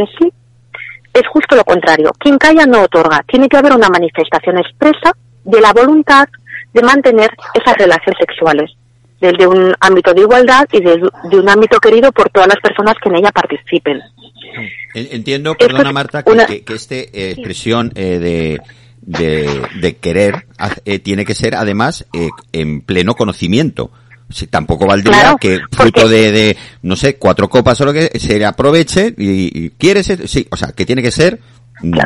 Speaker 9: es justo lo contrario. Quien calla no otorga. Tiene que haber una manifestación expresa de la voluntad de mantener esas relaciones sexuales desde un ámbito de igualdad y desde de un ámbito querido por todas las personas que en ella participen.
Speaker 7: Eh, En- Entiendo,
Speaker 9: Esto
Speaker 7: perdona
Speaker 9: es
Speaker 7: Marta, que,
Speaker 9: una-
Speaker 7: que, que este eh, expresión eh, de, de, de querer haz- eh, tiene que ser además eh, en pleno conocimiento. Si, tampoco valdría
Speaker 9: Claro,
Speaker 7: que
Speaker 9: porque-
Speaker 7: fruto de, de, no sé, cuatro copas o lo que se le aproveche y, y quieres, eh, sí, o sea, que tiene que ser mm,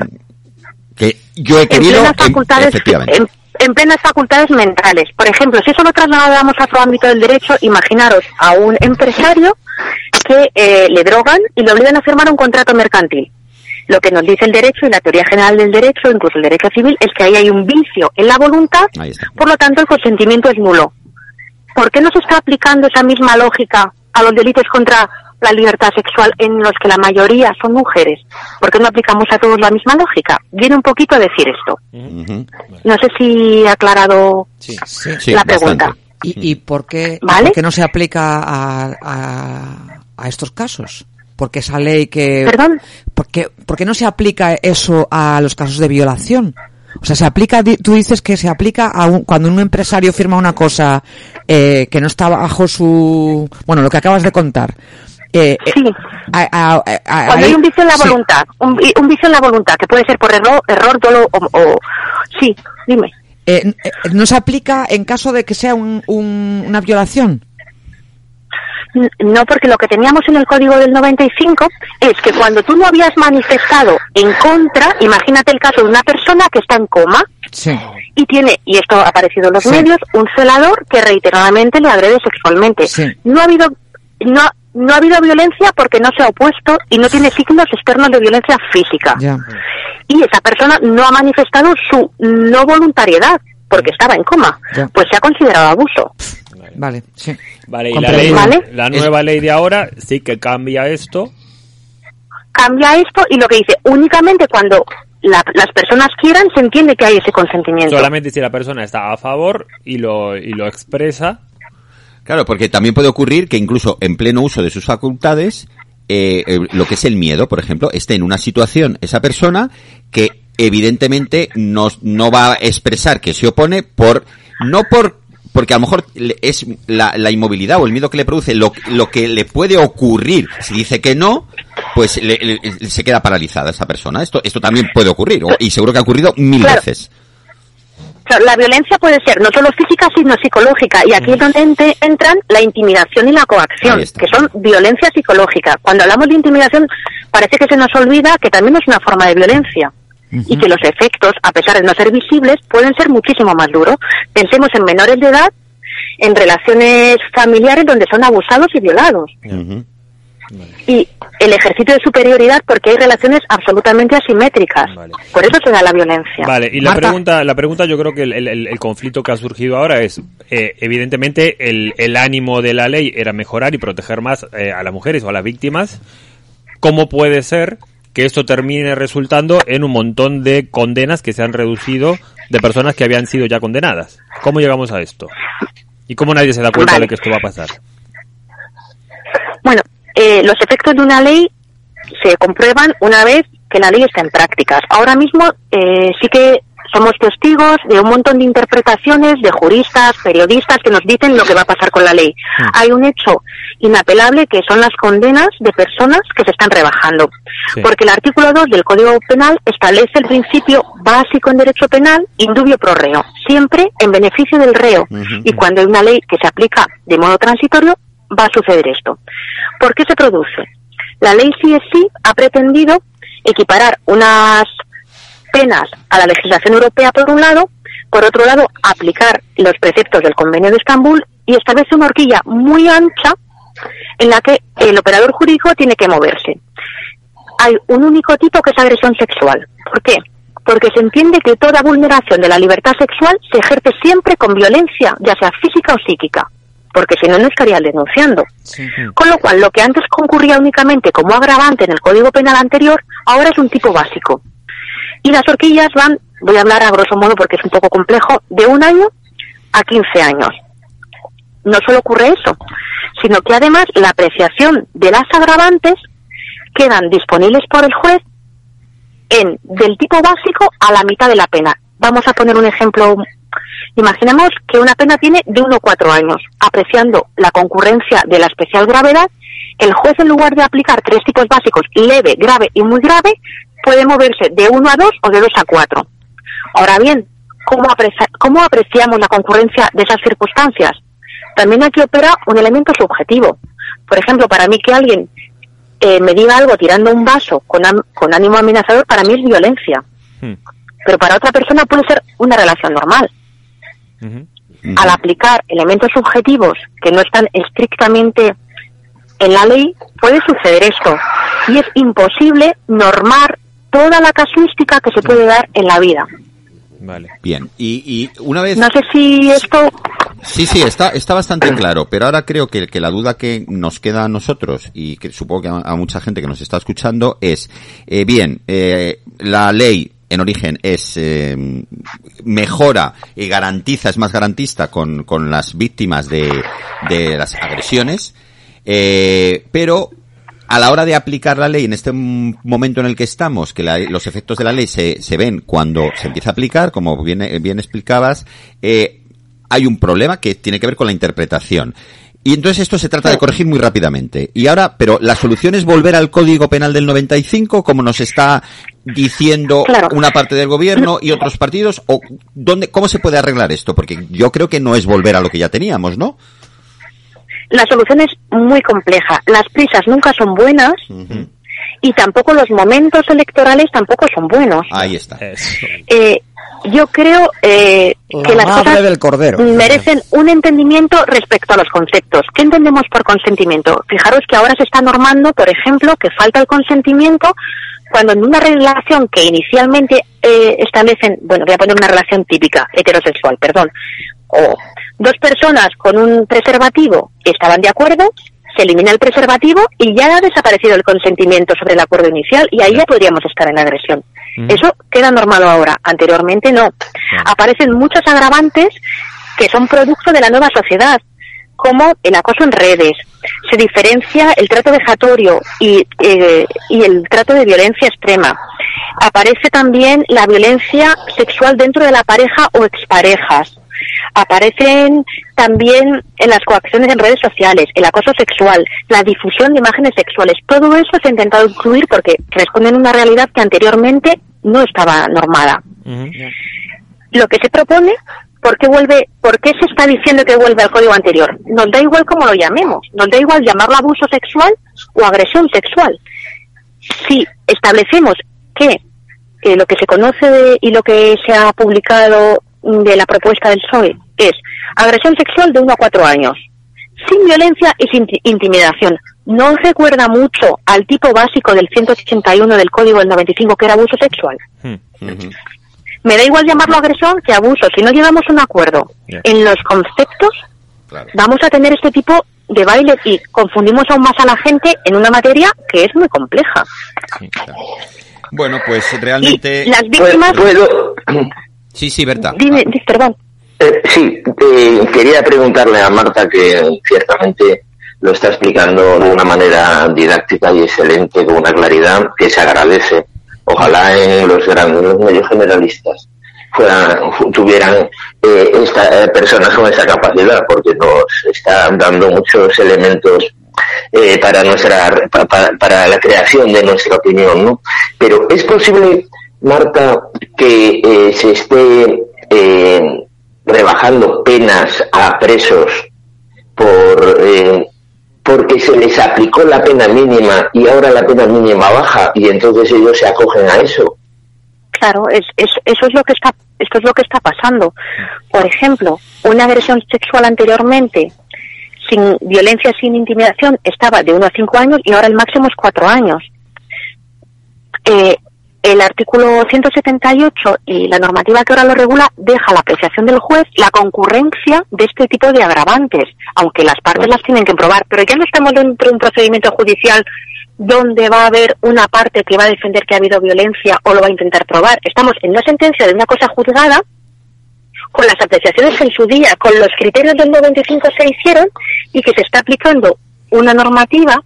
Speaker 7: que yo he
Speaker 9: en
Speaker 7: querido,
Speaker 9: plenas
Speaker 7: em-
Speaker 9: facultades,
Speaker 7: efectivamente.
Speaker 9: en, en plenas facultades mentales. Por ejemplo, si eso lo trasladamos a otro ámbito del derecho, imaginaros a un empresario que eh, le drogan y le obligan a firmar un contrato mercantil. Lo que nos dice el derecho y la teoría general del derecho, incluso el derecho civil, es que ahí hay un vicio en la voluntad,
Speaker 7: Ahí está.
Speaker 9: por lo tanto el consentimiento es nulo. ¿Por qué no se está aplicando esa misma lógica a los delitos contra la libertad sexual en los que la mayoría son mujeres? ¿Por qué no aplicamos a todos la misma lógica? Viene un poquito a decir esto.
Speaker 7: Ujú.
Speaker 9: No sé si he aclarado
Speaker 7: Sí,
Speaker 9: la
Speaker 7: bastante.
Speaker 9: pregunta.
Speaker 5: ¿Y, y por, qué, y
Speaker 9: ¿Vale?
Speaker 5: por qué no se aplica a, a- a estos casos? Porque esa ley que...
Speaker 9: ¿Perdón?
Speaker 5: ¿Por qué, por qué no se aplica eso a los casos de violación? O sea, se aplica, di- tú dices que se aplica a un- cuando un empresario firma una cosa eh, que no está bajo su... Bueno, lo que acabas de contar. Eh, eh,
Speaker 9: Sí.
Speaker 5: a- a- a- a-
Speaker 9: Cuando
Speaker 5: ahí-
Speaker 9: hay un vicio en la
Speaker 5: sí.
Speaker 9: voluntad, un, vi- un vicio en la voluntad, que puede ser por error, error, dolo o, o- Sí, dime.
Speaker 5: Eh, n- eh, ¿No se aplica en caso de que sea un- un- una violación?
Speaker 9: N- No, porque lo que teníamos en el código del 95 es que cuando tú no habías manifestado en contra, imagínate el caso de una persona que está en coma,
Speaker 5: Sí.
Speaker 9: y tiene, y esto ha aparecido en los
Speaker 5: Sí.
Speaker 9: medios, un celador que reiteradamente le agrede sexualmente.
Speaker 5: Sí.
Speaker 9: No ha habido no, no ha habido violencia porque no se ha opuesto y no tiene signos externos de violencia física.
Speaker 5: Ya.
Speaker 9: Y esa persona no ha manifestado su no voluntariedad porque estaba en coma.
Speaker 5: Ya.
Speaker 9: Pues se ha considerado abuso.
Speaker 5: Vale, sí.
Speaker 4: Vale, y la,
Speaker 5: Comprendo.
Speaker 4: ley,
Speaker 9: ¿Vale?
Speaker 4: la nueva ley de ahora sí que cambia esto.
Speaker 9: Cambia esto y lo que dice, únicamente cuando la- las personas quieran se entiende que hay ese consentimiento.
Speaker 4: Solamente si la persona está a favor y lo, y lo expresa.
Speaker 7: Claro, porque también puede ocurrir que incluso en pleno uso de sus facultades, eh, eh, lo que es el miedo, por ejemplo, esté en una situación esa persona que evidentemente no, no va a expresar que se opone por, no por, porque a lo mejor le- es la, la inmovilidad o el miedo que le produce lo, lo que le puede ocurrir. Si dice que no, pues le- le- se queda paralizada esa persona. Esto, esto también puede ocurrir o- y seguro que ha ocurrido mil
Speaker 9: Claro.
Speaker 7: veces.
Speaker 9: O sea, La violencia puede ser no solo física, sino psicológica. Y aquí es donde ente- entran la intimidación y la coacción,
Speaker 7: Ahí está.
Speaker 9: que son violencia psicológica. Cuando hablamos de intimidación, parece que se nos olvida que también es una forma de violencia. Y que los efectos, a pesar de no ser visibles, pueden ser muchísimo más duros. Pensemos en menores de edad, en relaciones familiares donde son abusados y violados
Speaker 7: Ujú.
Speaker 9: y el ejercicio de superioridad porque hay relaciones absolutamente asimétricas.
Speaker 4: Vale.
Speaker 9: Por eso se da la violencia.
Speaker 4: Vale, y la
Speaker 5: Marta.
Speaker 4: pregunta, la pregunta yo creo que el, el- el- el conflicto que ha surgido ahora es, eh, evidentemente, el, el ánimo de la ley era mejorar y proteger más eh, a las mujeres o a las víctimas. ¿Cómo puede ser que esto termine resultando en un montón de condenas que se han reducido de personas que habían sido ya condenadas? ¿Cómo llegamos a esto? ¿Y cómo nadie se da cuenta
Speaker 9: Vale.
Speaker 4: de que esto va a pasar?
Speaker 9: Bueno, eh, los efectos de una ley se comprueban una vez que la ley está en prácticas. Ahora mismo eh, sí que somos testigos de un montón de interpretaciones de juristas, periodistas que nos dicen lo que va a pasar con la ley. Hay un hecho inapelable que son las condenas de personas que se están rebajando.
Speaker 4: Sí.
Speaker 9: Porque el artículo 2 del Código Penal establece el principio básico en derecho penal, indubio pro reo, siempre en beneficio del reo. Y cuando hay una ley que se aplica de modo transitorio, va a suceder esto. ¿Por qué se produce? La ley CSI ha pretendido equiparar unas penas a la legislación europea por un lado, por otro lado aplicar los preceptos del Convenio de Estambul y establece una horquilla muy ancha en la que el operador jurídico tiene que moverse. Hay un único tipo que es agresión sexual. ¿Por qué? Porque se entiende que toda vulneración de la libertad sexual se ejerce siempre con violencia, ya sea física o psíquica, porque si no, no estaría denunciando. Con lo cual, lo que antes concurría únicamente como agravante en el Código Penal anterior, ahora es un tipo básico. Y las horquillas van, voy a hablar a grosso modo porque es un poco complejo, de un año a 15 años. No solo ocurre eso, sino que además la apreciación de las agravantes quedan disponibles por el juez en del tipo básico a la mitad de la pena. Vamos a poner un ejemplo. Imaginemos que una pena tiene de 1 a 4 años. Apreciando la concurrencia de la especial gravedad, el juez en lugar de aplicar tres tipos básicos, leve, grave y muy grave, puede moverse de 1 a 2 o de 2 a 4. Ahora bien, ¿cómo, aprecia- ¿cómo apreciamos la concurrencia de esas circunstancias? También aquí opera un elemento subjetivo. Por ejemplo, para mí que alguien eh, me diga algo tirando un vaso con, am- con ánimo amenazador, para mí es violencia.
Speaker 4: Hmm.
Speaker 9: Pero para otra persona puede ser una relación normal. Al aplicar elementos subjetivos que no están estrictamente en la ley, puede suceder esto. Y es imposible normar toda la casuística que se puede dar en la vida.
Speaker 4: Vale.
Speaker 7: Bien, y, y una vez...
Speaker 9: No sé si esto
Speaker 7: Sí, sí, está, está bastante claro, pero ahora creo que, que la duda que nos queda a nosotros y que supongo que a, a mucha gente que nos está escuchando es, eh, bien, eh, la ley en origen es eh, mejora y garantiza, es más garantista con, con las víctimas de, de las agresiones, eh, pero a la hora de aplicar la ley, en este mm, momento en el que estamos, que la- los efectos de la ley se, se ven cuando se empieza a aplicar, como bien, eh, bien explicabas, eh, hay un problema que tiene que ver con la interpretación. Y entonces esto se trata de corregir muy rápidamente. Y ahora, pero la solución es volver al Código Penal del 95, como nos está diciendo
Speaker 9: Claro.
Speaker 7: una parte del gobierno y otros partidos, o dónde, cómo se puede arreglar esto, porque yo creo que no es volver a lo que ya teníamos, ¿no?
Speaker 9: la solución es muy compleja. Las prisas nunca son buenas y tampoco los momentos electorales tampoco son buenos.
Speaker 7: Ahí está.
Speaker 4: Eso.
Speaker 9: Eh, yo creo eh, que
Speaker 5: La
Speaker 9: las
Speaker 5: madre
Speaker 9: cosas
Speaker 5: del cordero.
Speaker 9: merecen un entendimiento respecto a los conceptos. ¿Qué entendemos por consentimiento? Fijaros que ahora se está normando, por ejemplo, que falta el consentimiento cuando en una relación que inicialmente eh, establecen, bueno, voy a poner una relación típica, heterosexual, perdón, o dos personas con un preservativo que estaban de acuerdo, se elimina el preservativo y ya ha desaparecido el consentimiento sobre el acuerdo inicial y ahí ya podríamos estar en agresión. Eso queda normado ahora, anteriormente no. Aparecen muchos agravantes que son producto de la nueva sociedad, como el acoso en redes. Se diferencia el trato vejatorio y, eh, y el trato de violencia extrema. Aparece también la violencia sexual dentro de la pareja o exparejas. Aparecen también en las coacciones en redes sociales, el acoso sexual, la difusión de imágenes sexuales. Todo eso se ha intentado incluir porque responden a una realidad que anteriormente no estaba normada lo que se propone, ¿por qué vuelve, por qué se está diciendo que vuelve al código anterior? Nos da igual cómo lo llamemos, nos da igual llamarlo abuso sexual o agresión sexual. Si establecemos que eh, lo que se conoce de- y lo que se ha publicado de la propuesta del PSOE E es agresión sexual de 1 a 4 años, sin violencia y sin ti- intimidación. ¿No os recuerda mucho al tipo básico del 181 del Código del 95 que era abuso sexual?
Speaker 7: Ujú.
Speaker 9: Me da igual llamarlo agresión que abuso. Si no llegamos a un acuerdo
Speaker 4: Ya.
Speaker 9: en los conceptos,
Speaker 7: Claro.
Speaker 9: vamos a tener este tipo de baile y confundimos aún más a la gente en una materia que es muy compleja.
Speaker 7: Bueno, pues
Speaker 9: Y
Speaker 7: realmente...
Speaker 9: las víctimas...
Speaker 10: ¿Puedo?
Speaker 7: Sí, sí, Berta.
Speaker 9: Dime, di- perdón.
Speaker 10: Eh, sí, eh, quería preguntarle a Marta que ciertamente lo está explicando de una manera didáctica y excelente, eh, con una claridad que se agradece. Ojalá en los grandes medios generalistas fueran, tuvieran eh, esta, eh, personas con esa capacidad, porque nos están dando muchos elementos eh, para nuestra pa- pa- para la creación de nuestra opinión, ¿no? Pero es posible, Marta, que eh, se esté eh, rebajando penas a presos por eh, porque se les aplicó la pena mínima y ahora la pena mínima baja y entonces ellos se acogen a eso.
Speaker 9: Claro, es, es- eso es lo que está, esto es lo que está pasando. Por ejemplo, una agresión sexual anteriormente, sin violencia, sin intimidación, estaba de 1 a 5 años y ahora el máximo es 4 años. Eh, el artículo 178 y la normativa que ahora lo regula deja a la apreciación del juez la concurrencia de este tipo de agravantes, aunque las partes las tienen que probar. Pero ya no estamos dentro de un procedimiento judicial donde va a haber una parte que va a defender que ha habido violencia o lo va a intentar probar. Estamos en una sentencia de una cosa juzgada con las apreciaciones en su día, con los criterios del 95 se hicieron y que se está aplicando una normativa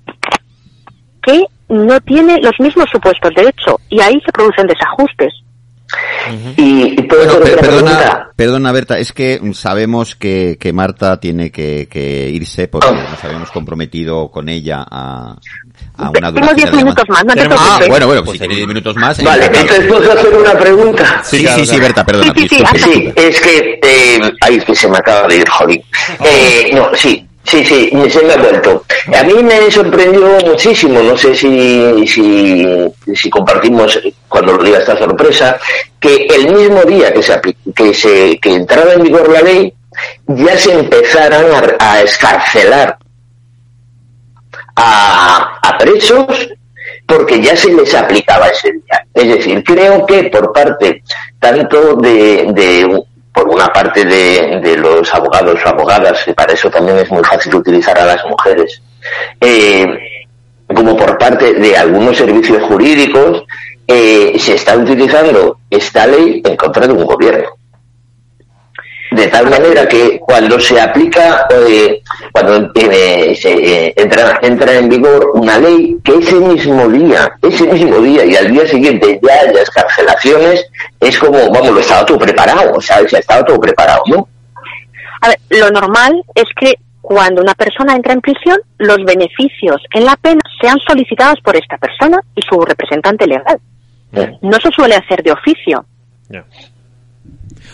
Speaker 9: que no tiene los mismos supuestos de hecho y ahí se producen desajustes.
Speaker 10: Y, y puedo
Speaker 7: Bueno,
Speaker 10: hacer
Speaker 7: pe-
Speaker 10: otra
Speaker 7: perdona,
Speaker 10: pregunta.
Speaker 7: perdona, Berta, es que sabemos que, que Marta tiene que, que irse porque nos habíamos comprometido con ella a, a
Speaker 9: Tengo
Speaker 7: una duración
Speaker 9: 10
Speaker 7: de la
Speaker 9: minutos
Speaker 7: llamada.
Speaker 9: más, no te
Speaker 4: Tenemos-
Speaker 7: Ah,
Speaker 9: preocupes.
Speaker 7: bueno, bueno, pues si tiene 10 minutos más.
Speaker 10: Vale,
Speaker 7: encantado.
Speaker 10: entonces puedo hacer una pregunta.
Speaker 7: Sí, sí,
Speaker 4: claro,
Speaker 7: sí,
Speaker 4: claro.
Speaker 7: Berta,
Speaker 9: Sí,
Speaker 7: perdona.
Speaker 9: sí, sí,
Speaker 7: disculpa,
Speaker 9: hasta-
Speaker 7: disculpa.
Speaker 10: Sí, es que, eh, ay, que se me acaba de ir, jolín. Eh, no, sí, sí, sí, se me ha vuelto. A mí me sorprendió muchísimo, no sé si, si, si compartimos cuando lo diga esta sorpresa, que el mismo día que se, apli- que se que entrara en vigor la ley, ya se empezaran a, a escarcelar a, a presos porque ya se les aplicaba ese día. Es decir, creo que por parte tanto de, de- por una parte de, de los abogados o abogadas, que para eso también es muy fácil utilizar a las mujeres, eh, como por parte de algunos servicios jurídicos, eh, se está utilizando esta ley en contra de un gobierno. De tal manera que cuando se aplica, eh, cuando eh, se, eh, entra, entra en vigor una ley, que ese mismo día, ese mismo día y al día siguiente ya haya escarcelaciones, es como, vamos, lo estaba todo preparado, ¿sabes? Ya estaba todo preparado, ¿no?
Speaker 9: A ver, lo normal es que cuando una persona entra en prisión, los beneficios en la pena sean solicitados por esta persona y su representante legal. No se suele hacer de oficio.
Speaker 4: Ya.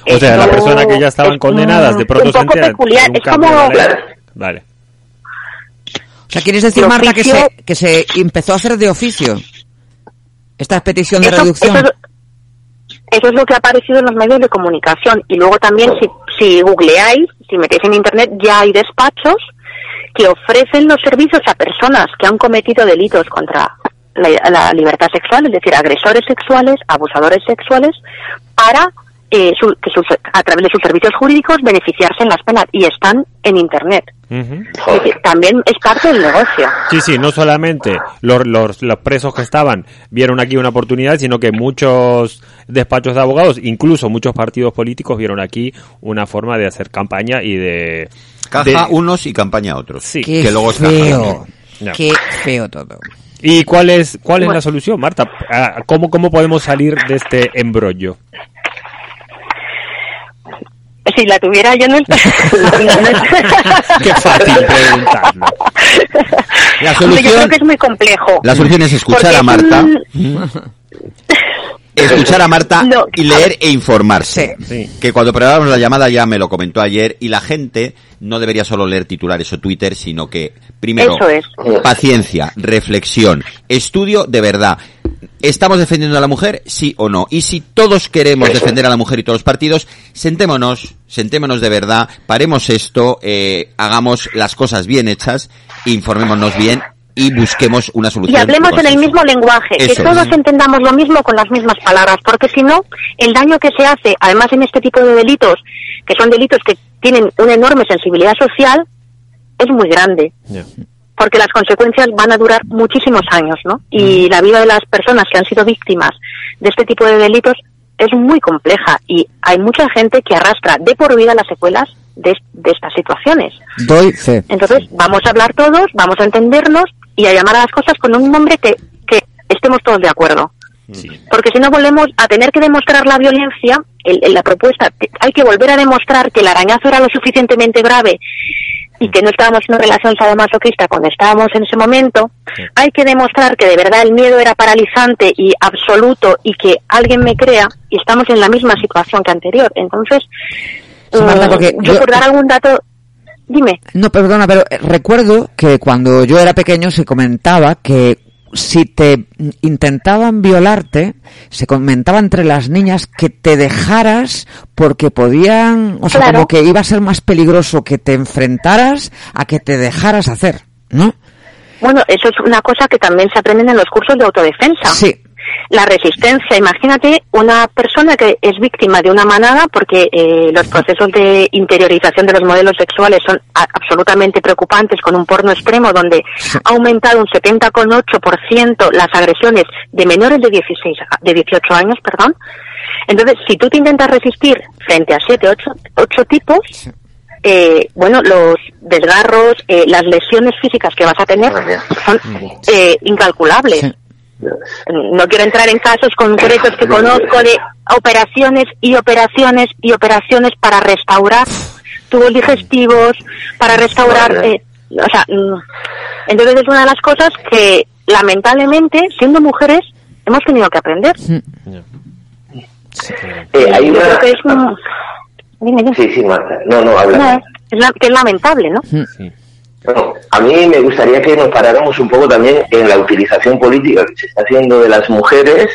Speaker 4: O sea,
Speaker 9: Esto
Speaker 4: las personas que ya estaban
Speaker 9: es
Speaker 4: condenadas
Speaker 9: un-
Speaker 4: de pronto
Speaker 9: un
Speaker 4: se
Speaker 9: poco
Speaker 4: enteran.
Speaker 9: peculiar,
Speaker 4: hay un
Speaker 9: es
Speaker 4: cambio
Speaker 9: como-
Speaker 4: de ley.
Speaker 10: Claro.
Speaker 4: Vale.
Speaker 5: O sea, ¿quieres decir,
Speaker 9: De
Speaker 5: Marta, que se,
Speaker 9: oficio-
Speaker 5: que se empezó a hacer de oficio esta petición de
Speaker 9: Eso-
Speaker 5: reducción?
Speaker 9: Eso, es- eso es lo que ha aparecido en los medios de comunicación. Y luego también, si, si googleáis, si metéis en internet, ya hay despachos que ofrecen los servicios a personas que han cometido delitos contra la, la libertad sexual, es decir, agresores sexuales, abusadores sexuales, para eh, su- que sus- a través de sus servicios jurídicos beneficiarse en las penas. Y están en internet.
Speaker 4: Ujú.
Speaker 9: Es decir, también es parte del negocio.
Speaker 4: Sí, sí, no solamente los, los, los presos que estaban vieron aquí una oportunidad, sino que muchos despachos de abogados, incluso muchos partidos políticos, vieron aquí una forma de hacer campaña y de...
Speaker 7: Caja
Speaker 4: de-
Speaker 7: unos y campaña otros.
Speaker 4: Sí.
Speaker 5: Qué
Speaker 7: que luego es caja,
Speaker 5: feo.
Speaker 4: ¿no?
Speaker 5: Qué feo todo.
Speaker 4: ¿Y cuál es, cuál es
Speaker 9: Bueno.
Speaker 4: la solución, Marta? Ah, ¿Cómo, ¿Cómo podemos salir de este embrollo?
Speaker 9: Si la tuviera yo no estaría...
Speaker 4: Qué fácil preguntarlo.
Speaker 9: Hombre,
Speaker 7: La
Speaker 9: Yo creo
Speaker 7: solución,
Speaker 9: que es muy complejo.
Speaker 7: la solución es escuchar
Speaker 9: Porque
Speaker 7: a Marta,
Speaker 9: es
Speaker 7: escuchar a Marta
Speaker 9: No,
Speaker 7: y leer e informarse.
Speaker 4: Sí.
Speaker 7: Que cuando preparábamos la llamada ya me lo comentó ayer y la gente no debería solo leer titulares o Twitter, sino que primero eh,
Speaker 9: Eso es.
Speaker 7: paciencia, reflexión, estudio de verdad. ¿Estamos defendiendo a la mujer? Sí o no. Y si todos queremos defender a la mujer y todos los partidos, sentémonos, sentémonos de verdad, paremos esto, eh, hagamos las cosas bien hechas, informémonos bien y busquemos una
Speaker 9: Y
Speaker 7: solución.
Speaker 9: hablemos
Speaker 7: con
Speaker 9: en el
Speaker 7: consenso.
Speaker 9: mismo lenguaje,
Speaker 7: Eso
Speaker 9: que
Speaker 7: es.
Speaker 9: todos entendamos lo mismo con las mismas palabras, porque si no, el daño que se hace, además en este tipo de delitos, que son delitos que tienen una enorme sensibilidad social, es muy grande,
Speaker 4: Ya.
Speaker 9: porque las consecuencias van a durar muchísimos años, ¿no?
Speaker 7: Mm.
Speaker 9: Y la vida de las personas que han sido víctimas de este tipo de delitos es muy compleja y hay mucha gente que arrastra de por vida las secuelas de- de estas situaciones.
Speaker 5: Doy fe.
Speaker 9: Entonces, vamos a hablar todos, vamos a entendernos y a llamar a las cosas con un nombre que, que estemos todos de acuerdo.
Speaker 4: Sí.
Speaker 9: Porque si no volvemos a tener que demostrar la violencia, el- el- la propuesta, te- hay que volver a demostrar que el arañazo era lo suficientemente grave y que no estábamos en una relación sadomasoquista cuando estábamos en ese momento, hay que demostrar que de verdad el miedo era paralizante y absoluto y que alguien me crea y estamos en la misma situación que anterior. Entonces,
Speaker 5: Sí, Marta,
Speaker 9: mm,
Speaker 5: porque
Speaker 9: yo,
Speaker 5: yo-
Speaker 9: por dar algún dato, dime,
Speaker 5: No, perdona, pero eh, recuerdo que cuando yo era pequeño se comentaba que si te mm, intentaban violarte, se comentaba entre las niñas que te dejaras porque podían, o sea,
Speaker 9: Claro.
Speaker 5: como que iba a ser más peligroso que te enfrentaras a que te dejaras hacer, ¿no?
Speaker 9: bueno, eso es una cosa que también se aprende en los cursos de autodefensa.
Speaker 5: Sí.
Speaker 9: la resistencia. Imagínate una persona que es víctima de una manada porque eh, los procesos de interiorización de los modelos sexuales son a- absolutamente preocupantes con un porno extremo donde ha aumentado un 70,8% las agresiones de menores de 16 a- de 18 años, perdón. Entonces, si tú te intentas resistir frente a 7, 8, ocho tipos, eh, bueno, los desgarros, eh, las lesiones físicas que vas a tener son eh, incalculables
Speaker 5: Sí.
Speaker 9: no quiero entrar en casos concretos que conozco de operaciones y operaciones y operaciones para restaurar tubos digestivos, para restaurar...
Speaker 10: Vale.
Speaker 9: eh, o sea, mm, entonces es una de las cosas que lamentablemente, siendo mujeres, hemos tenido que aprender.
Speaker 10: Eh, hay
Speaker 9: Yo creo
Speaker 10: una...
Speaker 9: que es... un- Dime, dime.
Speaker 10: Sí, sí, Marta. No, no, habla.
Speaker 9: No, es la- que es lamentable, ¿no?
Speaker 10: Bueno, a mí me gustaría que nos paráramos un poco también en la utilización política que se está haciendo de las mujeres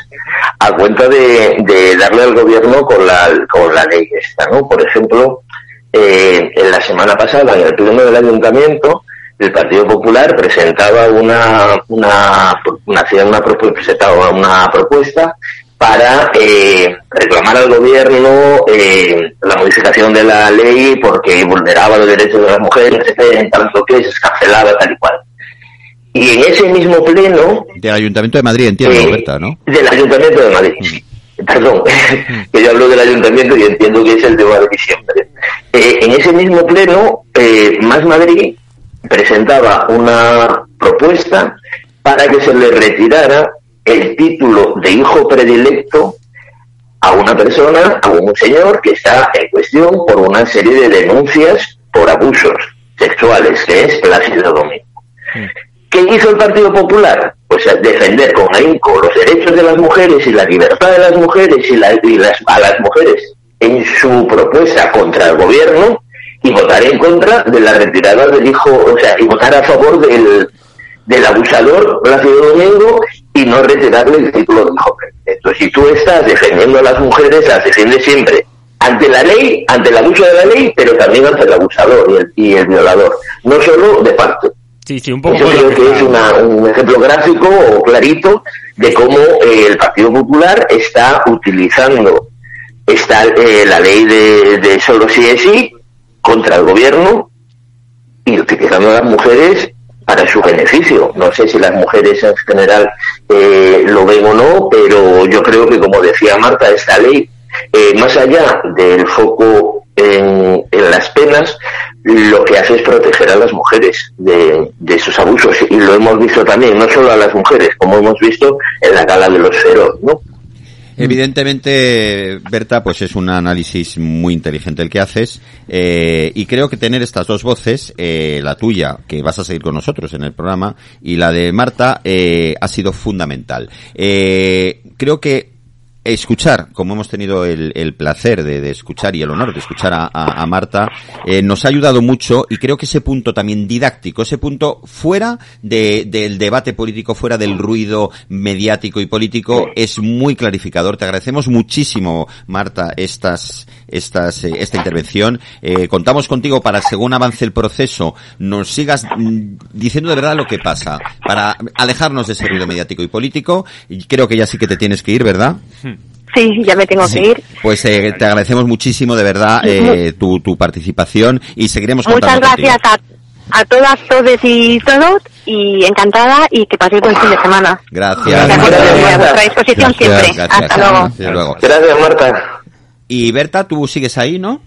Speaker 10: a cuenta de, de darle al gobierno con la, con la ley esta, ¿no? Por ejemplo, eh, en la semana pasada, en el pleno del ayuntamiento, el Partido Popular presentaba una, una, una, hacía una, propu- presentaba una propuesta para eh, reclamar al gobierno eh, la modificación de la ley porque vulneraba los derechos de las mujeres, no sé qué, en tanto que es cancelada tal y cual. Y en ese mismo pleno
Speaker 7: Del Ayuntamiento de Madrid, entiendo,
Speaker 10: eh,
Speaker 7: Roberta, ¿no?
Speaker 10: Del Ayuntamiento de Madrid. Perdón, que yo hablo del Ayuntamiento y entiendo que es el de Madrid siempre. Eh, en ese mismo pleno, eh, Más Madrid presentaba una propuesta para que se le retirara el título de hijo predilecto a una persona, a un señor que está en cuestión por una serie de denuncias por abusos sexuales, que es Plácido Domingo. ¿Qué hizo el Partido Popular? Pues a defender con ahínco los derechos de las mujeres y la libertad de las mujeres y, la- y las, a las mujeres en su propuesta contra el gobierno y votar en contra de la retirada del hijo, o sea, y votar a favor del, del abusador Plácido Domingo y no retirarle el título de hijo. Entonces, si tú estás defendiendo a las mujeres, las defiendes siempre ante la ley, ante el abuso de la ley, pero también ante el abusador y el, y el violador, no solo de facto.
Speaker 4: Sí, sí, un poco.
Speaker 10: Yo creo que es una- un ejemplo gráfico o clarito de cómo eh, el Partido Popular está utilizando esta, eh, la ley de, de solo sí es sí contra el gobierno y utilizando a las mujeres para su beneficio. No sé si las mujeres en general eh, lo ven o no, pero yo creo que, como decía Marta, esta ley, eh, más allá del foco en, en las penas, lo que hace es proteger a las mujeres de, de esos abusos. Y lo hemos visto también, no solo a las mujeres, como hemos visto en la gala de los feroz, ¿no?
Speaker 7: Evidentemente, Berta, pues es un análisis muy inteligente el que haces eh, y creo que tener estas dos voces, eh, la tuya, que vas a seguir con nosotros en el programa, y la de Marta, eh, ha sido fundamental. Eh, creo que escuchar, como hemos tenido el, el placer de, de escuchar y el honor de escuchar a, a- a Marta, eh, nos ha ayudado mucho y creo que ese punto también didáctico, ese punto fuera de- del debate político, fuera del ruido mediático y político, es muy clarificador. Te agradecemos muchísimo, Marta, estas, estas, eh, esta intervención. Eh, contamos contigo para, según avance el proceso, nos sigas mm, diciendo de verdad lo que pasa, para alejarnos de ese ruido mediático y político. Y creo que ya sí que te tienes que ir, ¿verdad?
Speaker 9: Sí, ya me tengo que ir.
Speaker 7: Pues eh, te agradecemos muchísimo, de verdad, eh, tu, tu participación y seguiremos
Speaker 9: Muchas
Speaker 7: contando
Speaker 9: gracias
Speaker 7: contigo.
Speaker 9: a, a todas, todes y todos y encantada y que paséis buen fin de semana.
Speaker 7: Gracias.
Speaker 9: De acuerdo, a vuestra disposición
Speaker 8: Gracias,
Speaker 9: siempre.
Speaker 7: Gracias.
Speaker 9: Hasta luego.
Speaker 7: Hasta luego.
Speaker 10: Gracias, Marta.
Speaker 7: Y Berta, tú sigues ahí, ¿no?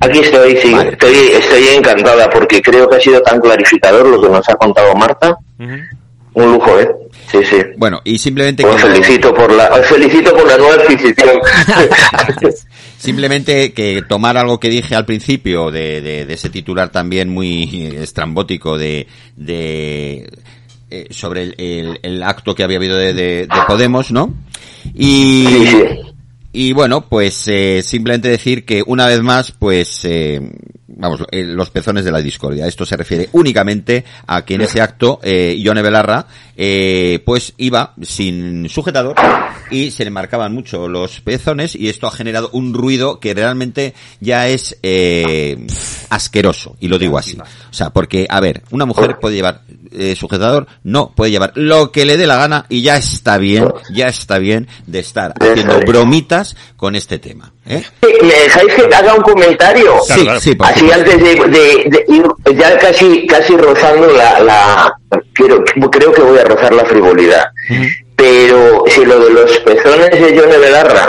Speaker 10: Aquí estoy, sí,
Speaker 7: Vale.
Speaker 10: estoy, estoy encantada porque creo que ha sido tan clarificador lo que nos ha contado Marta. un lujo, ¿eh? Sí, sí.
Speaker 7: Bueno, y simplemente
Speaker 10: Os
Speaker 7: que-
Speaker 10: felicito por la, os felicito por la nueva adquisición.
Speaker 7: Simplemente que tomar algo que dije al principio de, de- de ese titular también muy estrambótico de, de eh, sobre el, el- el acto que había habido de, de- de Podemos, ¿no?
Speaker 10: Sí,
Speaker 7: Y,
Speaker 10: sí.
Speaker 7: y bueno, pues eh, simplemente decir que una vez más, pues eh, vamos, eh, los pezones de la discordia. Esto se refiere únicamente a que en ese acto eh, Ione Belarra, eh, pues iba sin sujetador y se le marcaban mucho los pezones y esto ha generado un ruido que realmente ya es eh, asqueroso y lo digo así. O sea, porque a ver, una mujer puede llevar eh, sujetador, no puede llevar lo que le dé la gana y ya está bien, ya está bien de estar haciendo bromitas con este tema. ¿eh?
Speaker 10: ¿Me dejáis que haga un comentario?
Speaker 7: Sí, sí, por
Speaker 10: Así
Speaker 7: favor.
Speaker 10: antes de, de- de ir ya casi casi rozando la, la quiero, creo que voy a rozar la frivolidad. Pero si lo de los pezones de John de Belarra,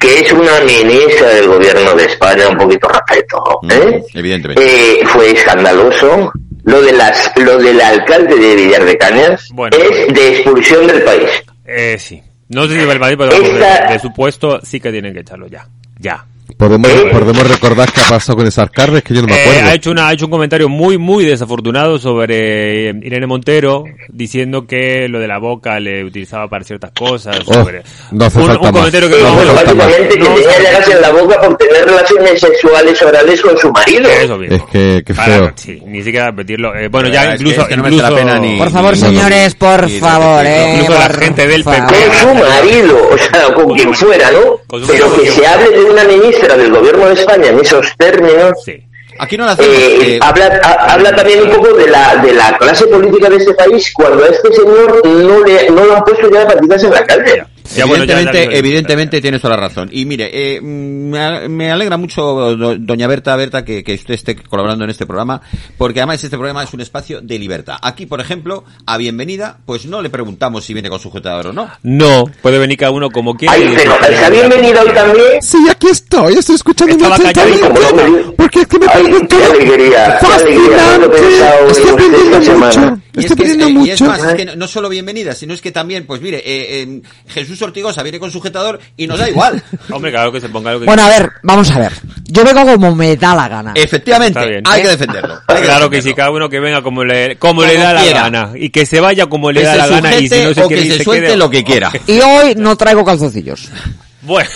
Speaker 10: que es una ministra del gobierno de España, un poquito respeto, ¿eh?
Speaker 7: Mm, evidentemente.
Speaker 10: Eh, fue escandaloso. Lo de las lo del alcalde de Villar de Cañas
Speaker 4: Bueno.
Speaker 10: es de expulsión del país.
Speaker 4: Eh, sí. No sé si Belvadí, pero vamos,
Speaker 10: Esta-
Speaker 4: de, de su puesto sí que tienen que echarlo ya. Ya.
Speaker 8: Podemos, podemos recordar qué ha pasado con esas carnes, que yo no me
Speaker 4: Eh,
Speaker 8: acuerdo.
Speaker 4: ha, hecho una, ha hecho un comentario muy, muy desafortunado sobre eh, Irene Montero, diciendo que lo de la boca le utilizaba para ciertas cosas.
Speaker 8: Oh,
Speaker 4: sobre-
Speaker 8: no hace
Speaker 4: un,
Speaker 8: falta
Speaker 4: un
Speaker 8: más.
Speaker 4: comentario que
Speaker 8: No hace
Speaker 10: pues
Speaker 4: vamos a-
Speaker 8: falta más.
Speaker 10: Básicamente que
Speaker 4: no,
Speaker 10: tenía
Speaker 4: no,
Speaker 10: llagas en la boca por tener relaciones sexuales orales con su marido.
Speaker 4: Eso mismo.
Speaker 8: Es que, qué
Speaker 4: Para-
Speaker 8: feo.
Speaker 4: sí, ni siquiera repetirlo. Eh, bueno,
Speaker 7: La
Speaker 4: ya
Speaker 7: verdad Ah, es que-
Speaker 4: incluso.
Speaker 7: es que no merece
Speaker 4: incluso
Speaker 7: la pena ni-
Speaker 5: Por favor,
Speaker 8: No, no.
Speaker 5: señores, por
Speaker 7: Sí,
Speaker 5: favor,
Speaker 7: sí, sí,
Speaker 5: eh.
Speaker 4: incluso la
Speaker 5: por
Speaker 4: gente del
Speaker 5: favor.
Speaker 4: PP.
Speaker 10: con su marido, o sea, con quien fuera, ¿no?
Speaker 4: Con su
Speaker 10: Pero que
Speaker 4: marido.
Speaker 10: se hable de una ministra del gobierno de España en esos términos,
Speaker 4: Sí.
Speaker 7: Aquí no lo hacemos.
Speaker 10: eh,
Speaker 7: eh,
Speaker 10: habla, ha- habla también un poco de la, de la clase política de este país cuando a este señor no le, no lo han puesto ya partidas en la calle.
Speaker 4: Ya, bueno, ya- ya-
Speaker 7: evidentemente,
Speaker 4: ya-
Speaker 7: evidentemente tienes toda la razón. Y mire, eh, mm, me a- me alegra mucho, do- doña Berta, Berta, que, que usted esté colaborando en este programa, porque además este programa es un espacio de libertad. Aquí, por ejemplo, a bienvenida, pues no le preguntamos si viene con sujetador o no.
Speaker 4: No, puede venir cada uno como quiera.
Speaker 10: Ay,
Speaker 4: y-
Speaker 10: pero está bien venido hoy también.
Speaker 8: Sí, aquí estoy, estoy escuchando
Speaker 4: Estaba
Speaker 8: una
Speaker 4: callado
Speaker 10: y como no me dio-
Speaker 8: porque es que me
Speaker 10: Ay,
Speaker 8: preguntó.
Speaker 10: qué alegría, qué alegría, no lo he pensado
Speaker 8: Fascinante, estoy
Speaker 10: en usted
Speaker 8: aprendiendo
Speaker 10: esta semana.
Speaker 8: mucho,
Speaker 7: Y
Speaker 8: estoy
Speaker 7: es que es-
Speaker 8: aprendiendo
Speaker 7: eh, y es
Speaker 8: mucho.
Speaker 7: más, es que no, no solo bienvenida, sino es que también, pues mire, eh, eh, Jesús Ortigosa viene con sujetador y nos da igual.
Speaker 4: Hombre, claro que se ponga lo que
Speaker 5: Bueno, a ver, vamos a ver. Yo vengo como me da la gana.
Speaker 4: Está
Speaker 7: Efectivamente,
Speaker 4: bien.
Speaker 7: hay que defenderlo. hay
Speaker 4: Claro que
Speaker 7: defenderlo.
Speaker 4: sí, cada uno que venga como le, como
Speaker 7: Como
Speaker 4: le da
Speaker 7: quiera.
Speaker 4: la gana. Y que se vaya como le
Speaker 7: Que
Speaker 4: da
Speaker 7: se
Speaker 4: la gana. Y si
Speaker 7: sujete
Speaker 4: no se
Speaker 7: o
Speaker 4: quiere
Speaker 7: que
Speaker 4: ir,
Speaker 7: se
Speaker 4: se
Speaker 7: suelte
Speaker 4: quede-
Speaker 7: lo que quiera.
Speaker 5: Y hoy no traigo calzoncillos.
Speaker 4: Bueno,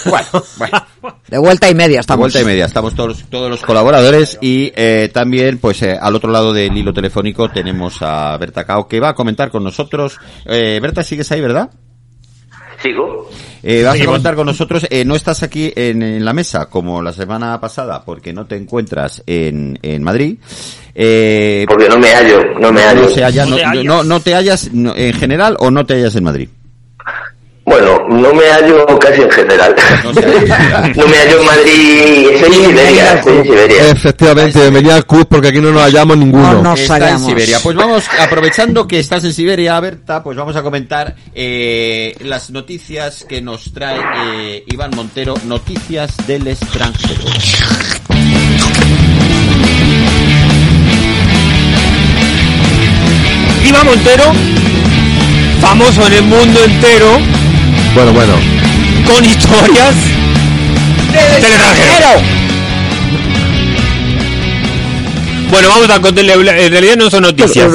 Speaker 7: bueno.
Speaker 5: De vuelta y media
Speaker 7: A
Speaker 5: estamos.
Speaker 7: vuelta y media, estamos todos, todos los colaboradores y eh, también, pues eh, al otro lado del hilo telefónico tenemos a Berta Cao que va a comentar con nosotros. Eh, Berta, sigues ahí, ¿verdad?
Speaker 10: Sigo.
Speaker 7: Eh, vas a
Speaker 4: Seguimos.
Speaker 7: comentar con nosotros. Eh, no estás aquí en, en la mesa como la semana pasada porque no te encuentras en, en Madrid. Eh,
Speaker 10: Porque no me hallo, no me hallo.
Speaker 7: no, se halla-
Speaker 4: No
Speaker 7: no-
Speaker 4: te hallas.
Speaker 7: no- no te hallas no, en general o no te hallas en Madrid.
Speaker 10: Bueno, no me hallo casi en general.
Speaker 7: No se halla.
Speaker 10: No me hallo en Madrid, estoy en Siberia, estoy en Siberia.
Speaker 8: Efectivamente, bienvenida al CUS porque aquí no nos hallamos ninguno.
Speaker 5: No, no. Nos
Speaker 7: está
Speaker 5: hallamos.
Speaker 7: en Siberia. Pues vamos, aprovechando que estás en Siberia, Berta, pues vamos a comentar eh, las noticias que nos trae eh, Iván Montero, noticias del extranjero.
Speaker 4: Iván Montero, famoso en el mundo entero, pues.
Speaker 8: Bueno, bueno.
Speaker 4: con historias del extranjero. Bueno, vamos a contarle, en realidad no son noticias,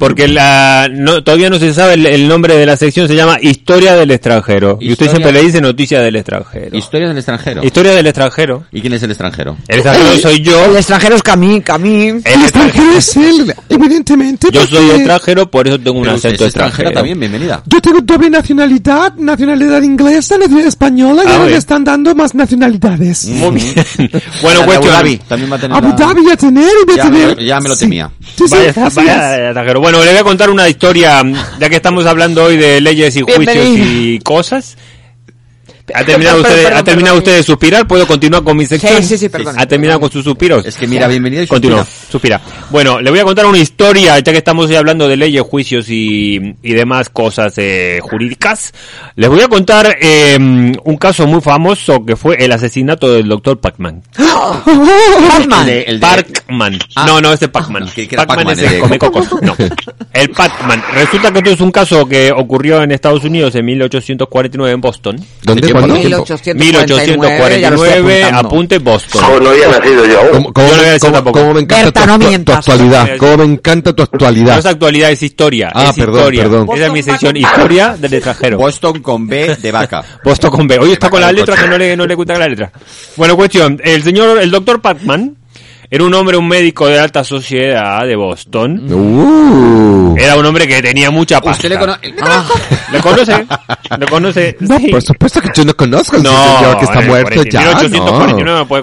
Speaker 4: porque la, no- todavía no se sabe el, el nombre de la sección, se llama Historia del extranjero. Y usted
Speaker 7: Historia-
Speaker 4: siempre le dice Noticias del extranjero.
Speaker 7: Historias del extranjero.
Speaker 4: Historia del extranjero.
Speaker 7: ¿Y quién es el extranjero?
Speaker 4: El extranjero soy yo.
Speaker 5: El extranjero es Camín, Camín.
Speaker 4: El extranjero.
Speaker 8: ¿Quién es él? Evidentemente.
Speaker 4: Yo soy
Speaker 8: porque
Speaker 4: extranjero, por eso tengo un
Speaker 7: Pero usted
Speaker 4: acento
Speaker 7: es extranjera
Speaker 4: extranjero.
Speaker 7: también, bienvenida.
Speaker 8: Yo tengo doble nacionalidad, nacionalidad inglesa, nacionalidad española, y
Speaker 4: Ah,
Speaker 8: ahora
Speaker 4: bien.
Speaker 8: me están dando más nacionalidades.
Speaker 4: Muy bien. bueno,
Speaker 7: Abu Dhabi
Speaker 4: cuestión.
Speaker 7: también va a tener
Speaker 8: Abu
Speaker 7: la-
Speaker 8: Dhabi ya tener, voy a
Speaker 7: Ya me lo-
Speaker 8: tener.
Speaker 7: ya me lo
Speaker 8: Sí.
Speaker 7: temía.
Speaker 8: Sí, sí,
Speaker 4: Vaya,
Speaker 8: gracias.
Speaker 4: vaya extranjero. Bueno, le voy a contar una historia, mm, ya que estamos hablando hoy de leyes y juicios
Speaker 5: Bienvenido.
Speaker 4: y cosas. ¿Ha terminado,
Speaker 5: Perdón,
Speaker 4: usted, de-
Speaker 5: perdón,
Speaker 4: ¿ha terminado
Speaker 5: perdón.
Speaker 4: usted de suspirar? ¿Puedo continuar con mi sección?
Speaker 5: sí, sí, perdón.
Speaker 4: ¿Ha terminado con sus suspiros?
Speaker 7: Es que mira, bienvenido y
Speaker 4: Continúa, suspira. Bueno, le voy a contar una historia, ya que estamos hoy hablando de leyes, juicios y, y demás cosas eh, jurídicas. Les voy a contar eh, un caso muy famoso que fue el asesinato del doctor Pacman.
Speaker 7: El
Speaker 5: Batman.
Speaker 7: de- el de-
Speaker 4: Pacman.
Speaker 7: Ah.
Speaker 4: no, no, ese Pacman.
Speaker 7: Creí que era
Speaker 4: Pacman
Speaker 7: Pac-Man,
Speaker 4: es el
Speaker 7: el de-
Speaker 4: comecocos. No. El Pacman. Resulta que esto es un caso que ocurrió en Estados Unidos en 1849 en Boston.
Speaker 8: ¿Dónde?
Speaker 7: ¿De
Speaker 8: ¿Cuándo?
Speaker 7: tiempo?
Speaker 5: 1849, ya lo estoy
Speaker 4: 1849,
Speaker 5: apuntando.
Speaker 4: apunte Boston.
Speaker 10: Jo, no había nacido yo aún.
Speaker 8: ¿Cómo, cómo-
Speaker 4: Yo no voy a decir
Speaker 8: cómo-
Speaker 4: tampoco.
Speaker 8: cómo me encanta
Speaker 5: Berta,
Speaker 8: tu,
Speaker 5: no
Speaker 8: actu- tu
Speaker 5: mientas.
Speaker 8: actualidad? ¿Cómo me encanta tu
Speaker 4: No es
Speaker 8: actualidad?
Speaker 4: actualidad, es historia.
Speaker 8: Ah,
Speaker 4: es
Speaker 8: perdón,
Speaker 4: historia.
Speaker 8: perdón.
Speaker 4: Esa es mi sección historia del extranjero.
Speaker 7: Boston con B de vaca.
Speaker 4: Boston con B. Hoy está con la
Speaker 7: Bacalao
Speaker 4: letra que no le, no le gusta la letra. Bueno, cuestión. El señor, el doctor Pacman, era un hombre, un médico de alta sociedad de Boston.
Speaker 8: Uh,
Speaker 4: Era un hombre que tenía mucha pasta. Ah,
Speaker 7: Usted le conoce.
Speaker 4: ¿Lo conoce? ¿Lo conoce? Sí.
Speaker 8: Pues, por supuesto que yo no conozco al
Speaker 4: No,
Speaker 8: este
Speaker 4: eh,
Speaker 8: señor que está
Speaker 4: en el
Speaker 8: muerto ya.
Speaker 4: 1849 no
Speaker 8: no.
Speaker 4: puede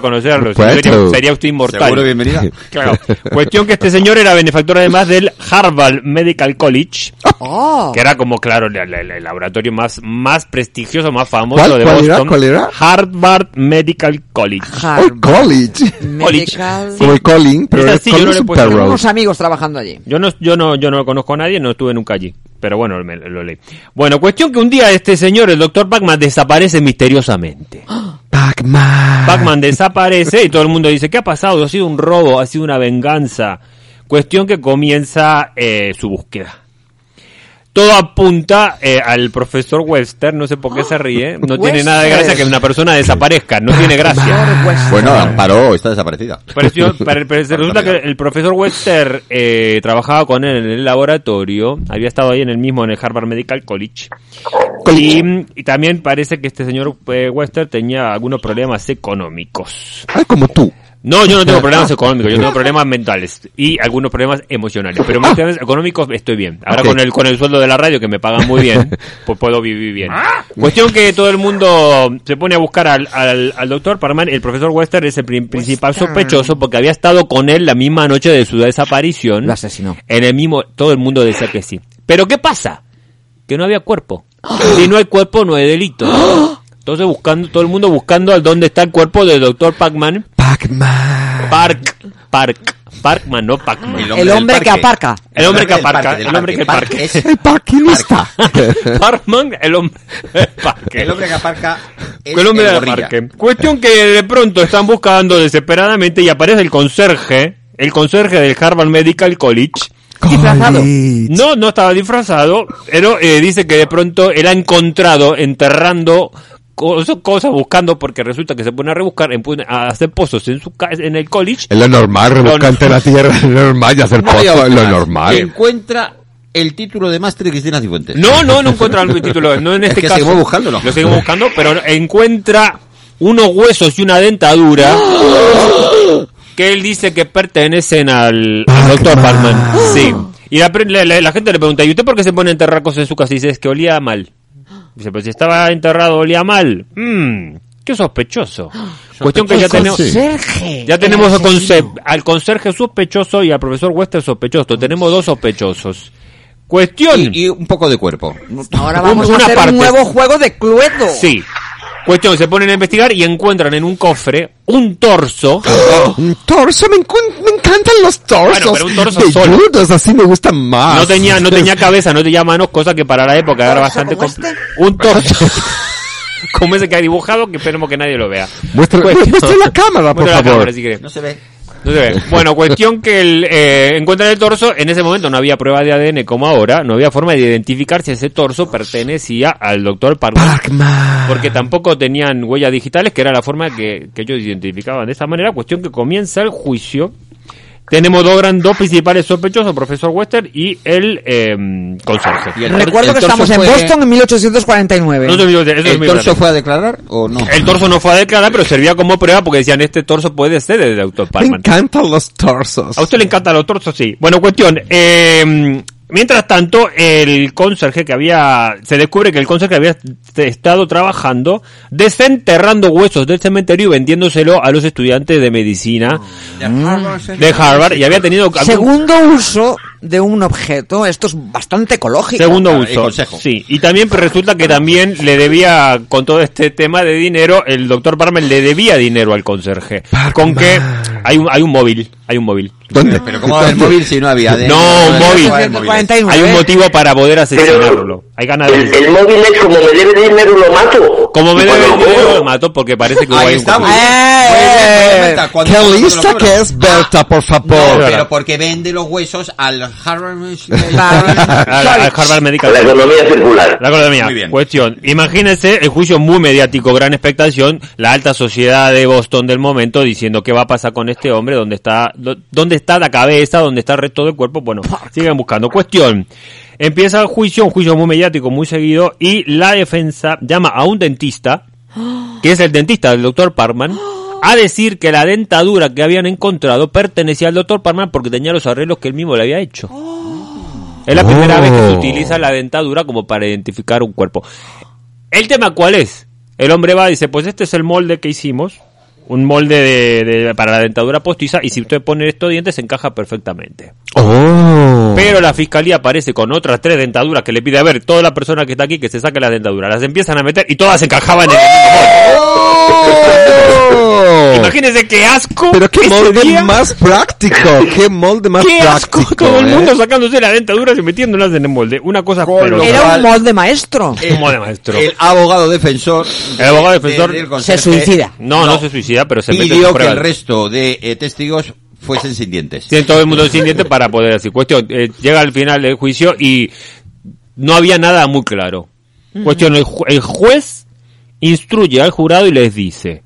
Speaker 8: Por
Speaker 4: conocerlo.
Speaker 8: supuesto.
Speaker 4: Sería- Sería usted inmortal.
Speaker 7: Seguro, bienvenida.
Speaker 4: Claro. Cuestión que este señor era benefactor además del Harvard Medical College,
Speaker 5: Oh.
Speaker 4: que era como, claro, la- la- la- el laboratorio más, más prestigioso, más famoso
Speaker 8: ¿Cuál-
Speaker 4: de
Speaker 8: cuál era?
Speaker 4: Boston.
Speaker 8: ¿Cuál era?
Speaker 4: Harvard Medical College.
Speaker 8: Oh,
Speaker 5: Harvard
Speaker 8: college.
Speaker 5: Medical.
Speaker 8: Como el Colin, pero
Speaker 4: Es
Speaker 8: el
Speaker 4: así, yo
Speaker 8: Colin
Speaker 4: no le
Speaker 8: es un
Speaker 4: puedo-
Speaker 8: perro.
Speaker 5: Tengo unos amigos trabajando allí.
Speaker 4: Yo no, yo no, yo no conozco a nadie, no estuve nunca allí. Pero bueno, me- lo leí. Bueno, cuestión que un día este señor, el doctor Pacman, desaparece misteriosamente.
Speaker 8: Pac-Man.
Speaker 4: Pac-Man desaparece y todo el mundo dice, ¿qué ha pasado? Ha sido un robo, ha sido una venganza. Cuestión que comienza eh, su búsqueda. Todo apunta eh, al profesor Webster, no sé por qué se ríe. No tiene nada de gracia que una persona desaparezca, no tiene gracia.
Speaker 7: Bueno, Amparo está desaparecida.
Speaker 4: Pareció- pare- pare- se resulta que el profesor Webster eh, trabajaba con él en el laboratorio, había estado ahí en el mismo, en el Harvard Medical College. Y, y también parece que este señor eh, Webster tenía algunos problemas económicos.
Speaker 8: Ay, Ah, como tú.
Speaker 4: No, yo no tengo problemas económicos, yo tengo problemas mentales y algunos problemas emocionales, pero mentales económicos estoy bien. Ahora
Speaker 8: Ok.
Speaker 4: con el con el sueldo de la radio que me pagan muy bien, pues puedo vivir bien. Cuestión que todo el mundo se pone a buscar al, al, al doctor Parman, el profesor Wester es el pri- principal sospechoso porque había estado con él la misma noche de su desaparición.
Speaker 5: Lo asesinó.
Speaker 4: En el mismo, todo el mundo decía que sí. Pero ¿qué pasa? Que no había cuerpo. Si no hay cuerpo, no hay delito. Entonces buscando, todo el mundo buscando al dónde está el cuerpo del doctor Pacman.
Speaker 8: Pac-Man.
Speaker 4: Park, Park, Parkman, no Pacman.
Speaker 5: El hombre que aparca.
Speaker 4: El hombre que
Speaker 7: del
Speaker 4: aparca,
Speaker 7: parque, del
Speaker 4: el hombre que
Speaker 7: parque.
Speaker 4: parque.
Speaker 7: Es-
Speaker 8: El parque no está.
Speaker 4: Parkman, el hombre. parque.
Speaker 7: El hombre que aparca es
Speaker 4: El hombre
Speaker 7: el
Speaker 4: del
Speaker 7: gorrilla.
Speaker 4: parque. Cuestión que de pronto están buscando desesperadamente y aparece el conserje, el conserje del Harvard Medical College.
Speaker 5: Disfrazado.
Speaker 8: College.
Speaker 4: No, no estaba disfrazado, pero eh, dice que de pronto él ha encontrado enterrando cosas, cosas buscando porque resulta que se pone a rebuscar, en- a hacer pozos en su ca- en el college
Speaker 8: Es lo normal, rebuscante en la tierra, es lo normal, y hacer pozo, es lo normal.
Speaker 7: Encuentra el título de máster de Cristina Cifuentes.
Speaker 4: No, no, no encuentra el título. No en
Speaker 7: Es
Speaker 4: este
Speaker 7: que
Speaker 4: caso.
Speaker 7: seguimos buscándolo.
Speaker 4: Lo seguimos buscando, pero encuentra unos huesos y una dentadura que él dice que pertenecen al,
Speaker 7: Ah,
Speaker 4: al doctor Batman. Sí. Y la, pre- la- la- la gente le pregunta, ¿y usted por qué se pone a enterrar cosas en su casa? Y dice, es que olía mal. Dice, pues si estaba enterrado olía mal. Mmm, qué sospechoso. Cuestión que ya tenemos...
Speaker 6: Eh,
Speaker 5: Serge.
Speaker 4: Ya tenemos al, conse- al conserje sospechoso y al profesor Wester sospechoso. Tenemos dos sospechosos. Cuestión.
Speaker 7: Y, y un poco de cuerpo.
Speaker 5: Ahora
Speaker 4: Un-
Speaker 5: vamos
Speaker 4: una
Speaker 5: a hacer
Speaker 4: parte.
Speaker 5: un nuevo juego de Cluedo.
Speaker 4: Sí. Cuestión, se ponen a investigar y encuentran en un cofre un torso.
Speaker 8: ¡Ah! Un torso, me, encuen- me encantan los torsos.
Speaker 4: Bueno, pero un torso
Speaker 8: de
Speaker 4: solo.
Speaker 8: judos, así me gustan más.
Speaker 4: No tenía, no tenía cabeza, no tenía manos, cosa que para la época era
Speaker 5: ¿Torso
Speaker 4: bastante
Speaker 5: como
Speaker 4: compl-
Speaker 7: este?
Speaker 4: Un torso. como ese que ha dibujado, que esperemos que nadie lo vea.
Speaker 8: Muestra,
Speaker 4: Cuestión-
Speaker 8: muestra la cámara, por
Speaker 4: Muestra la
Speaker 8: favor.
Speaker 4: cámara, si querés.
Speaker 7: No se ve.
Speaker 4: No se ve. Bueno, cuestión que el, eh, encuentran el torso. En ese momento no había prueba de ADN como ahora. No había forma de identificar si ese torso pertenecía al doctor Parman.
Speaker 8: Pac-Man.
Speaker 5: Ah.
Speaker 4: Porque tampoco tenían huellas digitales, que era la forma que, que ellos identificaban de esa manera. Cuestión que comienza el juicio. Tenemos dos, gran, dos principales sospechosos, profesor Wester y el eh, conserje.
Speaker 7: Y el tor-
Speaker 5: Recuerdo
Speaker 7: el
Speaker 5: que
Speaker 7: torso
Speaker 5: estamos en
Speaker 7: fue-
Speaker 5: Boston en 1849.
Speaker 4: No se me olvide, eso es
Speaker 7: ¿El
Speaker 4: muy
Speaker 7: torso
Speaker 4: importante.
Speaker 7: fue a declarar o no?
Speaker 4: El torso no fue a declarar, pero servía como prueba porque decían, este torso puede ser del doctor
Speaker 8: Me
Speaker 4: Parman.
Speaker 8: encantan los torsos.
Speaker 4: A usted le encantan los torsos, sí. Bueno, cuestión. eh, mientras tanto, el conserje que había. Se descubre que el conserje había t- estado trabajando desenterrando huesos del cementerio y vendiéndoselo a los estudiantes de medicina de Harvard y había tenido. algún-
Speaker 5: Segundo uso de un objeto, esto es bastante ecológico.
Speaker 4: Segundo
Speaker 7: claro, y
Speaker 4: uso.
Speaker 7: consejo.
Speaker 4: Sí. Y también resulta que también le debía, con todo este tema de dinero, el doctor Parmen le debía dinero al conserje. Con que hay un, hay un móvil, hay un móvil.
Speaker 8: ¿Dónde?
Speaker 7: Pero ¿cómo va el móvil si no había? de-
Speaker 4: No, un móvil.
Speaker 7: no había móviles.
Speaker 5: 149.
Speaker 4: Hay un motivo para poder asesinarlo.
Speaker 10: Pero
Speaker 4: Hay ganas
Speaker 10: el,
Speaker 4: de...
Speaker 10: el móvil es como me debe dinero lo mato.
Speaker 4: Como me
Speaker 10: Y
Speaker 4: debe
Speaker 10: cuando
Speaker 4: el
Speaker 10: lo
Speaker 4: dinero,
Speaker 10: cobro,
Speaker 4: lo mato porque parece que hubo
Speaker 7: Ahí
Speaker 4: ahí un
Speaker 7: está, muy
Speaker 4: conflicto.
Speaker 7: bien. Muy bien, muy bien, Berta. Cuando-
Speaker 8: Eh, ¡Qué
Speaker 7: cuando lo
Speaker 8: lista
Speaker 7: cobras.
Speaker 8: que es Berta, por
Speaker 7: No,
Speaker 8: favor!
Speaker 7: pero porque vende los huesos al Harvard.
Speaker 4: Al- al Harvard Medical
Speaker 10: La
Speaker 4: Center.
Speaker 10: economía circular.
Speaker 4: La economía.
Speaker 7: Muy bien.
Speaker 4: Cuestión. Imagínense el juicio muy mediático, gran expectación, la alta sociedad de Boston del momento diciendo qué va a pasar con este hombre, dónde está, lo- dónde está la cabeza, dónde está el resto del cuerpo. Bueno, siguen buscando. Cuestión. Empieza el juicio, un juicio muy mediático, muy seguido, y la defensa llama a un dentista, que es el dentista del doctor Parman, a decir que la dentadura que habían encontrado pertenecía al doctor Parman porque tenía los arreglos que él mismo le había hecho. Es la primera
Speaker 8: Oh.
Speaker 4: vez que se utiliza la dentadura como para identificar un cuerpo. ¿El tema cuál es? El hombre va y dice, pues este es el molde que hicimos, un molde de- de- para la dentadura postiza, y si usted pone estos dientes se encaja perfectamente.
Speaker 8: ¡Oh!
Speaker 4: Pero la fiscalía aparece con otras tres dentaduras que le pide a ver toda la persona que está aquí que se saque las dentaduras. Las empiezan a meter y todas se encajaban en el mismo molde.
Speaker 8: ¡Oh!
Speaker 4: Imagínense qué asco.
Speaker 8: Pero qué
Speaker 4: ese
Speaker 8: molde
Speaker 4: día.
Speaker 8: más práctico, qué molde más
Speaker 4: Qué
Speaker 8: práctico.
Speaker 4: asco. Todo el
Speaker 8: ¿eh?
Speaker 4: mundo sacándose las dentaduras y metiéndolas en el molde. Una cosa pero
Speaker 5: Era un molde maestro.
Speaker 4: un molde maestro.
Speaker 7: El abogado defensor.
Speaker 4: El abogado defensor
Speaker 7: del
Speaker 5: Se
Speaker 7: conserje
Speaker 5: suicida.
Speaker 4: No, no, se suicida, pero se mete en
Speaker 7: Pidió que
Speaker 4: prueba.
Speaker 7: el resto de eh, testigos fuesen sin dientes.
Speaker 4: Tiene todo el mundo sin dientes para poder decir. Cuestión, eh, llega al final del juicio y no había nada muy claro. Cuestión, el, ju- el juez instruye al jurado y les dice,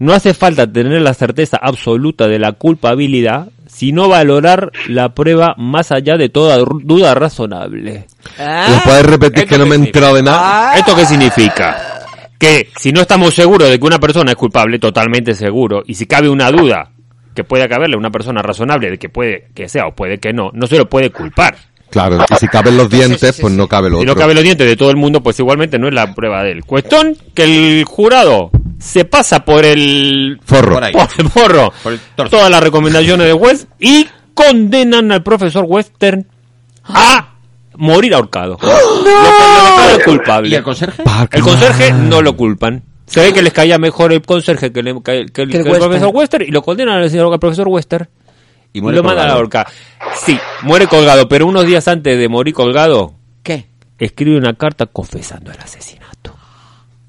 Speaker 4: no hace falta tener la certeza absoluta de la culpabilidad, sino valorar la prueba más allá de toda ru- duda razonable.
Speaker 8: ¿Lo
Speaker 5: Ah,
Speaker 8: puedes repetir
Speaker 4: Ah, Esto
Speaker 8: que no me he
Speaker 4: significa- Ah.
Speaker 8: enterado de nada?
Speaker 4: ¿Esto qué significa? Que si no estamos seguros de que una persona es culpable, totalmente seguro, y si cabe una duda que pueda caberle a una persona razonable de que puede que sea o puede que no, no se lo puede culpar.
Speaker 8: Claro, y si caben los dientes,
Speaker 5: sí,
Speaker 8: pues
Speaker 5: sí.
Speaker 8: no cabe lo
Speaker 4: Si no
Speaker 8: otro.
Speaker 4: cabe los dientes de todo el mundo, pues igualmente no es la prueba de él. Cuestión que el jurado se pasa por el
Speaker 8: Forro.
Speaker 7: Por ahí.
Speaker 4: por el forro
Speaker 7: Por el torso.
Speaker 4: todas las recomendaciones de juez y condenan al profesor Western a morir ahorcado. Lo condenaron culpable.
Speaker 7: ¿Y el conserje?
Speaker 8: Park-
Speaker 4: El conserje no lo culpan. Se ve que les caía mejor el conserje que, le- que el, que
Speaker 5: Que
Speaker 4: el-
Speaker 5: el
Speaker 4: que el
Speaker 5: Wester.
Speaker 4: profesor Wester y lo condenan al señor- al profesor Wester y,
Speaker 7: muere
Speaker 4: lo mandan a la
Speaker 7: colgado.
Speaker 4: horca. Sí, muere colgado, pero unos días antes de morir colgado,
Speaker 5: ¿Qué?
Speaker 4: escribe una carta confesando el asesinato.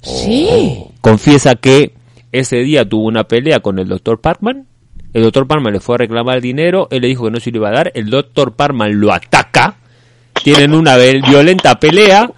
Speaker 4: Oh.
Speaker 5: Sí.
Speaker 4: Confiesa que ese día tuvo una pelea con el doctor Parkman. El doctor Parkman le fue a reclamar dinero, él le dijo que no se lo iba a dar, el doctor Parkman lo ataca, tienen una ve- violenta pelea,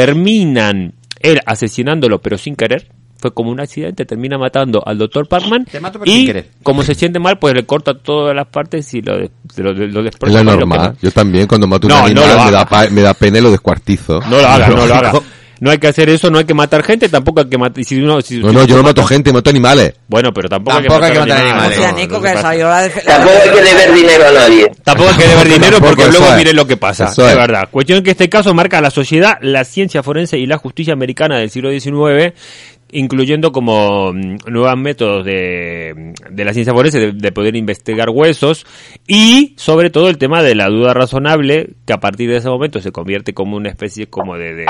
Speaker 4: terminan él asesinándolo pero sin querer, fue como un accidente, termina matando al doctor Parkman
Speaker 7: Te mato, pero sin
Speaker 4: y
Speaker 7: querer.
Speaker 4: como se siente mal pues le corta todas las partes y lo, de- lo, de- lo
Speaker 8: Es
Speaker 4: desproza
Speaker 8: la
Speaker 4: y lo
Speaker 8: normal.
Speaker 4: quema.
Speaker 8: Yo también, cuando mato un
Speaker 4: No, no
Speaker 8: animal,
Speaker 4: lo
Speaker 8: me, da
Speaker 4: hagas.
Speaker 8: pa- me da pena y lo descuartizo.
Speaker 4: No lo hagas, no lo hagas. No hay que hacer eso, no hay que matar gente, tampoco hay que matar... Si uno- si-
Speaker 8: No, no,
Speaker 4: si uno
Speaker 8: yo no
Speaker 4: mata-
Speaker 8: mato gente, mato animales.
Speaker 4: Bueno, pero tampoco,
Speaker 7: Tampoco hay que matar
Speaker 5: O
Speaker 7: animales.
Speaker 5: sea,
Speaker 7: No,
Speaker 5: pues, Nico,
Speaker 4: se
Speaker 5: que
Speaker 4: pasa.
Speaker 5: salió la de... la-
Speaker 10: Tampoco hay que deber dinero a nadie.
Speaker 4: Tampoco hay que deber dinero
Speaker 8: Tampoco,
Speaker 4: porque
Speaker 8: eso
Speaker 4: luego
Speaker 8: es.
Speaker 4: miren lo que pasa.
Speaker 8: Eso
Speaker 4: de
Speaker 8: es.
Speaker 4: verdad. Cuestión que este caso marca a la sociedad, la ciencia forense y la justicia americana del siglo XIX, incluyendo como mm, nuevos métodos de, mm, de la ciencia forense de, de poder investigar huesos y sobre todo el tema de la duda razonable que a partir de ese momento se convierte como una especie como de, de,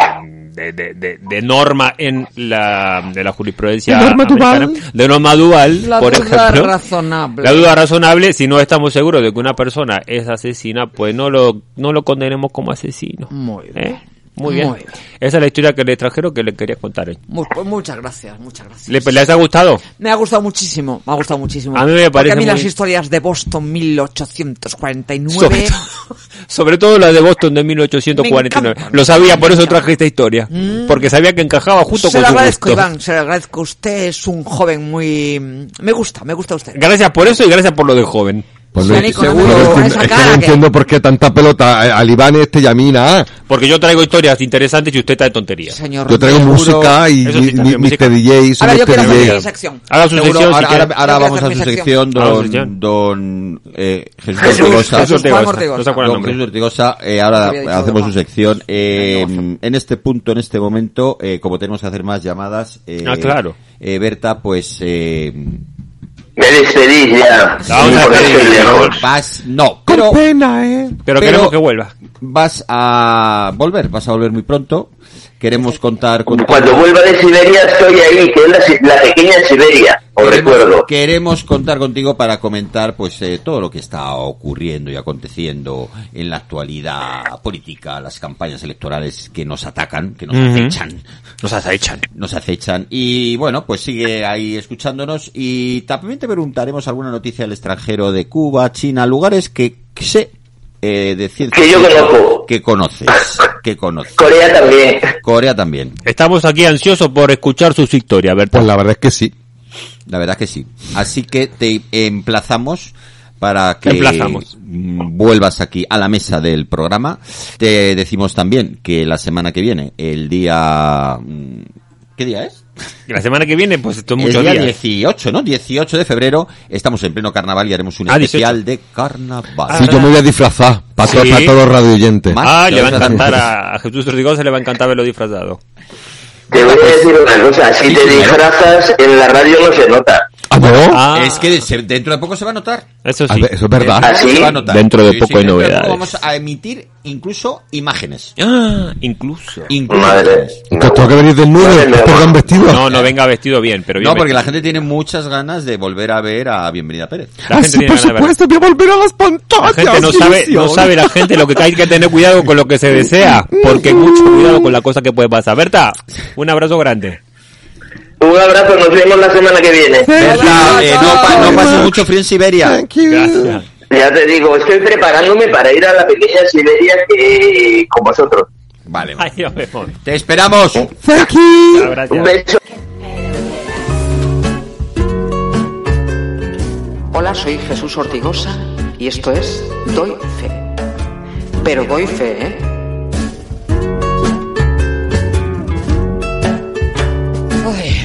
Speaker 4: de- de- de- de norma en la, de la jurisprudencia
Speaker 8: De norma dual.
Speaker 4: americana. de norma dual
Speaker 5: La
Speaker 4: por
Speaker 5: duda
Speaker 4: ejemplo
Speaker 5: razonable.
Speaker 4: la duda razonable, si no estamos seguros de que una persona es asesina, pues no lo, no lo condenemos como asesino.
Speaker 5: Muy bien.
Speaker 4: ¿Eh? Muy bien.
Speaker 5: Muy bien.
Speaker 4: Esa es la historia que le trajeron que le quería contar hoy.
Speaker 5: Mu- pues muchas gracias, muchas gracias.
Speaker 4: ¿Le- ¿Les ha gustado?
Speaker 5: Me ha gustado muchísimo, me ha gustado muchísimo.
Speaker 4: A mí me
Speaker 5: Porque
Speaker 4: parece
Speaker 5: a mí
Speaker 4: muy-
Speaker 5: las historias de Boston 1849
Speaker 4: Sobre, todo- sobre todo la de Boston de 1849.
Speaker 5: Me encanta.
Speaker 4: Lo sabía, por eso traje esta historia. Porque sabía que encajaba justo
Speaker 5: Se
Speaker 4: con
Speaker 5: lo
Speaker 4: su
Speaker 5: Mm. agradezco,
Speaker 4: gusto.
Speaker 5: Iván, se lo agradezco. Usted es un joven muy... Me gusta, me gusta usted.
Speaker 4: Gracias por eso y gracias por lo de joven.
Speaker 8: Pues
Speaker 5: Sí,
Speaker 8: no-
Speaker 5: Nico, no
Speaker 8: seguro,
Speaker 5: me lo-
Speaker 8: no
Speaker 4: pues
Speaker 5: con
Speaker 8: entiendo-
Speaker 5: esa
Speaker 8: es que
Speaker 5: cara
Speaker 8: no
Speaker 5: que-
Speaker 8: entiendo por qué tanta pelota a- al Iván este y a mí nada.
Speaker 4: Porque yo traigo historias interesantes y usted está de tonterías.
Speaker 5: Señor
Speaker 8: Yo traigo
Speaker 5: Romero.
Speaker 8: música y
Speaker 4: Eso sí,
Speaker 8: mi- mi-
Speaker 4: también música.
Speaker 8: Mr. DJ, soy
Speaker 5: Ahora yo
Speaker 8: Mr.
Speaker 5: quiero hacer
Speaker 8: DJ.
Speaker 5: mi sección.
Speaker 4: Haga su
Speaker 7: Seguro,
Speaker 4: sección si
Speaker 7: ahora,
Speaker 4: quiere.
Speaker 7: ahora-
Speaker 5: Yo
Speaker 7: ahora
Speaker 5: quiero
Speaker 7: vamos
Speaker 5: hacer
Speaker 7: a
Speaker 5: mi
Speaker 7: su
Speaker 5: sección.
Speaker 7: sección,
Speaker 4: Ah, su
Speaker 7: don,
Speaker 4: sección.
Speaker 7: don eh, Jesús
Speaker 10: Jesús,
Speaker 7: Ortigosa.
Speaker 4: Jesús
Speaker 5: Juan
Speaker 4: Ortigosa.
Speaker 5: Ortigosa.
Speaker 4: No se acuerda
Speaker 7: Don
Speaker 4: el nombre.
Speaker 7: Jesús Ortigosa, eh,
Speaker 5: Lo
Speaker 7: ahora
Speaker 5: había dicho
Speaker 7: hacemos
Speaker 5: Don Juan.
Speaker 7: su sección. Eh, en este punto, en este momento, eh, como tenemos que hacer más llamadas, eh,
Speaker 4: Ah, claro.
Speaker 7: eh, Berta, pues eh,
Speaker 10: Me despedís ya.
Speaker 4: Vamos a
Speaker 10: Por
Speaker 4: despedir.
Speaker 10: eso el de Rose.
Speaker 7: vas, no, Pero-
Speaker 8: pena, ¿eh?
Speaker 4: Pero, queremos que vuelva.
Speaker 7: Vas a volver, vas a volver muy pronto. Queremos contar con
Speaker 10: Cuando
Speaker 7: tu-
Speaker 10: vuelva de Siberia estoy ahí, que es la, si- la pequeña Siberia, os recuerdo.
Speaker 7: queremos contar contigo para comentar pues eh, todo lo que está ocurriendo y aconteciendo en la actualidad política, las campañas electorales que nos atacan, que nos acechan,
Speaker 11: Nos acechan.
Speaker 7: nos acechan. Y bueno, pues sigue ahí escuchándonos y también te preguntaremos alguna noticia del extranjero de Cuba, China, lugares que que sé eh, de ciencia
Speaker 10: Que yo conozco.
Speaker 7: que conoces, que conoces.
Speaker 10: Corea también.
Speaker 7: Corea también,
Speaker 4: Estamos aquí ansiosos por escuchar sus historias, ¿verdad?
Speaker 8: Pues la verdad es que sí.
Speaker 7: la verdad que sí. Así que te emplazamos para que
Speaker 4: Te emplazamos.
Speaker 7: mm, vuelvas aquí a la mesa del programa. Te decimos también que la semana que viene, el día... mm, ¿Qué día es?
Speaker 4: La semana que viene, pues esto es mucho
Speaker 7: el día
Speaker 4: día.
Speaker 7: 18, ¿no? 18 de febrero. Estamos en pleno carnaval y haremos un
Speaker 4: Ah, 18.
Speaker 7: especial de carnaval.
Speaker 8: Sí, yo me voy a disfrazar para,
Speaker 4: Sí.
Speaker 8: todos para todos los radioyentes.
Speaker 7: Ma-
Speaker 4: Ah,
Speaker 7: Ah,
Speaker 4: le va a
Speaker 7: claro.
Speaker 4: encantar a, a Jesús Ortigosa, le va a encantar verlo disfrazado.
Speaker 10: Te voy
Speaker 5: Pues,
Speaker 10: a decir una cosa, si te disfrazas en la radio no se nota.
Speaker 8: Ah, ¿no?
Speaker 4: Ah,
Speaker 7: Es que se- dentro de poco se va a notar.
Speaker 4: eso
Speaker 8: A
Speaker 4: sí.
Speaker 8: ver, Eso es verdad.
Speaker 10: Ah, sí.
Speaker 7: Se va a notar.
Speaker 4: Dentro de poco hay
Speaker 7: dentro de
Speaker 4: novedades.
Speaker 7: Vamos a emitir incluso imágenes.
Speaker 4: Ah, incluso.
Speaker 7: Incluso
Speaker 10: Madre.
Speaker 7: imágenes.
Speaker 8: Entonces tengo que venir desnudo,
Speaker 10: Madre mía.
Speaker 8: porque han vestido.
Speaker 4: No, no venga vestido bien, pero bien
Speaker 7: No, porque
Speaker 4: vestido.
Speaker 7: la gente tiene muchas ganas de volver a ver a Bienvenida Pérez.
Speaker 8: Ah,
Speaker 4: La gente
Speaker 8: sí,
Speaker 4: tiene
Speaker 8: por
Speaker 4: ganas de verlo.
Speaker 8: supuesto, voy a volver a las pantallas.
Speaker 4: La gente no
Speaker 8: qué
Speaker 4: sabe, no
Speaker 8: ilusión.
Speaker 4: sabe la gente lo que hay que tener cuidado con lo que se desea, porque mucho cuidado con la cosa que puede pasar. Berta, un abrazo grande.
Speaker 10: Un abrazo, nos vemos la semana que viene.
Speaker 7: Berta, eh, no, pa- no pases mucho frío en Siberia.
Speaker 8: Thank you.
Speaker 4: Gracias.
Speaker 10: Ya te digo, estoy preparándome para ir a la pequeña Siberia que con vosotros.
Speaker 7: Vale, vale.
Speaker 4: Adiós, me voy.
Speaker 7: Te esperamos.
Speaker 5: Oh,
Speaker 8: Thank you.
Speaker 4: Un abrazo.
Speaker 10: Un beso.
Speaker 12: Hola, soy Jesús Ortigosa y esto es Doy Fe. Pero doy fe, ¿eh?
Speaker 6: Ay.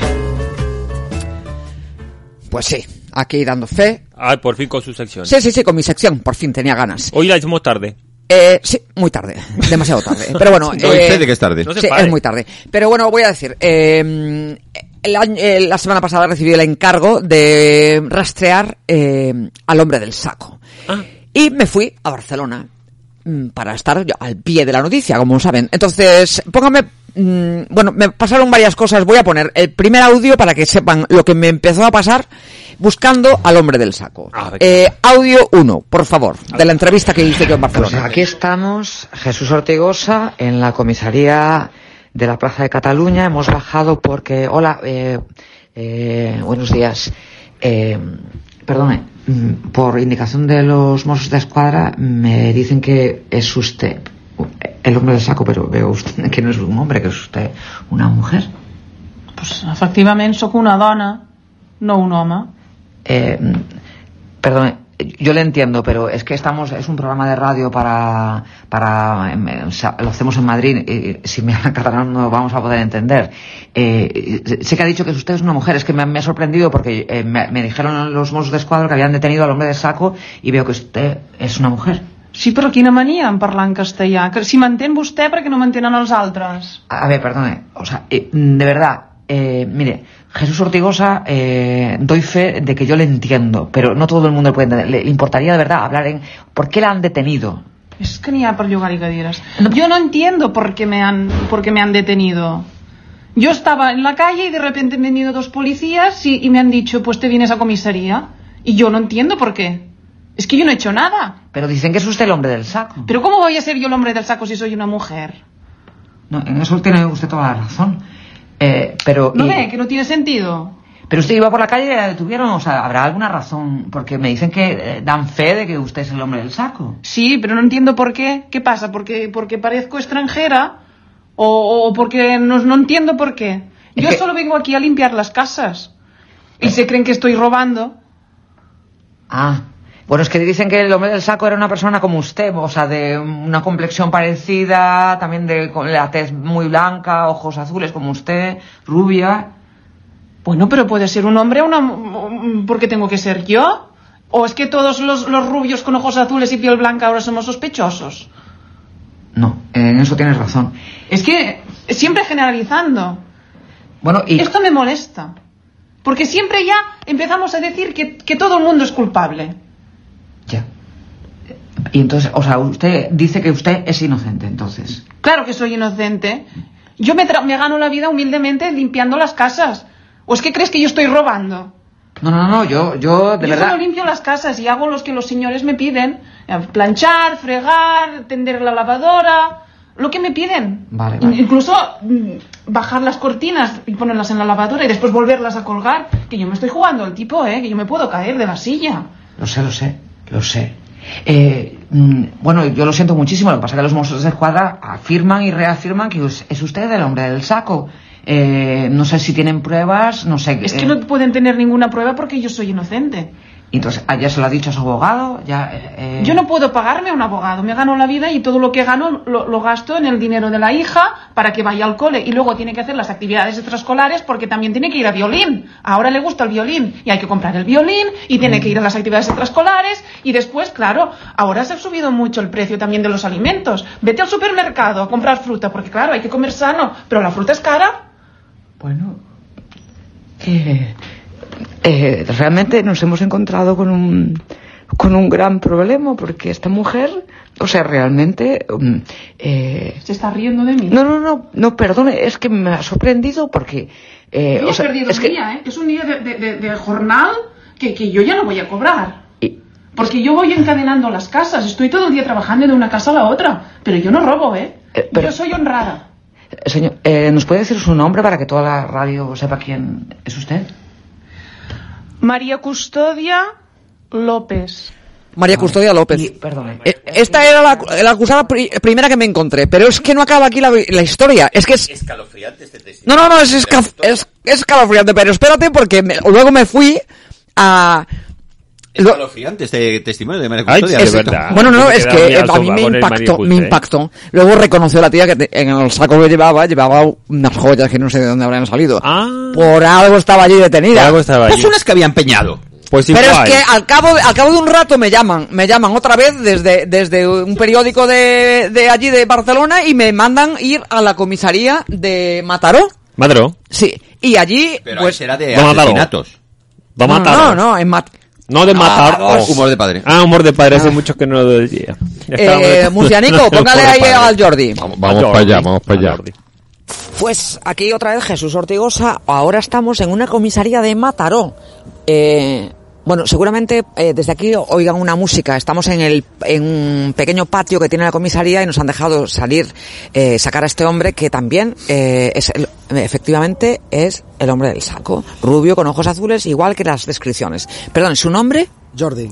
Speaker 6: Pues sí, aquí dando fe.
Speaker 4: Ah, por fin con su sección.
Speaker 6: Sí, sí, sí, con mi sección, por fin tenía ganas.
Speaker 4: Hoy la hicimos tarde.
Speaker 6: Eh, sí, muy tarde, demasiado tarde. Pero bueno,
Speaker 7: Doy
Speaker 6: eh,
Speaker 7: fe de que es tarde.
Speaker 4: No se
Speaker 6: sí,
Speaker 4: pare.
Speaker 6: es muy tarde. Pero bueno, voy a decir, eh, el año- eh, la semana pasada recibí el encargo de rastrear eh, al hombre del saco.
Speaker 5: Ah,
Speaker 6: Y me fui a Barcelona mm, para estar yo al pie de la noticia, como saben. Entonces, póngame... mm, Bueno, me pasaron varias cosas. Voy a poner el primer audio para que sepan lo que me empezó a pasar buscando al hombre del saco.
Speaker 4: Ah, venga.
Speaker 6: Eh, audio 1, por favor, de la entrevista que hice yo en
Speaker 5: Pues
Speaker 6: Barcelona.
Speaker 5: aquí estamos, Jesús Ortegosa, en la comisaría de la Plaza de Cataluña. Hemos bajado porque. Hola, eh, eh, buenos días. Eh, perdone, mm, por indicación de los Mossos de Escuadra, me dicen que es usted el hombre del saco, pero veo usted que no es un hombre, que es usted una mujer.
Speaker 13: Pues, efectivament, sóc una dona, no un home.
Speaker 5: Eh, perdón, yo le entiendo, pero es que estamos, es un programa de radio para, para, em, eh, o sea, lo hacemos en Madrid. eh, si me hablan catalán no vamos a poder entender. Eh, eh, sé que ha dicho que usted es una mujer, es que me, me ha sorprendido porque eh, me, me dijeron los Mossos de Escuadra que habían detenido al hombre de saco y veo que usted es una mujer.
Speaker 13: Sí, però quina mania en parlar en castellà. Que si m'entén vostè, perquè no m'entenen els altres?
Speaker 5: A a ver, perdone, o sea, eh, mm, de verdad, eh, mire, Jesús Ortigosa, eh, doy fe de que yo le entiendo, pero no todo el mundo lo puede entender. Le importaría de verdad hablar en por qué la han detenido.
Speaker 13: És que n'hi ha per llogar-hi cadires. Yo no entiendo por qué, me han, por qué me han detenido. Yo estaba en la calle y de repente han venido dos policías y, y me han dicho, pues te vienes a comisaría. Y yo no entiendo por qué. Es que yo no he hecho nada.
Speaker 5: Pero dicen que es usted el hombre del saco.
Speaker 13: Pero ¿cómo voy a ser yo el hombre del saco si soy una mujer?
Speaker 5: No, en eso tiene usted toda la razón. Eh, pero,
Speaker 13: ¿No
Speaker 5: y-
Speaker 13: ve que no tiene sentido?
Speaker 5: pero usted iba por la calle y la detuvieron, o sea, habrá alguna razón, porque me dicen que eh, dan fe de que usted es el hombre del saco.
Speaker 13: Sí, pero no entiendo por qué. ¿Qué pasa? ¿Porque, porque parezco extranjera? ¿O, o porque no, no entiendo por qué?
Speaker 5: Es
Speaker 13: Yo
Speaker 5: que-
Speaker 13: solo vengo aquí a limpiar las casas. Y se creen que estoy robando.
Speaker 5: Ah, bueno, es que dicen que el hombre del saco era una persona como usted, o sea, de una complexión parecida, también de con la tez muy blanca, ojos azules como usted, rubia.
Speaker 13: Bueno, pero puede ser un hombre, una... mu- ¿por qué tengo que ser yo? ¿O es que todos los, los rubios con ojos azules y piel blanca ahora somos sospechosos?
Speaker 5: No, en eso tienes razón.
Speaker 13: Es que siempre generalizando.
Speaker 5: Bueno, y
Speaker 13: Esto me molesta. Porque siempre ya empezamos a decir que, que todo el mundo es culpable.
Speaker 5: ya.
Speaker 14: Y entonces, o sea, usted dice que usted es inocente, entonces.
Speaker 13: Claro que soy inocente. Yo me, tra- me gano la vida humildemente limpiando las casas. ¿O es que crees que yo estoy robando?
Speaker 14: No, no, no, yo, yo de
Speaker 13: yo
Speaker 14: verdad.
Speaker 13: solo limpio las casas y hago los que los señores me piden. Eh, Planchar, fregar, tender la lavadora, lo que me piden.
Speaker 14: Vale,
Speaker 13: In- Incluso mm, bajar las cortinas y ponerlas en la lavadora y después volverlas a colgar. Que yo me estoy jugando al tipo, ¿eh? Que yo me puedo caer de la silla.
Speaker 14: Lo sé, lo sé, lo sé. Eh, mm, bueno, yo lo siento muchísimo. Lo que pasa es que los monstruos de escuadra afirman y reafirman que us- es usted el hombre del saco. Eh, no sé si tienen pruebas, no sé.
Speaker 13: Es
Speaker 14: eh,
Speaker 13: que no pueden tener ninguna prueba porque yo soy inocente.
Speaker 14: Entonces, ah, ya se lo ha dicho a su abogado, ya. eh,
Speaker 13: Yo no puedo pagarme a un abogado. Me gano la vida y todo lo que gano lo, lo gasto en el dinero de la hija para que vaya al cole. Y luego tiene que hacer las actividades extraescolares porque también tiene que ir a violín. Ahora le gusta el violín y hay que comprar el violín y tiene que ir a las actividades extraescolares. Y después, claro, ahora se ha subido mucho el precio también de los alimentos. Vete al supermercado a comprar fruta porque, claro, hay que comer sano. Pero la fruta es cara.
Speaker 14: Bueno. eh, eh, realmente nos hemos encontrado con un con un gran problema porque esta mujer, o sea, realmente mm, eh,
Speaker 13: Se está riendo de mí.
Speaker 14: No, no, no, no, perdone, es que me ha sorprendido porque... eh,
Speaker 13: Hoy
Speaker 14: o
Speaker 13: has
Speaker 14: sea,
Speaker 13: perdido
Speaker 14: es
Speaker 13: un
Speaker 14: que-
Speaker 13: día, ¿eh? Que es un día de, de- de- de jornal que, que yo ya no voy a cobrar. Porque yo voy encadenando las casas, estoy todo el día trabajando de una casa a la otra, pero yo no robo, ¿eh?
Speaker 14: Eh, pero-
Speaker 13: Yo soy honrada.
Speaker 14: Señor, eh, ¿nos puede decir su nombre para que toda la radio sepa quién es usted?
Speaker 13: María Custodia López.
Speaker 5: María
Speaker 14: Ah,
Speaker 5: Custodia López. Eh,
Speaker 14: pues,
Speaker 5: Esta era la, la acusada pri- primera que me encontré, pero es que no acaba aquí la, la historia. Es que es...
Speaker 7: Escalofriante este testimonio.
Speaker 5: No, no, no, es, esca- es, es escalofriante, pero espérate porque me- luego me fui a... lo-
Speaker 7: Escalofriante este testimonio de María
Speaker 4: Ay,
Speaker 7: Custodia.
Speaker 4: de
Speaker 7: Perfecto.
Speaker 4: verdad.
Speaker 5: Bueno, no,
Speaker 4: Yo me
Speaker 5: es
Speaker 4: quedaba muy
Speaker 5: que a
Speaker 4: asombrado
Speaker 5: mí me
Speaker 4: con el
Speaker 5: impactó,
Speaker 4: María
Speaker 5: me
Speaker 4: Juste, ¿eh?
Speaker 5: impactó. Luego reconoció la tía que te- en el saco que llevaba, llevaba unas joyas que no sé de dónde habrían salido.
Speaker 4: Ah.
Speaker 5: Por algo estaba allí detenida.
Speaker 4: Por algo estaba
Speaker 7: Pues
Speaker 4: allí.
Speaker 7: unas que había empeñado.
Speaker 4: Pues
Speaker 5: Pero
Speaker 4: igual.
Speaker 5: es que al cabo, al cabo de un rato me llaman, me llaman otra vez desde, desde un periódico de, de allí de Barcelona y me mandan ir a la comisaría de Mataró.
Speaker 4: Madro,
Speaker 5: Sí. Y allí,
Speaker 7: Pero
Speaker 5: pues...
Speaker 7: ahí será de
Speaker 4: no me ha dado.
Speaker 7: asesinatos.
Speaker 4: va a
Speaker 5: no,
Speaker 4: matar.
Speaker 5: no, no, en Mat-
Speaker 4: No de matar.
Speaker 7: Matados. Humor de padre.
Speaker 4: Ah, humor de padre. Hace mucho que no lo decía.
Speaker 5: Eh, Murcianico, póngale ahí al Jordi.
Speaker 8: Vamos, vamos para allá, vamos para allá.
Speaker 5: Pues aquí otra vez Jesús Ortigosa. Ahora estamos en una comisaría de Mataró. Eh, bueno, seguramente eh, desde aquí oigan una música. Estamos en, el, en un pequeño patio que tiene la comisaría y nos han dejado salir, eh, sacar a este hombre que también eh, es el- efectivamente es el hombre del saco. Rubio con ojos azules, igual que las descripciones. Perdón, ¿su nombre?
Speaker 15: Jordi,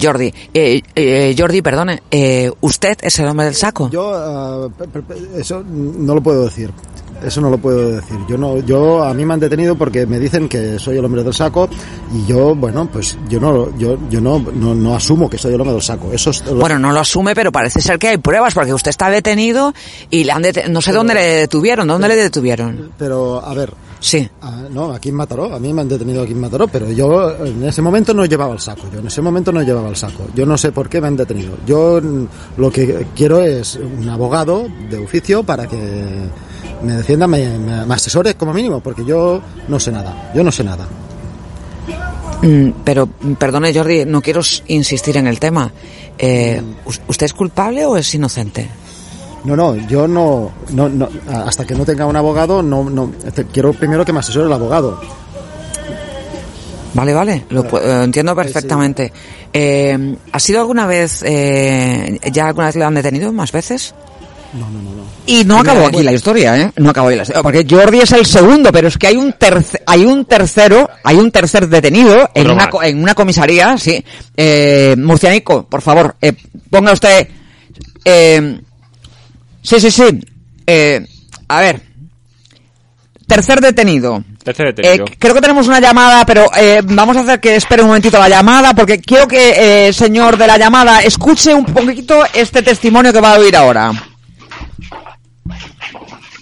Speaker 5: Jordi. Eh, eh, Jordi, perdone. eh, ¿Usted es el hombre del saco?
Speaker 15: yo ah, pe- pe- pe- eso no lo puedo decir. Eso no lo puedo decir. Yo no, yo a mí me han detenido porque me dicen que soy el hombre del saco y yo, bueno, pues yo no, yo, yo no, no, no asumo que soy el hombre del saco. Eso es lo-
Speaker 5: Bueno, no lo asume, pero parece ser que hay pruebas porque usted está detenido y le han dete- no sé dónde le detuvieron, dónde le detuvieron.
Speaker 15: pero a ver,
Speaker 5: Sí.
Speaker 15: Ah, no, aquí en Mataró, a mí me han detenido aquí en Mataró, pero yo en ese momento no llevaba el saco, yo en ese momento no llevaba el saco, yo no sé por qué me han detenido. Yo mm, lo que quiero es un abogado de oficio para que me defienda, me, me- me asesore como mínimo, porque yo no sé nada, yo no sé nada.
Speaker 5: Mm, Pero mm, perdone Jordi, no quiero s- insistir en el tema. Eh,
Speaker 15: Mm.
Speaker 5: ¿us- ¿Usted es culpable o es inocente?
Speaker 15: No, no, yo no, no, no, hasta que no tenga un abogado, no, no, este, quiero primero que me asesore el abogado.
Speaker 5: Vale, vale, lo pu- eh, entiendo perfectamente. Eh, ¿Ha sido alguna vez, eh, ya alguna vez lo han detenido más veces?
Speaker 15: No, no, no, no.
Speaker 5: Y no acabó aquí la historia, ¿eh? No acabó ahí la historia. Porque Jordi es el segundo, pero es que hay un terce- hay un tercero, hay un tercer detenido en una,
Speaker 4: Otro más.
Speaker 5: co- en una comisaría, sí. Eh, Murcianico, por favor, eh, ponga usted, eh, sí, sí, sí, eh, a ver. Tercer detenido.
Speaker 4: Tercer detenido.
Speaker 5: Eh, creo que tenemos una llamada, pero eh, vamos a hacer que espere un momentito la llamada, porque quiero que eh, señor de la llamada escuche un poquito este testimonio que va a oír ahora.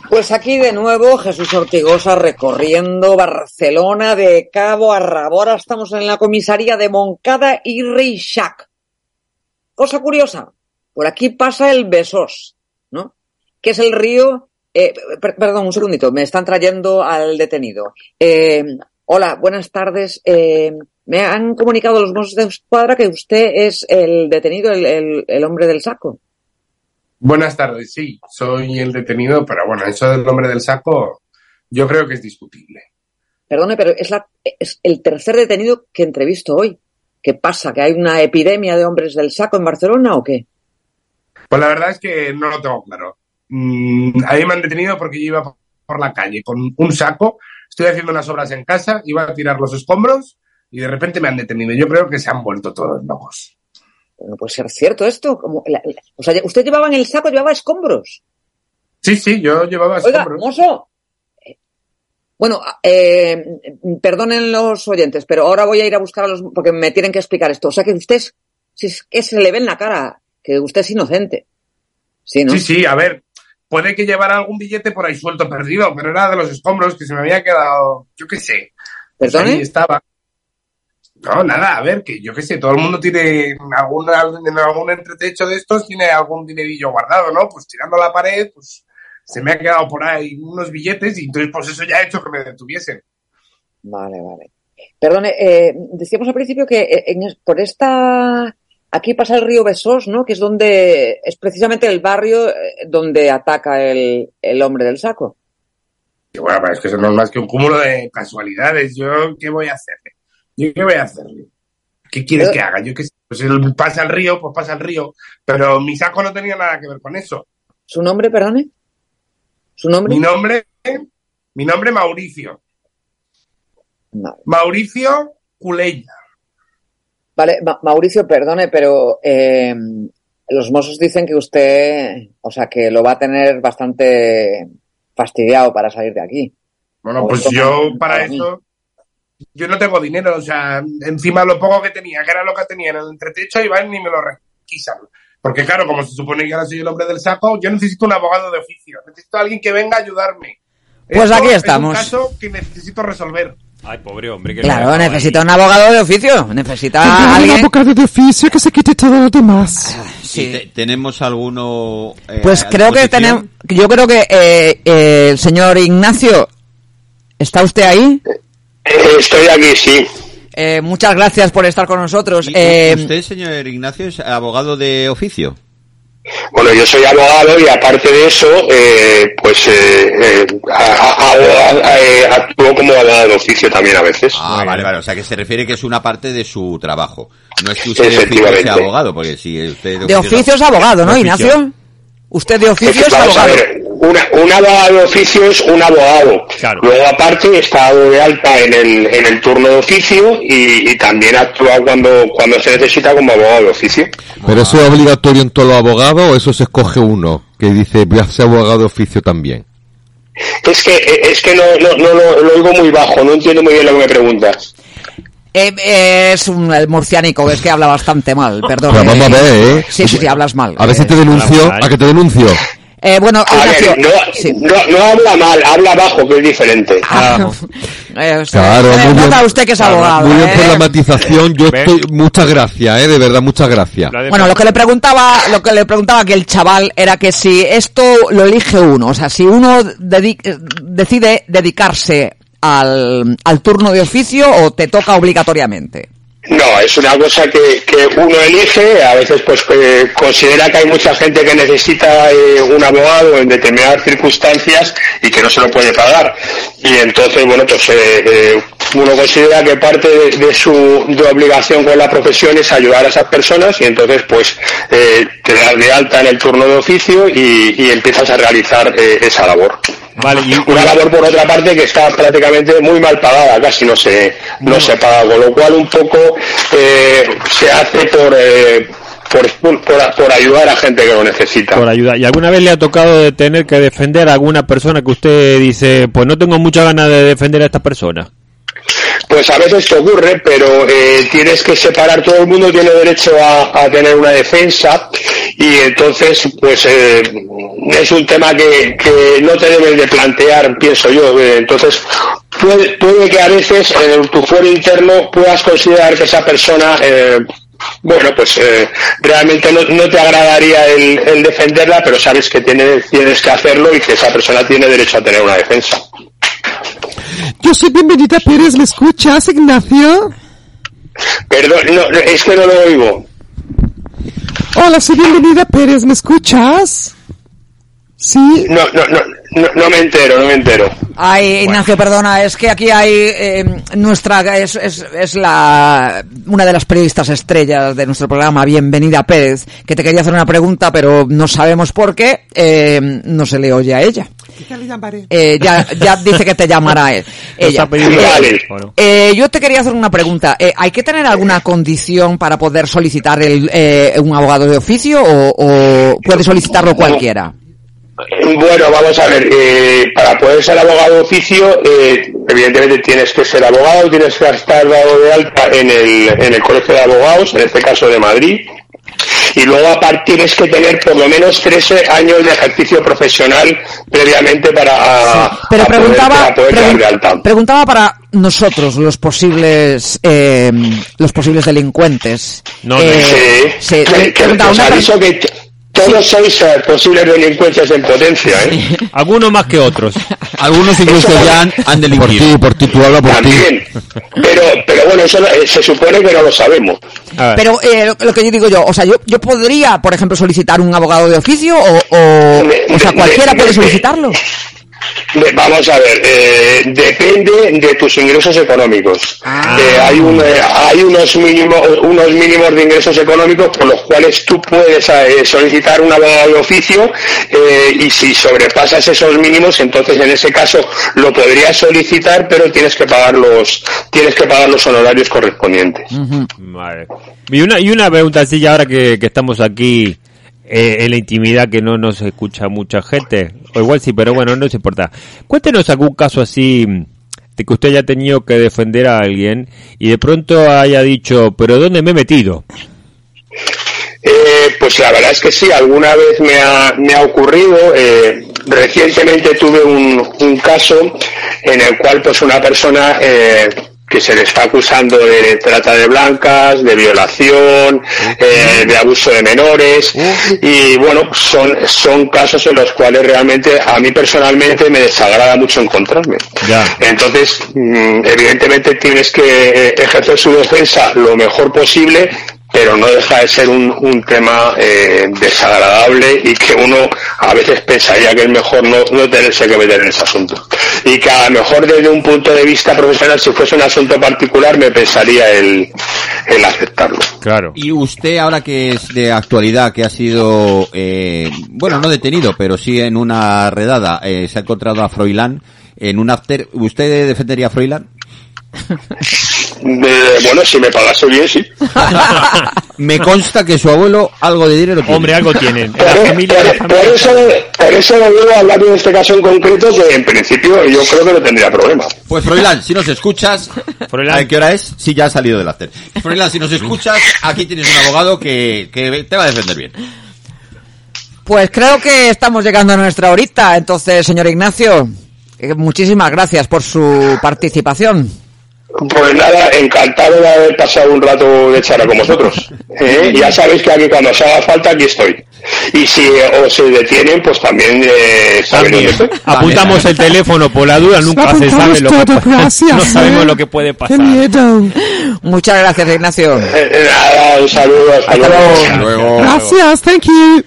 Speaker 5: Pues aquí de nuevo Jesús Ortigosa recorriendo Barcelona de cabo a rabo. Ahora estamos en la comisaría de Moncada y Reixac. Cosa curiosa, por aquí pasa el Besós, ¿no? Que es el río... eh, per- perdón, un segundito, me están trayendo al detenido. Eh,
Speaker 16: Hola, buenas tardes. Eh, me han comunicado los Mossos de Escuadra que usted es el detenido, el, el- el hombre del saco.
Speaker 17: Buenas tardes, sí, soy el detenido, pero bueno, eso del nombre del saco yo creo que es discutible.
Speaker 16: Perdone, pero es, la- es el tercer detenido que entrevisto hoy. ¿Qué pasa? ¿Que hay una epidemia de hombres del saco en Barcelona o qué?
Speaker 17: Pues la verdad es que no lo tengo claro. Mm, a mí me han detenido porque yo iba por- por la calle con un saco, estoy haciendo unas obras en casa, iba a tirar los escombros y de repente me han detenido. Yo creo que se han vuelto todos locos.
Speaker 16: No puede ser cierto esto. Como la- la- o sea, usted llevaba en el saco, llevaba escombros.
Speaker 17: Sí, sí, yo llevaba
Speaker 16: Oiga,
Speaker 17: escombros.
Speaker 16: mozo. Eh, Bueno, eh, perdonen los oyentes, pero ahora voy a ir a buscar a los... porque me tienen que explicar esto. O sea que usted, es- si es que se le ve en la cara, que usted es inocente. Sí, ¿no?
Speaker 17: Sí, sí, a ver, puede que llevara algún billete por ahí suelto perdido, pero era de los escombros que se me había quedado, yo qué sé. Pues
Speaker 16: ¿Perdone?
Speaker 17: ahí estaba. No, nada, a ver, que yo qué sé, todo el mundo tiene en algún, en algún entretecho de estos, tiene algún dinerillo guardado, ¿no? Pues tirando a la pared, pues se me ha quedado por ahí unos billetes y entonces pues eso ya ha hecho que me detuviesen.
Speaker 16: Vale, vale. Perdone, eh, decíamos al principio que eh, en es- por esta... Aquí pasa el río Besós, ¿no? Que es donde... Es precisamente el barrio eh, donde ataca el, el hombre del saco.
Speaker 17: Y bueno, pero es que eso no es más que un cúmulo de casualidades. ¿Yo qué voy a hacerle? ¿Yo qué voy a hacerle? ¿Qué quieres
Speaker 16: Pero-
Speaker 17: que haga? Yo qué sé. Pues él pasa el río, pues pasa el río. Pero mi saco no tenía nada que ver con eso.
Speaker 16: ¿Su nombre, perdone? ¿Su nombre?
Speaker 17: Mi nombre, mi nombre Mauricio.
Speaker 16: Vale.
Speaker 17: Mauricio Culeya.
Speaker 16: Vale, Ma- Mauricio, perdone, pero eh, los mozos dicen que usted, o sea, que lo va a tener bastante fastidiado para salir de aquí.
Speaker 17: Bueno,
Speaker 16: O
Speaker 17: pues
Speaker 16: esto
Speaker 17: yo
Speaker 16: no-
Speaker 17: para
Speaker 16: mí.
Speaker 17: eso, yo no tengo dinero. O sea, encima lo poco que tenía, que era lo que tenía en el entretecho, y van y me lo requisan. Porque claro, como se supone que ahora soy el hombre del saco, yo necesito un abogado de oficio. Necesito a alguien que venga a ayudarme.
Speaker 5: Pues aquí
Speaker 17: Es un
Speaker 5: estamos.
Speaker 17: caso que necesito resolver.
Speaker 4: Ay, pobre hombre. Que
Speaker 5: Claro, necesita un abogado de oficio. Necesita alguien.
Speaker 7: abogado de oficio que se quite todo lo demás.
Speaker 5: Sí.
Speaker 7: ¿Tenemos alguno...? eh,
Speaker 5: Pues
Speaker 7: a
Speaker 5: creo que
Speaker 7: disposición?
Speaker 5: tenemos. Yo creo que eh, eh, el señor Ignacio, ¿está usted ahí?
Speaker 18: Estoy aquí, sí.
Speaker 5: Eh, muchas gracias por estar con nosotros.
Speaker 7: ¿Y
Speaker 5: Eh,
Speaker 7: ¿Usted, señor Ignacio, es abogado de oficio?
Speaker 18: Bueno, yo soy abogado y aparte de eso, eh, pues eh, eh, a- a- a- a- eh, actúo como abogado de oficio también a veces.
Speaker 7: Ah, vale, vale. O sea, que se refiere que es una parte de su trabajo. No es que usted de oficio
Speaker 18: Efectivamente.
Speaker 7: sea abogado, porque si usted...
Speaker 5: de oficio es abogado, ¿no,
Speaker 7: De oficio.
Speaker 5: Ignacio? Usted de oficio es
Speaker 18: Vamos a
Speaker 5: abogado.
Speaker 18: ver, una- un abogado de oficio es un abogado. Luego, aparte, está dado de alta en el, en el turno de oficio y, y también actúa cuando, cuando se necesita como abogado de oficio.
Speaker 8: ¿Pero eso es obligatorio en todos los abogados o eso se escoge uno que dice voy a ser abogado de oficio también?
Speaker 18: Es que, eh, es que no, no, no lo, lo oigo muy bajo, no entiendo muy bien lo que me preguntas.
Speaker 5: Eh, eh, es un el murciánico, es que habla bastante mal, perdón.
Speaker 8: Pero vamos a ver, ¿eh?
Speaker 5: Sí, sí, sí, hablas mal.
Speaker 8: A ver si te
Speaker 5: Eh,
Speaker 8: denuncio, a que te denuncio.
Speaker 5: Eh, bueno,
Speaker 18: A
Speaker 5: Ignacio,
Speaker 18: ver, no, no, no habla mal, habla bajo, que es diferente.
Speaker 5: eh, usted-
Speaker 8: Claro,
Speaker 5: se
Speaker 8: muy bien.
Speaker 5: nota usted que es abogado.
Speaker 8: Muy bien por
Speaker 5: ¿eh?
Speaker 8: la matización, yo estoy... Muchas gracias, ¿eh? De verdad, muchas gracias.
Speaker 5: Bueno, lo que le preguntaba, lo que le preguntaba que el chaval era que si esto lo elige uno, o sea, si uno dedi- eh, decide dedicarse al, al turno de oficio o te toca obligatoriamente.
Speaker 18: No, es una cosa que, que uno elige, a veces pues eh, considera que hay mucha gente que necesita eh, un abogado en determinadas circunstancias y que no se lo puede pagar. Y entonces, bueno, pues eh, eh, uno considera que parte de, de su de obligación con la profesión es ayudar a esas personas y entonces pues eh, te das de alta en el turno de oficio y, y empiezas a realizar eh, esa labor. Una labor por otra parte que está prácticamente muy mal pagada, casi no se, no, se paga, con lo cual un poco eh, se hace por, eh, por, por- por ayudar a gente que lo necesita.
Speaker 4: Por ayuda. ¿Y alguna vez le ha tocado de tener que defender a alguna persona que usted dice, pues no tengo mucha ganas de defender a esta persona?
Speaker 18: Pues a veces te ocurre, pero eh, tienes que separar, todo el mundo tiene derecho a, a tener una defensa y entonces pues eh, es un tema que, que no te debes de plantear, pienso yo. eh, entonces puede, puede que a veces eh, en tu fuero interno puedas considerar que esa persona... eh, bueno, pues eh, realmente no, no te agradaría el, el defenderla, pero sabes que tiene- tienes que hacerlo y que esa persona tiene derecho a tener una defensa.
Speaker 19: Yo soy Bienvenida Pérez, ¿me escuchas, Ignacio?
Speaker 18: Perdón, no, no, es que no lo oigo.
Speaker 19: Hola, soy Bienvenida Pérez, ¿me escuchas? Sí.
Speaker 18: No, no, no, no, no me entero, no me entero.
Speaker 5: Ay, Ignacio, perdona, es que aquí hay eh, nuestra es, es, es la una de las periodistas estrellas de nuestro programa, bienvenida Pérez, que te quería hacer una pregunta, pero no sabemos por qué eh, no se le oye a ella.
Speaker 19: Quizá le llamaré.
Speaker 5: Eh, ya, ya dice que te llamará él. Ella.
Speaker 18: Vale.
Speaker 5: Eh, yo te quería hacer una pregunta. Eh, ¿Hay que tener alguna condición para poder solicitar el, eh, un abogado de oficio o, o puede solicitarlo cualquiera?
Speaker 18: Bueno, vamos a ver, eh, para poder ser abogado de oficio, eh, evidentemente tienes que ser abogado, tienes que estar dado de alta en el, en el Colegio de Abogados, en este caso de Madrid, y luego aparte tienes que tener por lo menos 13 años de ejercicio profesional previamente para, a-
Speaker 5: Pero
Speaker 18: a poder-
Speaker 5: preguntaba,
Speaker 18: para poder
Speaker 5: pregun-
Speaker 18: dar de alta.
Speaker 5: preguntaba para nosotros, los posibles, eh, los posibles delincuentes. Eh,
Speaker 18: sí.
Speaker 5: sí,
Speaker 18: Que- que
Speaker 5: preguntaba
Speaker 18: os
Speaker 5: una per-
Speaker 18: aviso que t- todos sois eh, posibles delincuentes en potencia, ¿eh?
Speaker 4: Algunos más que otros.
Speaker 20: Algunos incluso
Speaker 18: Eso-
Speaker 20: ya han, han delinquido.
Speaker 8: Por ti, tú hablas por ti.
Speaker 18: También. Pero, pero bueno, eso eh, se supone que no lo sabemos.
Speaker 5: Pero eh, lo- lo que yo digo yo, o sea, yo, yo podría, por ejemplo, solicitar un abogado de oficio o, o, o sea,
Speaker 18: me-
Speaker 5: cualquiera
Speaker 18: me-
Speaker 5: puede
Speaker 18: me-
Speaker 5: solicitarlo.
Speaker 18: Ve- Vamos a ver, eh, depende de tus ingresos económicos. Eh, hay un, eh, hay unos, mínimo- unos mínimos de ingresos económicos por los cuales tú puedes eh, solicitar un abogado de oficio eh, y si sobrepasas esos mínimos, entonces en ese caso lo podrías solicitar, pero tienes que pagar los, tienes que pagar los honorarios correspondientes.
Speaker 4: Vale. Y una, y una pregunta así, ya ahora que, que estamos aquí eh, en la intimidad que no nos escucha mucha gente, o igual sí, pero bueno, no nos importa. Cuéntenos algún caso así mm, de que usted haya tenido que defender a alguien y de pronto haya dicho, pero ¿dónde me he metido?
Speaker 18: Eh, pues la verdad es que sí, alguna vez me ha, me ha ocurrido. eh, recientemente tuve un, un caso en el cual pues una persona eh, que se le está acusando de trata de blancas, de violación, eh, de abuso de menores y bueno, son, son casos en los cuales realmente a mí personalmente me desagrada mucho encontrarme. Entonces, mm, evidentemente tienes que eh, ejercer su defensa lo mejor posible, pero no deja de ser un, un tema eh, desagradable y que uno a veces pensaría que es mejor no, no tenerse que meter en ese asunto. Y que a lo mejor desde un punto de vista profesional, si fuese un asunto particular, me pensaría el, el aceptarlo.
Speaker 4: Claro.
Speaker 7: Y usted, ahora que es de actualidad, que ha sido, eh, bueno, no detenido, pero sí en una redada, eh, se ha encontrado a Froilán en un after. ¿Usted defendería a Froilán?
Speaker 18: De- Eh, bueno, si me pagase bien, sí.
Speaker 7: Me consta que su abuelo algo de dinero tiene.
Speaker 4: Hombre, algo tiene.
Speaker 18: Por, por- por eso, por eso lo digo hablar de este caso en concreto, que en principio yo creo que no tendría problema.
Speaker 7: Pues Froilán, si nos escuchas, ¿a qué hora es? Si ya ha salido del after. Froilán, si nos escuchas, aquí tienes un abogado que, que te va a defender bien.
Speaker 5: Pues creo que estamos llegando a nuestra horita, entonces, señor Ignacio, eh, muchísimas gracias por su participación.
Speaker 18: Pues nada, encantado de haber pasado un rato de charla con vosotros. ¿eh? Ya sabéis que aquí cuando os haga falta, aquí estoy. Y si os detienen, pues también eh, sabéis dónde estoy.
Speaker 4: Apuntamos el teléfono por la duda, nunca se sabe lo que
Speaker 19: todo,
Speaker 4: puede-
Speaker 19: gracias,
Speaker 4: No sabemos
Speaker 19: ¿eh?
Speaker 4: lo que puede
Speaker 19: ¡Qué
Speaker 4: pasar.
Speaker 19: miedo!
Speaker 5: Muchas gracias, Ignacio.
Speaker 18: Nada, un saludo, hasta, luego.
Speaker 19: Gracias, thank you.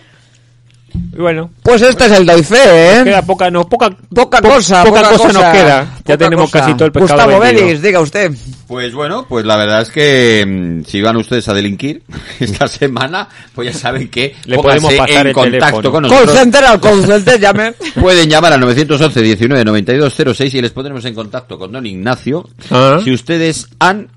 Speaker 4: Y bueno,
Speaker 5: Pues este es el Doife, ¿eh?
Speaker 4: queda poca, no, poca,
Speaker 5: poca cosa,
Speaker 4: poca cosa nos queda. Ya tenemos casi todo el pescado
Speaker 5: Gustavo
Speaker 4: vendido.
Speaker 5: Vélez, diga usted.
Speaker 7: Pues bueno, pues la verdad es que mm, si van ustedes a delinquir esta semana, pues ya saben que
Speaker 4: Le
Speaker 7: pónganse
Speaker 4: podemos pasar
Speaker 7: en
Speaker 4: el
Speaker 7: contacto
Speaker 4: teléfono.
Speaker 7: con
Speaker 5: Call
Speaker 7: nosotros.
Speaker 5: center al call center, llame.
Speaker 7: Pueden llamar al 911 19 92 06 y les pondremos en contacto con don Ignacio
Speaker 4: Ah.
Speaker 7: si ustedes han,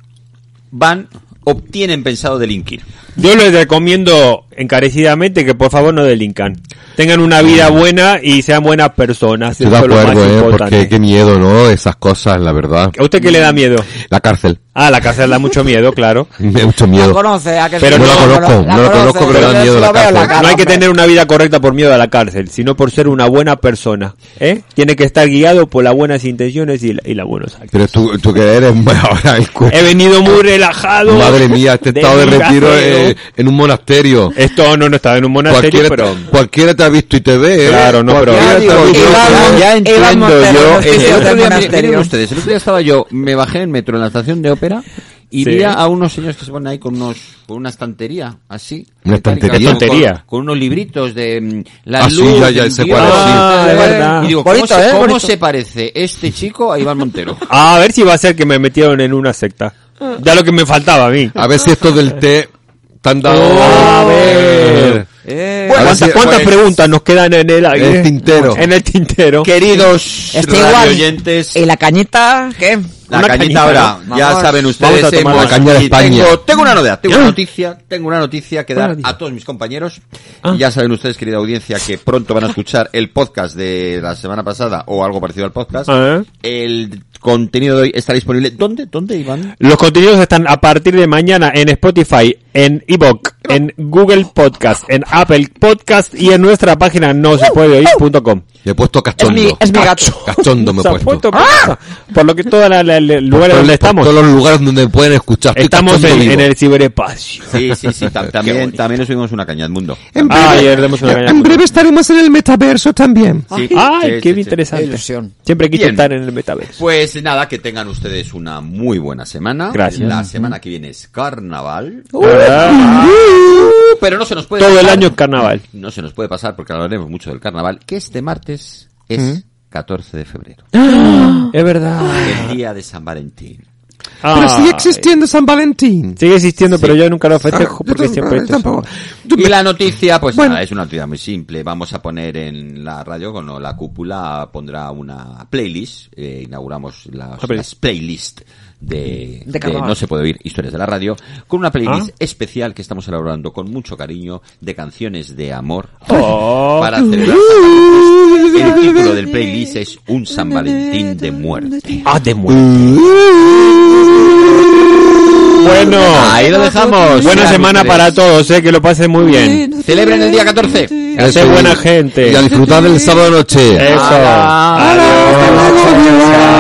Speaker 7: van o tienen pensado delinquir.
Speaker 4: Yo les recomiendo encarecidamente que por favor no delincan. Tengan una vida buena y sean buenas personas.
Speaker 8: Ah. Estoy de
Speaker 4: Eso es lo más
Speaker 8: acuerdo, ¿eh?
Speaker 4: importante.
Speaker 8: Porque qué miedo, ¿no? Esas cosas, la verdad.
Speaker 4: ¿A usted qué le da miedo?
Speaker 8: La cárcel.
Speaker 4: Ah, la cárcel da mucho miedo, claro.
Speaker 8: Me da mucho
Speaker 5: La
Speaker 8: miedo.
Speaker 5: conoce, ¿a que
Speaker 4: Pero
Speaker 5: sí?
Speaker 4: no la
Speaker 8: conozco, no la
Speaker 5: conoce,
Speaker 8: conozco, pero da
Speaker 5: yo
Speaker 8: miedo
Speaker 5: sí
Speaker 8: la
Speaker 5: lo veo
Speaker 8: cárcel.
Speaker 5: cara,
Speaker 4: No hay que
Speaker 5: hombre.
Speaker 4: tener una vida correcta por miedo a la cárcel, sino por ser una buena persona. ¿eh? Tiene que estar guiado por las buenas intenciones y, la- y las buenos actos. Ah.
Speaker 8: Pero tú, tú que eres ahora el cu-
Speaker 4: He venido muy relajado.
Speaker 8: Madre mía, este estado de
Speaker 4: mi
Speaker 8: retiro
Speaker 4: viaje,
Speaker 8: eh, en un monasterio.
Speaker 4: Esto no, no estaba en un
Speaker 8: Cualquiera,
Speaker 4: monasterio, pero...
Speaker 8: cualquiera te ha visto y te ve. ¿eh?
Speaker 4: Claro, no, pero-
Speaker 8: Cualquiera
Speaker 4: Ya
Speaker 8: te ha
Speaker 4: digo,
Speaker 8: visto.
Speaker 4: Iván-
Speaker 8: Claro.
Speaker 4: Iván
Speaker 20: Ya entiendo
Speaker 4: Montero,
Speaker 20: yo.
Speaker 4: nos dice
Speaker 20: el
Speaker 4: otra
Speaker 20: otro día,
Speaker 4: monasterio.
Speaker 20: miren ustedes, el otro día estaba yo, me bajé en el metro en la estación de ópera y
Speaker 4: Sí.
Speaker 20: vi a unos señores que se ponen ahí con unos con una estantería, así.
Speaker 8: Una estantería.
Speaker 20: Con-
Speaker 8: Estantería.
Speaker 20: Con, unos libritos de mm, la
Speaker 8: Ah, sí,
Speaker 20: luz.
Speaker 8: ya, ya,
Speaker 20: del
Speaker 8: sé
Speaker 20: Dios,
Speaker 8: cuál es, sí.
Speaker 20: tal,
Speaker 8: Ah,
Speaker 20: tal.
Speaker 8: es verdad.
Speaker 20: Y digo,
Speaker 8: Bonito,
Speaker 20: ¿cómo, se,
Speaker 8: ¿eh?
Speaker 20: cómo
Speaker 8: Bonito.
Speaker 20: se parece este chico a Iván Montero?
Speaker 4: Ah, A ver si va a ser que me metieron en una secta. Ya lo que me faltaba a mí. Oh,
Speaker 8: A ver si esto del té te han dado...
Speaker 4: a
Speaker 8: A
Speaker 4: ver.
Speaker 8: ver
Speaker 4: ¿Cuántas,
Speaker 8: si-
Speaker 4: cuántas preguntas nos quedan en el aire?
Speaker 8: En el tintero.
Speaker 4: En el tintero.
Speaker 7: Queridos
Speaker 5: Este igual. ¿Y la cañita? ¿Qué?
Speaker 7: La cañita ahora, ya saben ustedes,
Speaker 8: Vamos a tomar
Speaker 7: hemos-
Speaker 8: la caña de
Speaker 7: y
Speaker 8: España.
Speaker 7: Tengo, tengo una
Speaker 4: Este
Speaker 7: novedad, tengo
Speaker 8: ¿Eh?
Speaker 7: una noticia, tengo una noticia que dar
Speaker 8: Buena
Speaker 7: a todos mis compañeros. Y Ya saben ustedes, querida audiencia, que pronto van a escuchar el podcast de la semana pasada o algo parecido al podcast.
Speaker 4: Ah,
Speaker 7: El contenido de hoy está disponible. ¿Dónde? ¿Dónde, Iván?
Speaker 4: Los contenidos están a partir de mañana en Spotify, en Evox, en Google Podcast, en Apple Podcast y en nuestra página no se puede oír.com.
Speaker 8: Le he puesto cachondo.
Speaker 4: Es mi- es mi gato.
Speaker 8: Cachondo me he
Speaker 4: Se ha
Speaker 8: puesto.
Speaker 4: puesto cosa. Por lo que todos los lugares donde estamos.
Speaker 8: Todos los lugares donde pueden escuchar. Estoy
Speaker 4: Estamos
Speaker 8: cachondo
Speaker 4: en,
Speaker 8: vivo.
Speaker 4: en el ciberespacio.
Speaker 7: Sí, sí, sí, tam- también, también nos subimos una caña al mundo.
Speaker 19: En breve,
Speaker 4: Ah, ayer demos una caña al
Speaker 19: en
Speaker 4: mundo.
Speaker 19: breve estaremos en el metaverso también.
Speaker 7: Sí,
Speaker 4: Ay,
Speaker 7: sí,
Speaker 4: qué
Speaker 7: sí, sí.
Speaker 4: interesante. Siempre quise
Speaker 7: Bien.
Speaker 4: estar en el metaverso.
Speaker 7: Pues nada, que tengan ustedes una muy buena semana.
Speaker 4: Gracias.
Speaker 7: La semana que viene es carnaval.
Speaker 19: Uh,
Speaker 7: uh,
Speaker 4: Ah.
Speaker 7: Pero no se nos puede
Speaker 4: Todo el
Speaker 7: pasar.
Speaker 4: año es carnaval.
Speaker 7: No se nos puede pasar porque hablaremos mucho del carnaval, que este martes es 14 de febrero.
Speaker 4: Es verdad.
Speaker 7: El día de San Valentín.
Speaker 19: Ah. Pero sigue
Speaker 4: Ay.
Speaker 19: existiendo San Valentín.
Speaker 4: Sigue existiendo, pero
Speaker 19: Sí.
Speaker 4: yo nunca lo
Speaker 19: Ah,
Speaker 4: festejo
Speaker 19: yo
Speaker 4: porque
Speaker 19: tam- ah,
Speaker 4: siempre esto es-
Speaker 19: tampoco.
Speaker 7: Y la noticia, pues
Speaker 19: Bueno.
Speaker 7: nada, es una noticia muy simple. Vamos a poner en la radio, con la cúpula pondrá una playlist. eh, inauguramos las, las playlist de, de
Speaker 5: carnaval.
Speaker 7: No se puede oír historias de la radio, con una playlist
Speaker 19: Ah.
Speaker 7: especial que estamos elaborando con mucho cariño de canciones de amor
Speaker 19: Oh.
Speaker 7: para celebrar. San Valentín. El título del playlist es Un San Valentín de muerte.
Speaker 4: Ah, de Bueno,
Speaker 7: ahí lo dejamos.
Speaker 4: Buena
Speaker 7: Sean
Speaker 4: semana
Speaker 7: ustedes.
Speaker 4: para todos, eh, que lo pasen muy bien.
Speaker 7: Celebren el día 14.
Speaker 4: A ser buena gente.
Speaker 8: Y a disfrutar del sábado noche.
Speaker 4: Eso. Adiós. Chao.